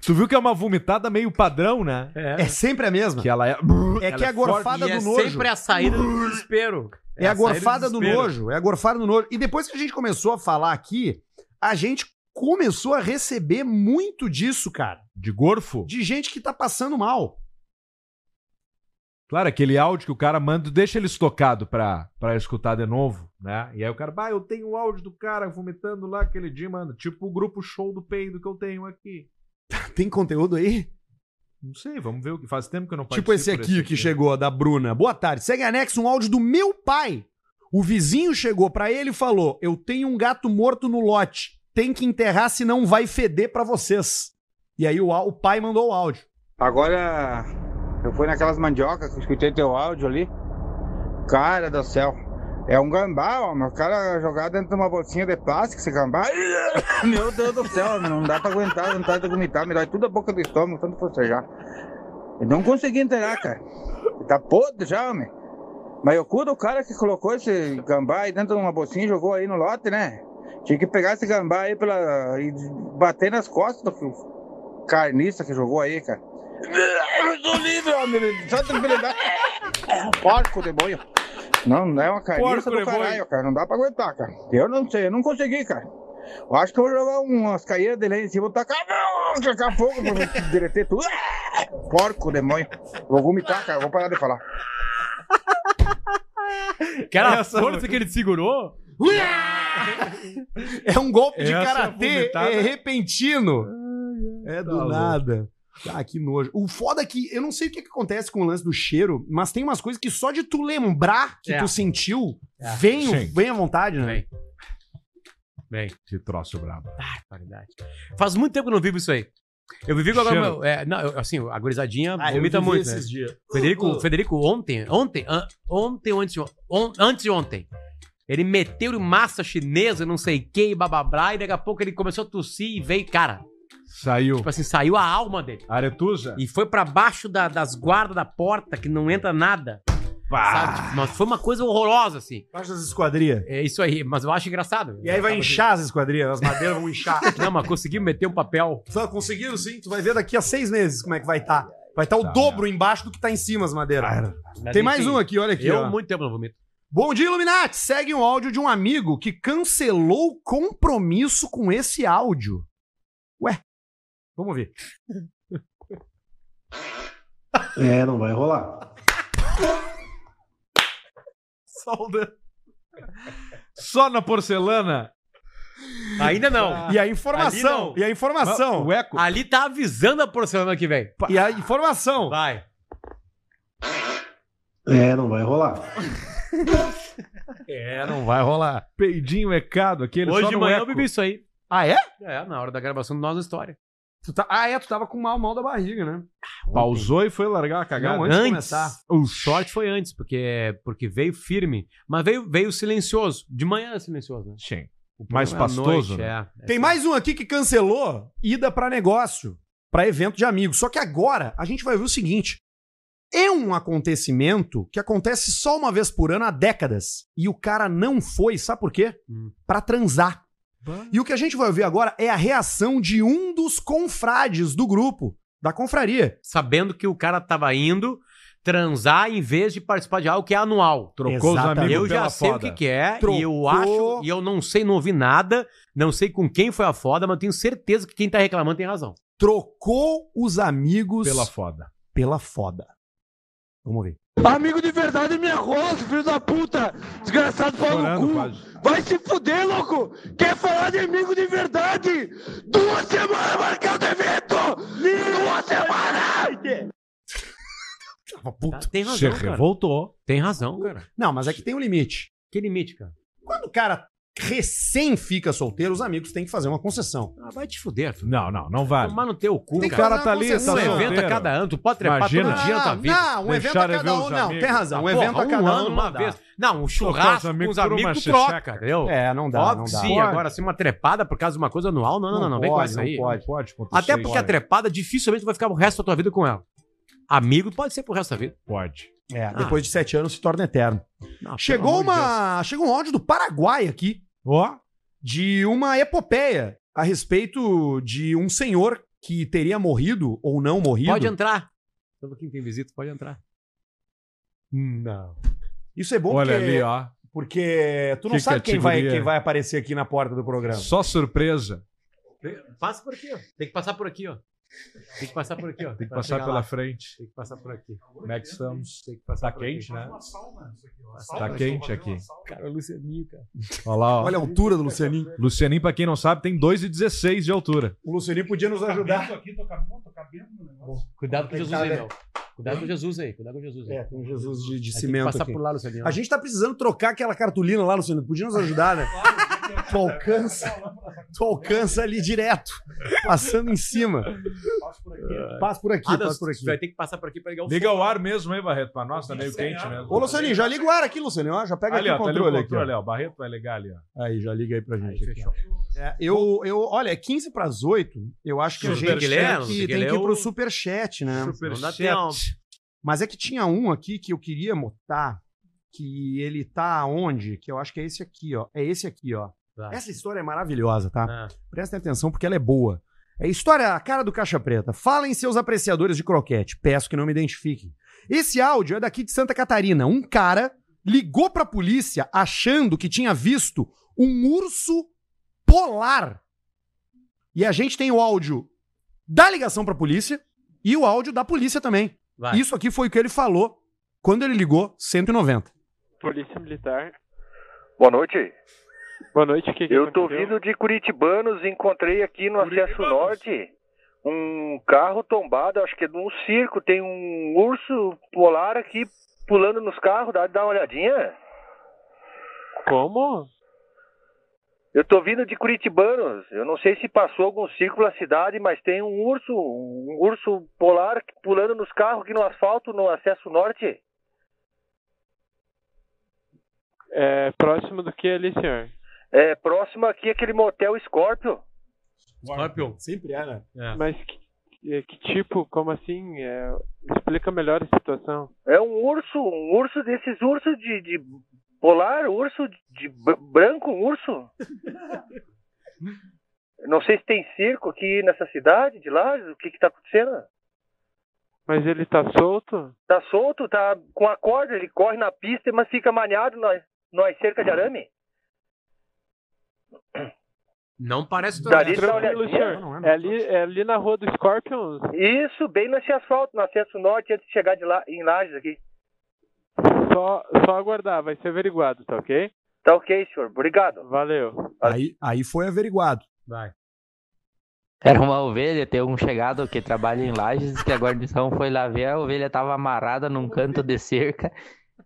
Tu viu que é uma vomitada meio padrão, né? É sempre a mesma. Que ela é. É que é a E gorfada é do nojo. sempre a saída do desespero. É a gorfada do desespero. nojo, é a gorfada do nojo. E depois que a gente começou a falar aqui, a gente começou a receber muito disso, cara. De gorfo? De gente que tá passando mal. Claro, aquele áudio que o cara manda, deixa ele estocado pra, pra escutar de novo, né? E aí o cara, bah, eu tenho o áudio do cara vomitando lá aquele dia, mano. Tipo o grupo show do peido que eu tenho aqui. Tem conteúdo aí? Não sei, vamos ver o que faz tempo que eu não Tipo esse aqui que chegou, da Bruna. Boa tarde. Segue anexo um áudio do meu pai. O vizinho chegou pra ele e falou: Eu tenho um gato morto no lote. Tem que enterrar, senão vai feder pra vocês. E aí o, á- o pai mandou o áudio. Agora eu fui naquelas mandiocas que eu escutei teu áudio ali. Cara do céu. É um gambá, ó, mas o cara jogado dentro de uma bolsinha de plástico, esse gambá. [coughs] Meu Deus do céu, não dá pra aguentar, vontade de vomitar, me dói tudo a boca do estômago, tanto forcejar. Eu não consegui enterar, cara. Tá podre já, homem. Mas eu cuido o cara que colocou esse gambá aí dentro de uma bolsinha e jogou aí no lote, né? Tinha que pegar esse gambá aí pela... e bater nas costas do carnista que jogou aí, cara. Eu sou livre, homem. Só tranquilidade. Porco de boio. Não, não é uma carniça Porco do de boi. caralho, cara. Não dá pra aguentar, cara. Eu não sei, eu não consegui, cara. Eu acho que eu vou jogar umas caídas dele aí em cima, vou tacar, tacar fogo pra me derreter tudo. É! Porco, demônio. Vou vomitar, cara. Vou parar de falar. Cara, a Essa- força que ele segurou. É um golpe de Essa karatê vomitada- tá é repentino. é do louco. nada. Ah, que nojo. O foda é que eu não sei o que, que acontece com o lance do cheiro, mas tem umas coisas que só de tu lembrar que É. tu sentiu, É. vem, o- Sim. vem à vontade, né? Bem. Que troço brabo. Barbaridade. Faz muito tempo que eu não vivo isso aí. Eu vivi com agora. Cheiro. meu- é, não, eu- assim, a gurizadinha Ah, eu vomita vivi muito. esses né? dias. Federico, Uh, uh. Federico, ontem, ontem, an- ontem, ou antes, de on- on- antes de ontem, ele meteu massa chinesa, não sei o que, blá blá blá, e daqui a pouco ele começou a tossir e veio, cara. Saiu. Tipo assim, saiu a alma dele. Aretusa? E foi pra baixo da- das guardas da porta, que não entra nada. Sabe? Tipo, Mas foi uma coisa horrorosa, assim. Baixa as esquadrias. Tá, É isso aí, mas eu acho engraçado. assim, E aí vai inchar as esquadrias, as madeiras vão [laughs] inchar. Não, mas conseguimos meter um papel. Só conseguiram sim, tu vai ver daqui a seis meses como é que vai estar. Vai estar o dobro embaixo do que tá em cima as madeiras. Tem mais um aqui, olha aqui. Eu ó. muito tempo não vomito. Bom dia, Illuminati! Segue um áudio de um amigo que cancelou o compromisso com esse áudio. Ué, vamos ver. É, não vai rolar. Só o dedo. Só na porcelana? Ainda não. E a informação, Ah, Ali não. e a informação. O eco. Ali tá avisando a porcelana que vem. E a informação. Vai. É, não vai rolar. É, não vai rolar. Peidinho ecado aquele Hoje só de no manhã é eco. eu bebi isso aí. Ah, é? É, na hora da gravação do Nós História. Tu tá- Ah, é, tu tava com mal mal da barriga, né? Pausou e foi largar a cagão Não, antes, de antes. começar. O sorte foi antes, porque, porque veio firme. Mas veio, veio silencioso. De manhã é silencioso, né? Sim. Mais pastoso, né? é. Tem mais um aqui que cancelou ida pra negócio, pra evento de amigos. Só que agora a gente vai ver o seguinte: é um acontecimento que acontece só uma vez por ano há décadas e o cara não foi, sabe por quê? Pra transar. E o que a gente vai ver agora é a reação de um dos confrades do grupo, da confraria. Sabendo que o cara tava indo transar em vez de participar de algo que é anual. Trocou os amigos Eu já pela sei foda. o que, que é, e eu Trocou. acho, e eu não sei, não ouvi nada, não sei com quem foi a foda, mas eu tenho certeza que quem tá reclamando tem razão. Trocou os amigos Pela foda. Pela foda. Vamos ver. Amigo de verdade me arroz, filho da puta! Desgraçado pau no cu! Vai se fuder, louco! Quer falar de amigo de verdade? Duas semanas marcando evento! Duas semanas! Puta, Tá, tem razão, Você cara. revoltou. Tem razão, cara. Não, mas é que tem um limite. Que limite, cara? Quando o cara recém fica solteiro, os amigos têm que fazer uma concessão. Ah, vai te fuder. Não, não, não vale. tá Tomar no teu cu, Tem que cara. fazer uma concessão. Um evento a cada ano, tu pode trepar Imagina. todo dia tá na tua Não, vida. Ah, não, um evento a cada ano, não, tem razão, um Ah, evento a cada ano uma não dá. vez. Não, um Trocar os churrasco amigos com os por uma amigos tu xixeca. troca, entendeu? É, não dá, Óbvio não que dá. Sim, Pode. agora, assim, uma trepada por causa de uma coisa anual, não, não, não, não, vem com pode, essa não aí. pode, pode, pode. Até Pode. porque a trepada dificilmente tu vai ficar o resto da tua vida com ela. Amigo pode ser pro resto da vida. Pode. É, depois de sete anos se torna eterno. Ah, pelo chegou uma, chegou um áudio do Paraguai aqui, ó, de uma epopeia a respeito de um senhor que teria morrido ou não morrido. Pode entrar. Então, quem tem visita, pode entrar. Não. Isso é bom Olha porque, ali, ó. porque tu não Que sabe quem vai, categoria. é? quem vai aparecer aqui na porta do programa. Só surpresa. Passa por aqui, ó. Tem que passar por aqui, ó. Tem que passar por aqui, ó. Tem que passar pela frente. Tem que passar por aqui. Como é que estamos? Tem que passar Tá por aqui. quente, né? Passar Tá por quente aqui. Cara, o Lucianinho, cara. Olha lá, ó. Olha a altura do Lucianinho. Lucianinho, pra quem não sabe, tem 2,16 de altura. O Lucianinho podia nos ajudar. Cuidado com Tem Jesus cara- aí, meu. Cuidado com Jesus aí. Cuidado com Jesus aí. É, tem Jesus de, de Aí tem que cimento. passar aqui. por lá, Lucianinho. A gente tá precisando trocar aquela cartolina lá, Luciano. Podia nos ajudar, né? Tu alcança, tu alcança ali direto, passando em cima. Passa por aqui, Ah, passa Deus, por aqui. Vai ter que passar por aqui pra ligar o Liga o ar mesmo, hein, Barreto? Pra nós tá meio quente mesmo. Ô, Lucianinho, já liga o ar aqui, Lucianinho. ó, Já pega ali, aqui ó, o tá ali controle. o aqui, ó. controle, ó. O Barreto vai ligar ali, ó. Aí, já liga aí pra gente. aqui, ó. É, eu, eu, olha, 15 para as 8, eu acho que a gente Superchat, tem tem que, que tem ler que ir pro o- superchat, né? Superchat. Não dá tempo. Mas é que tinha um aqui que eu queria botar, que ele tá onde? Que eu acho que é esse aqui, ó. É esse aqui, ó. Tá. Essa história é maravilhosa, tá? Prestem atenção porque ela é boa. É história, a cara do Caixa Preta. Falem seus apreciadores de croquete. Peço que não me identifiquem. Esse áudio é daqui de Santa Catarina. Um cara ligou pra polícia achando que tinha visto um urso polar. E a gente tem o áudio da ligação pra polícia e o áudio da polícia também. Vai. Isso aqui foi o que ele falou quando ele ligou 190. Polícia Militar. Boa noite. Boa noite, o que, que Eu tô aconteceu? vindo de Curitibanos e encontrei aqui no acesso norte um carro tombado, acho que é de um circo, tem um urso polar aqui pulando nos carros, dá, dá uma olhadinha. Como? Eu tô vindo de Curitibanos, eu não sei se passou algum circo na cidade, mas tem um urso, um urso polar pulando nos carros aqui no asfalto, no acesso norte. É próximo do que ali, senhor? É próximo aqui aquele motel Scorpio. Scorpion. Sempre é, né? Mas que, é, que tipo, como assim? É, explica melhor a situação. É um urso, um urso desses ursos de, de polar, urso de br- branco, um urso. Não sei se tem circo aqui nessa cidade de lá, o que que tá acontecendo? Mas ele tá solto? Tá solto, tá com a corda, ele corre na pista, mas fica maniado nós, nós cerca de arame. Não parece Dali tá Tranquilo, olhadinha. senhor. Não, não é, não. é, ali, é ali na rua do Scorpions? Isso, bem nesse asfalto, no acesso norte, antes de chegar de lá, em Lages aqui. Só, só aguardar, vai ser averiguado, tá ok? Tá ok, senhor. Obrigado. Valeu. Aí, aí foi averiguado. Vai. Era uma ovelha, tem um chegado que trabalha em Lages, que a guarnição foi lá ver, a ovelha estava amarrada num canto de cerca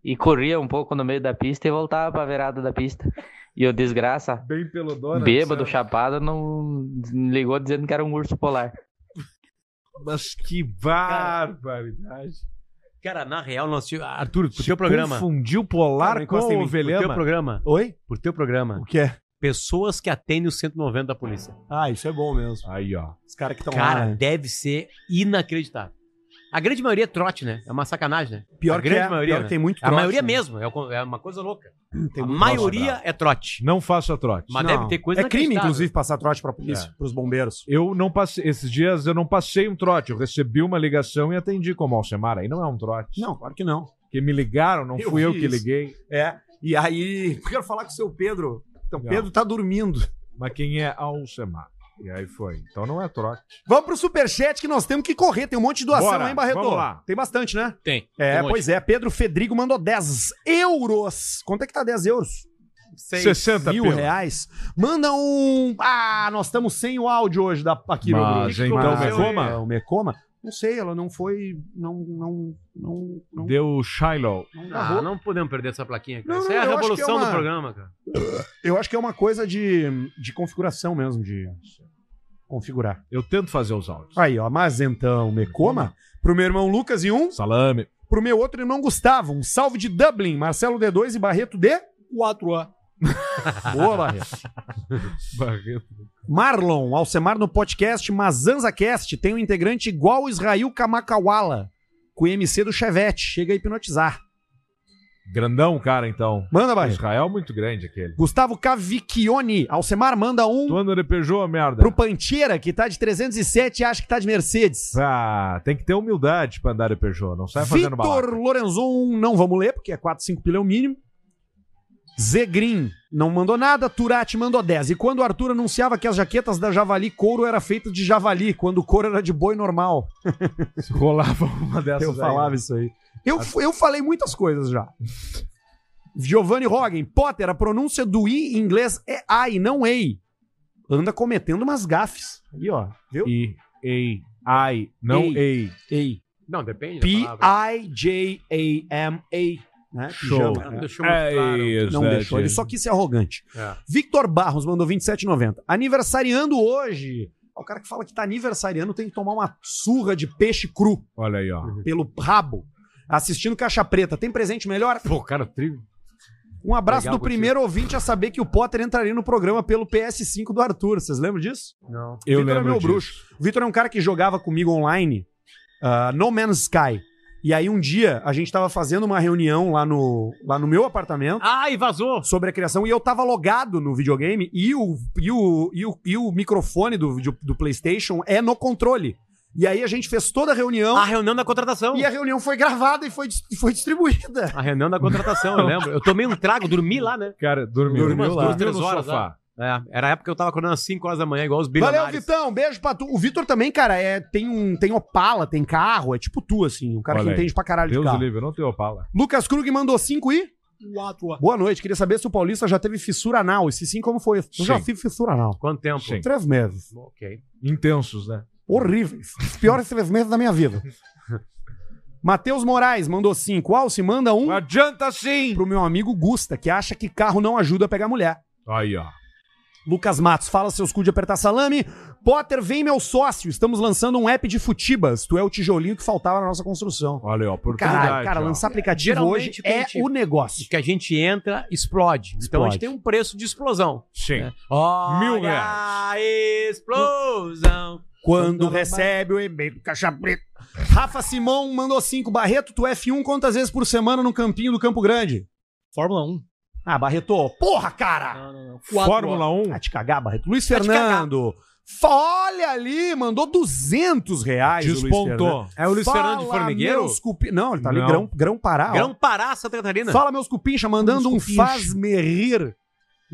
e corria um pouco no meio da pista e voltava para a beirada da pista. E o desgraça, Bem pelo dono. bêbado, chapado, não ligou dizendo que era um urso polar. Mas que barbaridade. Cara, na real, nós tivemos. Arthur, pro teu programa. Confundiu polar Não, com encosta em mim. Pro ovelhama. teu programa. Oi? Por teu programa. O que é? Pessoas que atendem o 190 da polícia. Ah, isso é bom mesmo. Aí, ó. Os caras que estão lá. Cara, né? deve ser inacreditável. A grande maioria é trote, né? É uma sacanagem, né? Pior a que grande é, maioria. pior que né? tem muito A trote, maioria né? tá. mesmo. É o- é uma coisa louca. Tem a muito maioria trote. é trote. Não faça trote. Mas Não. deve ter coisa É. É crime, inacreditável. inclusive, passar trote pra polícia, pros bombeiros. Eu não passei. Esses dias eu não passei um trote. Eu recebi uma ligação e atendi como Alcemar. Aí não é um trote. Não, claro que não. Porque me ligaram, não Eu fui eu vi que isso. liguei. É. E aí, [laughs] eu quero falar com o seu Pedro. Então, Não. Pedro tá dormindo. Mas quem é Alcemar? E aí foi. Então não é trote. Vamos pro superchat que nós temos que correr. Tem um monte de doação, Bora, hein, Barreto? vamos lá. Tem bastante, né? Tem. É, tem um pois é. Pedro Fedrigo mandou 10 euros. Quanto é que tá 10 euros? Seis 60 tá mil pila. reais. Manda um. Ah, nós estamos sem o áudio hoje da, aqui no Mas, grupo. então, Mas- Mecoma? É, o Mecoma? Não sei, ela não foi. Não. Não. Não. não, Deu Shiloh. não Ah, agarrou. não podemos perder essa plaquinha, cara. Não, Isso é eu a acho que é revolução uma- do programa, cara. Eu acho que é uma coisa de, de configuração mesmo, de configurar. Eu tento fazer os áudios. Aí, ó. Mas então, Mecoma? Pro meu irmão Lucas e um. Salame. Pro meu outro irmão Gustavo. Um salve de Dublin, Marcelo D2 e Barreto D. 4A. Boa, Barreto. Barreto. Marlon, Alcemar no podcast MazanzaCast tem um integrante igual o Israel Kamakawala, com o MC do Chevette, chega a hipnotizar. Grandão, cara, então. Manda, Barreto. Israel muito grande aquele. Gustavo Cavicchione, Alcemar manda um Tu anda de Peugeot, merda. pro Panteira, que tá de 307 e acha que tá de Mercedes. Ah, tem que ter humildade pra andar de Peugeot. Não sai fazendo bala. Vitor Lorenzon, não vamos ler, porque é 4, 5 pila é o mínimo. Zegrin não mandou nada, Turati mandou 10. E quando o Arthur anunciava que as jaquetas da Javali couro era feita de javali, quando o couro era de boi normal. Se rolava uma dessas Eu aí, falava isso aí. Eu, eu falei muitas coisas já. Giovanni Roggen, Potter, a pronúncia do I em inglês é I, não EI. Anda cometendo umas gafes. Aí, ó. Viu? E, ei, ai, não Ei. ei. EI. Não, depende da palavra. P-I-J-A-M-A. Né? Show. É, Pijama, Não né? deixou muito claro. Não deixou, ele só quis ser arrogante. É. Victor Barros mandou 27,90. Aniversariando hoje. O cara que fala que tá aniversariando tem que tomar uma surra de peixe cru Olha aí, ó. pelo rabo. Assistindo Caixa Preta. Tem presente melhor? Pô, cara, trigo. Um abraço Legal do primeiro ouvinte a saber que o Potter entraria no programa pelo PS5 do Arthur. Vocês lembram disso? Não. Eu Vitor é lembro meu disso. bruxo. O Vitor é um cara que jogava comigo online, ah, No Man's Sky. E aí um dia a gente tava fazendo uma reunião lá no, lá no meu apartamento Ai, vazou. sobre a criação e eu tava logado no videogame e o, e o, e o, e o microfone do, do, do PlayStation é no controle. E aí a gente fez toda a reunião A reunião da contratação. e a reunião foi gravada e foi, dis- e foi distribuída. A reunião da contratação, eu lembro. Eu tomei um trago, dormi lá, né? Cara, dormiu. Dormiu Dormiu, lá. dormiu Três no horas, sofá. É, era a época que eu tava acordando às 5 horas da manhã, igual os Valeu, bilionários. Vitão. Beijo pra tu. O Vitor também, cara, é, tem um tem Opala, tem carro. É tipo tu, assim. Um cara Olha que aí. entende pra caralho Deus de o carro. livre, eu não tenho opala. Lucas Krug mandou 5 e... Boa noite. Queria saber se o Paulista já teve fissura anal. E se sim, como foi? Eu já Sim. fiz fissura anal. Quanto tempo? Sim. Três meses. Ok. Intensos, né? Horríveis. Os piores três meses da minha [laughs] vida. Matheus Moraes mandou 5. Alce, manda um Não adianta sim! pro meu amigo Gusta, que acha que carro não ajuda a pegar mulher. Aí, ó. Lucas Matos, fala seus cu de apertar salame. Potter, vem meu sócio. Estamos lançando um app de futibas. Tu é o tijolinho que faltava na nossa construção. Olha aí, ó. Oportunidade, Caralho, cara, ó. lançar aplicativo Geralmente hoje quem é te- o negócio. Que a gente entra, explode. Então a gente tem um preço de explosão. Sim. É. Olha Mil a explosão. Quando recebe o e-mail do Caixa Preta. Rafa Simão mandou cinco. Barreto, tu F1 quantas vezes por semana no campinho do Campo Grande? Fórmula 1. Ah, Barreto, porra, cara! Não, não, não. Fórmula 1. Ah, te cagar, Barreto. Luiz Vai te Fernando. fa- Olha ali, mandou 200 reais. o Luiz Fernando. Despontou. É o Luiz Fala, Fernando de Formigueiro? meus cupi- Não, ele tá ali, Não. Grão, grão Pará. ó. Grão um Pará, Santa Catarina. Fala, meus cupincha, mandando Meus um cupincha. faz-me rir.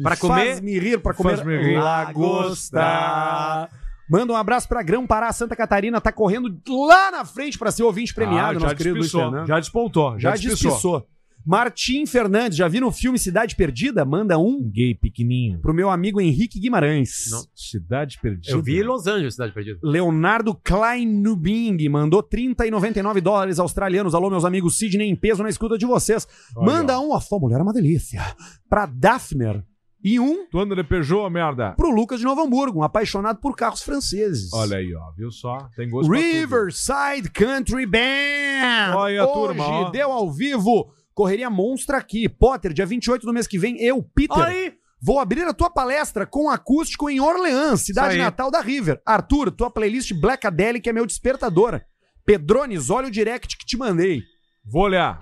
Pra comer? Faz-me rir, pra comer. Faz-me rir. Lagosta. Manda um abraço pra Grão Pará, Santa Catarina. Tá correndo lá na frente pra ser ouvinte premiado, Ah, já nosso querido Luiz despiçou, né? Fernando. Já despontou. Já, Já despiçou. dispensou. Martim Fernandes, já viram o filme Cidade Perdida? Manda um. Gay pequenininho. Pro meu amigo Henrique Guimarães. Cidade Perdida. Eu vi Los Angeles, Cidade Perdida. Leonardo Kleinubing mandou 30,99 dólares australianos. Alô, meus amigos, Sidney em peso na escuta de vocês. Manda um, ó, sua mulher é uma delícia. Pra Daphner. E um. Tu anda de Peugeot, merda. Pro Lucas de Novo Hamburgo, um apaixonado por carros franceses. Olha aí, ó. Viu só? Tem gosto pra tudo. Riverside Country Band. Olha a turma, ó. Hoje deu ao vivo. Correria monstra aqui. Potter, dia 28 do mês que vem, eu, Peter. Vou abrir a tua palestra com acústico em Orleans, cidade Isso aí. natal da River. Arthur, tua playlist Blackadelic é meu despertador. Pedrones, olha o direct que te mandei. Vou olhar.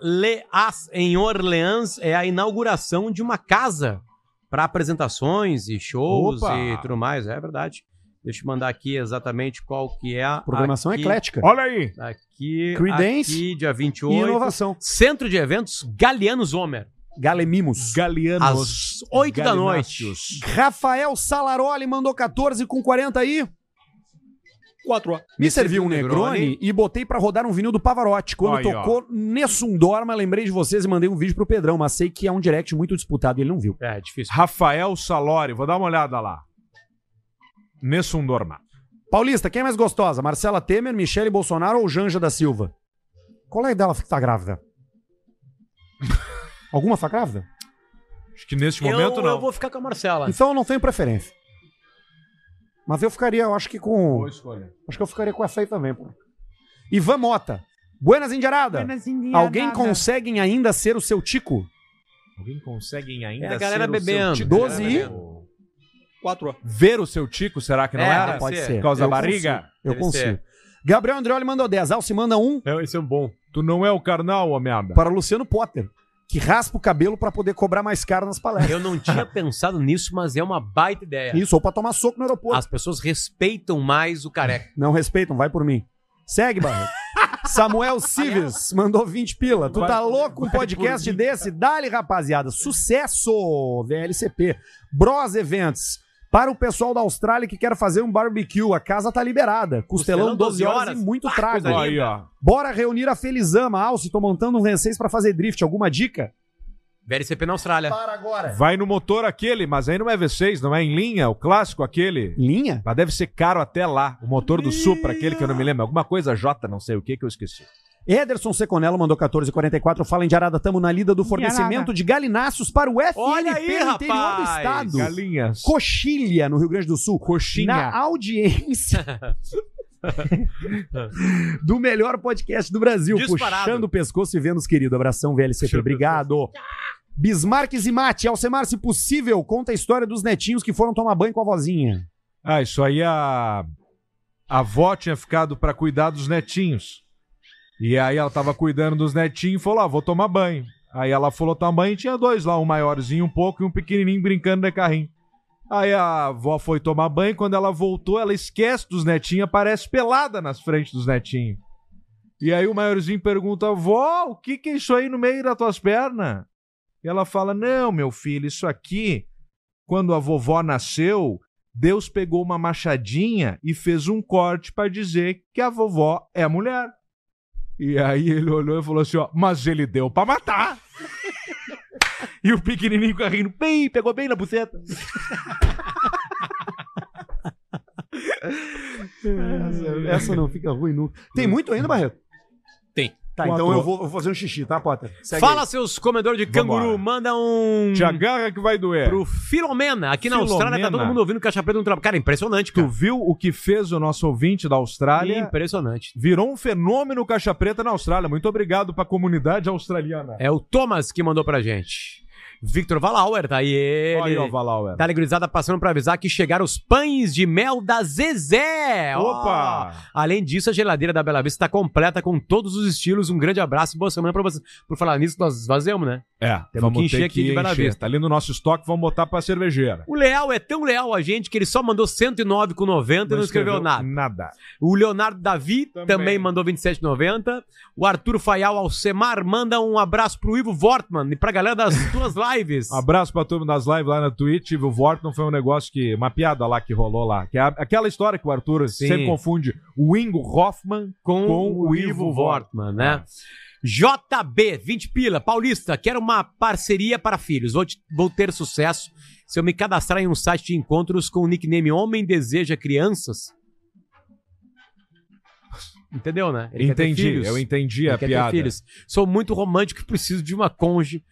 Aleas, em Orleans, é a inauguração de uma casa para apresentações e shows Opa! e tudo mais. É verdade. Deixa eu mandar aqui exatamente qual que é a... Programação aqui- eclética. Olha aí. Aqui, Creedence aqui, dia E 28. inovação. Centro de Eventos Galeanos Homer. Galemimos. Às 8 da noite. Rafael Salaroli mandou 14 com 40 aí. 4 Me servi um Negroni, e botei pra rodar um vinil do Pavarotti. Quando Aí, ó. tocou Nessun Dorma, lembrei de vocês e mandei um vídeo pro Pedrão, mas sei que é um direct muito disputado e ele não viu. É, difícil. Rafael Salori, vou dar uma olhada lá. um Nessun Dorma. Paulista, quem é mais gostosa? Marcela Temer, Michele Bolsonaro ou Janja da Silva? Qual é a dela que tá grávida? Alguma tá grávida? Acho que neste Eu- momento eu, não. vou ficar com a Marcela. Então eu não tenho preferência. Mas eu ficaria, eu acho que com. Boa escolha. Acho que eu ficaria com essa aí também, pô. Ivan Mota. Buenas Indiarada. Alguém consegue ainda ser o seu Tico? Alguém consegue ainda É a galera ser o seu bebendo. tico? 12 e? 4 Ver o seu tico, será que não É, era? pode ser. Por causa Ah, Eu da barriga? consigo, Eu Deve consigo. ser. Gabriel Andreoli mandou 10. Alce manda um É, esse é um bom. Tu não é o carnal, ô merda. para o Luciano Potter, que raspa o cabelo pra poder cobrar mais caro nas palestras. Eu [laughs] não tinha pensado nisso, mas é uma baita ideia. Isso, ou pra tomar soco no aeroporto. As pessoas respeitam mais o careca. Não respeitam, vai por mim. Segue, [laughs] Barreto. Samuel Sives mandou 20 pila. Tu tá louco um podcast desse? Dá-lhe, rapaziada. Sucesso, VLCP. Bros Eventos. Para o pessoal da Austrália que quer fazer um barbecue, a casa tá liberada. Costelão, Costelão, 12 horas, horas. e muito Ah, trago. coisa Ó, linda. Aí, ó. Bora reunir a Felizama. Alce, tô montando um V6 pra fazer drift. Alguma dica? VLCP na Austrália. Para agora. Vai no motor aquele, mas aí não é V6, não é em linha, o clássico aquele. Linha? Mas deve ser caro até lá. O motor do Supra, aquele que eu não me lembro. Alguma coisa J, não sei o que, que eu esqueci. Ederson Seconello mandou 14,44. Fala em Diarada, tamo na lida do fornecimento de galináceos para o FNP Olha aí, no interior do rapaz. estado. Galinhas. Coxilha, no Rio Grande do Sul. Coxinha. Na audiência do melhor podcast do Brasil. Disparado. Puxando o pescoço e vendo os queridos. Abração, VLCP. Puxando o Obrigado. Bismarck Zimati, Alcemar, se possível, conta a história dos netinhos que foram tomar banho com a vozinha. Ah, isso aí a. A avó tinha ficado pra cuidar dos netinhos. E aí ela tava cuidando dos netinhos e falou: ah, vou tomar banho. Aí ela falou: tomar banho e tinha dois lá, um maiorzinho um pouco e um pequenininho brincando de carrinho. Aí a avó foi tomar banho, quando ela voltou, ela esquece dos netinhos, aparece pelada nas frentes dos netinhos. E aí o maiorzinho pergunta: vó, o que que é isso aí no meio das tuas pernas? E ela fala: não, meu filho, isso aqui, quando a vovó nasceu, Deus pegou uma machadinha e fez um corte pra dizer que a vovó é mulher. E aí ele olhou e falou assim, ó, mas ele deu pra matar. [laughs] e o pequenininho carrinho, bem, pegou bem na buceta. Essa, essa não fica ruim nunca. Tem muito ainda, Barreto? Tem. Tá, Quatro. então eu vou, eu vou fazer um xixi, tá, Potter? Segue Fala, seus comedores de canguru. Vambora. Manda um. Te agarra que vai doer. Pro Filomena. Aqui na Filomena. Austrália tá todo mundo ouvindo Caixa Preta no trabalho. Cara, impressionante, Tu cara. viu o que fez o nosso ouvinte da Austrália? Impressionante. Virou um fenômeno caixa preta na Austrália. Muito obrigado pra comunidade australiana. É o Thomas que mandou pra gente. Victor Valauer, tá aí ele. Olha aí, ó, é. Valauer. Tá alegrizada passando pra avisar que chegaram os pães de mel da Zezé. Ó! Opa! Além disso, a geladeira da Bela Vista tá completa com todos os estilos. Um grande abraço e boa semana pra vocês. Por falar nisso, nós vazemos, né? É, vamos que encher ter aqui de Bela Vista. Tá ali no nosso estoque, vamos botar pra cervejeira. O Leal é tão leal a gente que ele só mandou 109,90 e não, escreveu, nada. Nada. O Leonardo Davi Também. também, mandou 27,90. O Arthur Faial Alcemar manda um abraço pro Ivo Vortman e pra galera das [laughs] duas lives. Abraço pra turma das lives lá na Twitch. O Vorton foi um negócio que. Uma piada lá que rolou lá. Que é aquela história que o Arthur Sim. sempre confunde o Ingo Hoffman com, com o Ivo Vortman, né? JB, 20 pila. Paulista, quero uma parceria para filhos. Vou, te- vou ter sucesso se eu me cadastrar em um site de encontros com o nickname Homem Deseja Crianças. Entendeu, né? quer ter Entendi, filhos. eu entendi Ele a quer ter piada. filhos. Sou muito romântico e preciso de uma conge.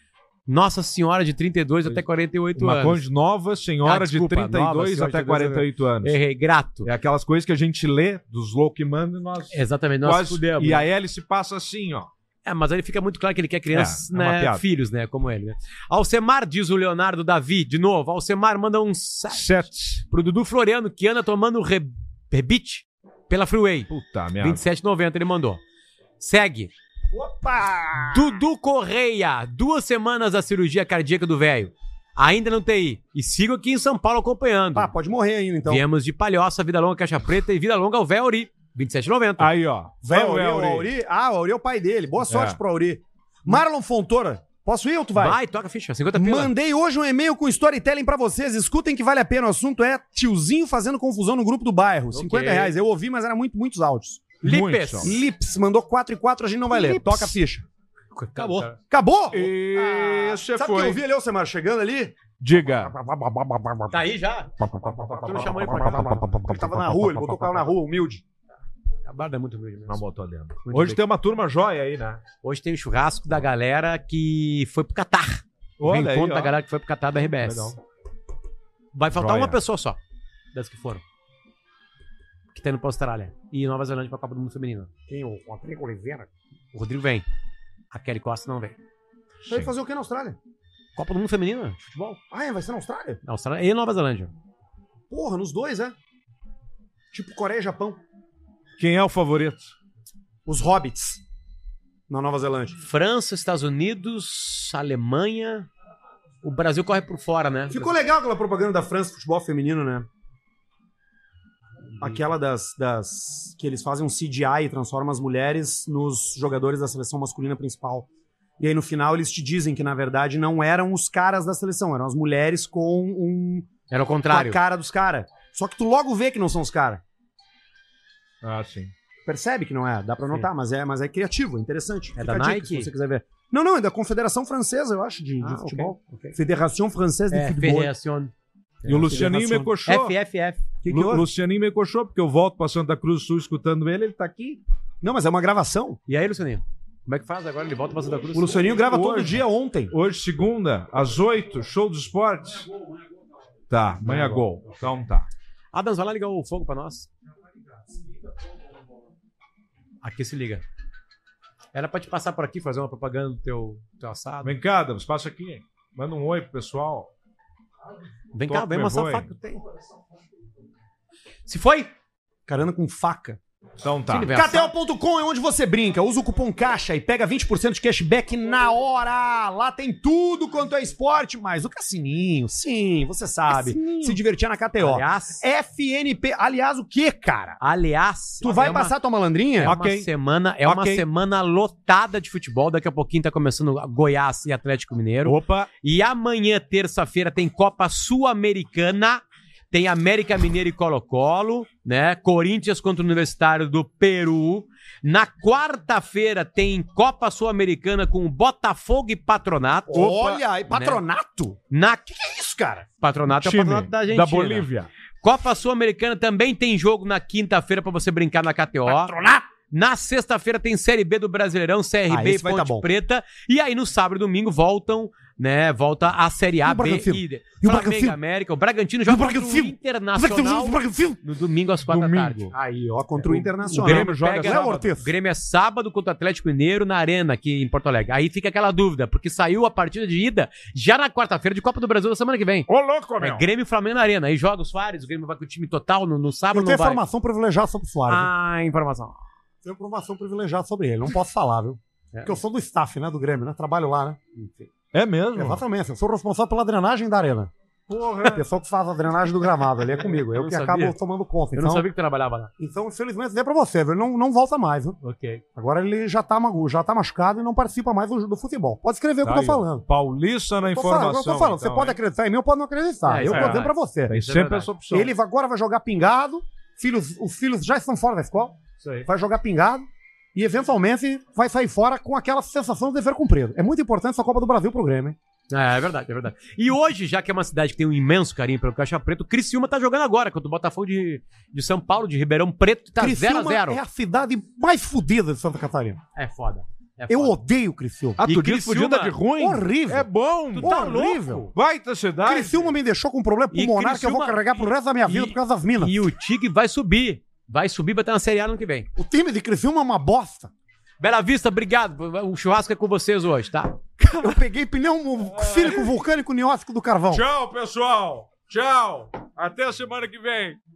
Nossa Senhora de 32 até 48 Uma anos. Ah, conge nova, senhora desculpa, de 32 nova, senhora até de 48 anos. Errei, grato. É aquelas coisas que a gente lê dos loucos que mandam e nós. Exatamente, É, nós quase- fudemos. né? E aí ele se passa assim, ó. É, mas aí fica muito claro que ele quer crianças, É, é uma né, piada. filhos, né, como ele, né? Alcemar, diz o Leonardo Davi, de novo, Alcemar manda um set, pro Dudu Floriano, que anda tomando re, rebite pela Freeway. Puta merda. 27,90 ele mandou. Segue. Opa! Dudu Correia, duas semanas da cirurgia cardíaca do velho. Ainda não TI. E sigo aqui em São Paulo acompanhando. Ah, pode morrer ainda, então. Viemos de Palhoça, Vida Longa Caixa Preta e Vida Longa ao Véu Ori. 27,90. Aí, ó. Vai, Auri, o Auri. Ah, o Auri é o pai dele. Boa sorte É. pro Auri. Marlon Fontoura. Posso ir ou tu vai? Vai, toca a ficha. 50 pila. Mandei hoje um e-mail com storytelling pra vocês. Escutem que vale a pena. O assunto é tiozinho fazendo confusão no grupo do bairro. 50 reais. Eu ouvi, mas era muito, muitos áudios. Lipes. Muitos áudios. Lips. Mandou 4 e 4, a gente não vai ler. Lips. Toca a ficha. Acabou. Acabou? Ah, sabe o que eu vi ali, Alcemar, chegando ali? Diga. Tá aí já? Tu não chamou ele pra cá? Ele tava na rua, ele botou o carro na rua, humilde. A barba é muito humilde mesmo. Não botou dentro. Hoje tem uma turma jóia aí, né? Hoje tem o churrasco da galera que foi pro Catar. Olha o aí, encontro ó. da galera que foi pro Catar da RBS. Legal. Vai faltar Joia. uma pessoa só das que foram. Que tá indo pra Austrália. E Nova Zelândia pra Copa do Mundo Feminino. Quem? O Rodrigo Oliveira? O Rodrigo vem. A Kelly Costa não vem. Ele vai fazer o que na Austrália? Copa do Mundo Feminino? Futebol? Ah, é? Vai ser na Austrália? Na Austrália e Nova Zelândia. Porra, nos dois, é? Tipo Coreia e Japão. Quem é o favorito? Os Hobbits. Na Nova Zelândia. França, Estados Unidos, Alemanha. O Brasil corre por fora, né? Ficou legal aquela propaganda da França futebol feminino, Uhum. né? Aquela das, das. que eles fazem um CGI e transformam as mulheres nos jogadores da seleção masculina principal. E aí no final eles te dizem que na verdade não eram os caras da seleção, eram as mulheres com um. Era o contrário. Com a cara dos caras. Só que tu logo vê que não são os caras. Ah, sim. Percebe que não é, dá pra notar, mas é, mas é criativo, é interessante. É Fica da a dica, Nike? se você quiser ver. Não, não, é da Confederação Francesa, eu acho, de, de Ah, ok, futebol. ok. Federação Francesa de É, Futebol. Federação. E o Lucianinho Federação. Mecochô. FFF. Que que Lu- houve? Lucianinho Mecochô, porque eu volto pra Santa Cruz do Sul escutando ele, ele tá aqui. Não, mas é uma gravação. E aí, Lucianinho? Como é que faz agora? Ele volta pra Santa Cruz? O Lucianinho grava todo Hoje. dia ontem. Hoje, segunda, às 8, show dos esportes. Tá, é amanhã gol. Então tá. Adams, vai lá ligar o fogo pra nós. Aqui se liga. Era pra te passar por aqui, fazer uma propaganda do teu, teu assado. Vem cá, Adams, passa aqui. Manda um oi pro pessoal. Vem Tô cá, com vem amassar vergonha. faca que eu tenho. Se foi? Carando com faca. Então tá. KTO.com é onde você brinca. Usa o cupom CAIXA e pega 20% de cashback na hora. Lá tem tudo quanto é esporte, mas o cassininho, sim, você sabe. Cassininho. Se divertir na KTO. Aliás- FNP. Aliás, o que, cara? Aliás, Tu vai é uma- passar tua malandrinha? É uma semana, é uma Ok. semana lotada de futebol. Daqui a pouquinho tá começando Goiás e Atlético Mineiro. Opa! E amanhã, terça-feira, tem Copa Sul-Americana, tem América Mineiro e Colo-Colo, né? Corinthians contra o Universitário do Peru. Na quarta-feira tem Copa Sul-Americana com Botafogo e Patronato. Olha, aí, Né? patronato? Na Que que é isso, cara? Patronato é o Time patronato da da Argentina. Bolívia. Copa Sul-Americana também tem jogo na quinta-feira pra você brincar na KTO. Patronato! Na sexta-feira tem Série B do Brasileirão, Ah, CRB e esse vai Ponte tá bom. Preta. E aí no sábado e domingo voltam, né? Volta a Série A, E o B Bragantino? e, E o Flamengo e Bragantino? América. O Bragantino joga contra o é Internacional no domingo às quatro da tarde. Aí, ó, contra É, o, Internacional. O Grêmio joga Não é, sábado. Ortega? O Grêmio é sábado contra o Atlético Mineiro na Arena, aqui em Porto Alegre. Aí fica aquela dúvida, porque saiu a partida de ida já na quarta-feira de Copa do Brasil da semana que vem. Ô, louco, É Grêmio e Flamengo na Arena. Aí joga os Fares, o Grêmio vai com o time total no, no sábado. Eu tenho não vai. informação privilegiada sobre o Suárez. Ah, informação. Tenho informação privilegiada sobre ele. Não posso falar, viu? Porque eu sou do staff, né? Do Grêmio, né? Trabalho lá, né? É Hum. mesmo? Exatamente. Eu sou responsável pela drenagem da arena. Porra. O pessoal que faz a drenagem do gramado ali é comigo. Eu, Eu que não acabo sabia. tomando conta. Eu Então, não sabia que trabalhava lá. então infelizmente, é pra você, viu? Ele não, não volta mais, viu? Ok. Agora ele já tá, magu- já tá machucado e não participa mais do, do futebol. Pode escrever o Tá que eu aí, tô ó. falando. Paulista na Tô informação. falando, eu tô falando. você então, pode hein? acreditar em mim ou pode não acreditar. É, eu isso é tô dizendo verdade. pra você. Tem sempre essa opção. Ele vai- agora vai jogar pingado. Filhos, os filhos já estão fora da escola. Isso aí. Vai jogar pingado. e eventualmente vai sair fora com aquela sensação de dever cumprido. É muito importante essa Copa do Brasil pro Grêmio, hein? É, é verdade, é verdade. E hoje, já que é uma cidade que tem um imenso carinho pelo Caixa Preto, Criciúma tá jogando agora contra o Botafogo de, de São Paulo, de Ribeirão Preto, tá 0x0. Criciúma é a cidade mais fodida de Santa Catarina. É foda. É Eu foda. odeio Criciúma. Ah, E tu diz fudida de ruim? Horrível. É bom. Tu tá louco? Baita cidade. Criciúma me deixou com um problema E pulmonar que eu vou Criciúma- carregar pro resto da minha vida e- por causa das minas. E o Tigre vai subir. Vai subir, vai estar na Série A no ano que vem. O time de Criciúma é uma bosta. Bela Vista, obrigado. O churrasco é com vocês hoje, tá? Eu peguei pneu um É. fílico vulcânico niótico do carvão. Tchau, pessoal. Tchau. Até semana que vem.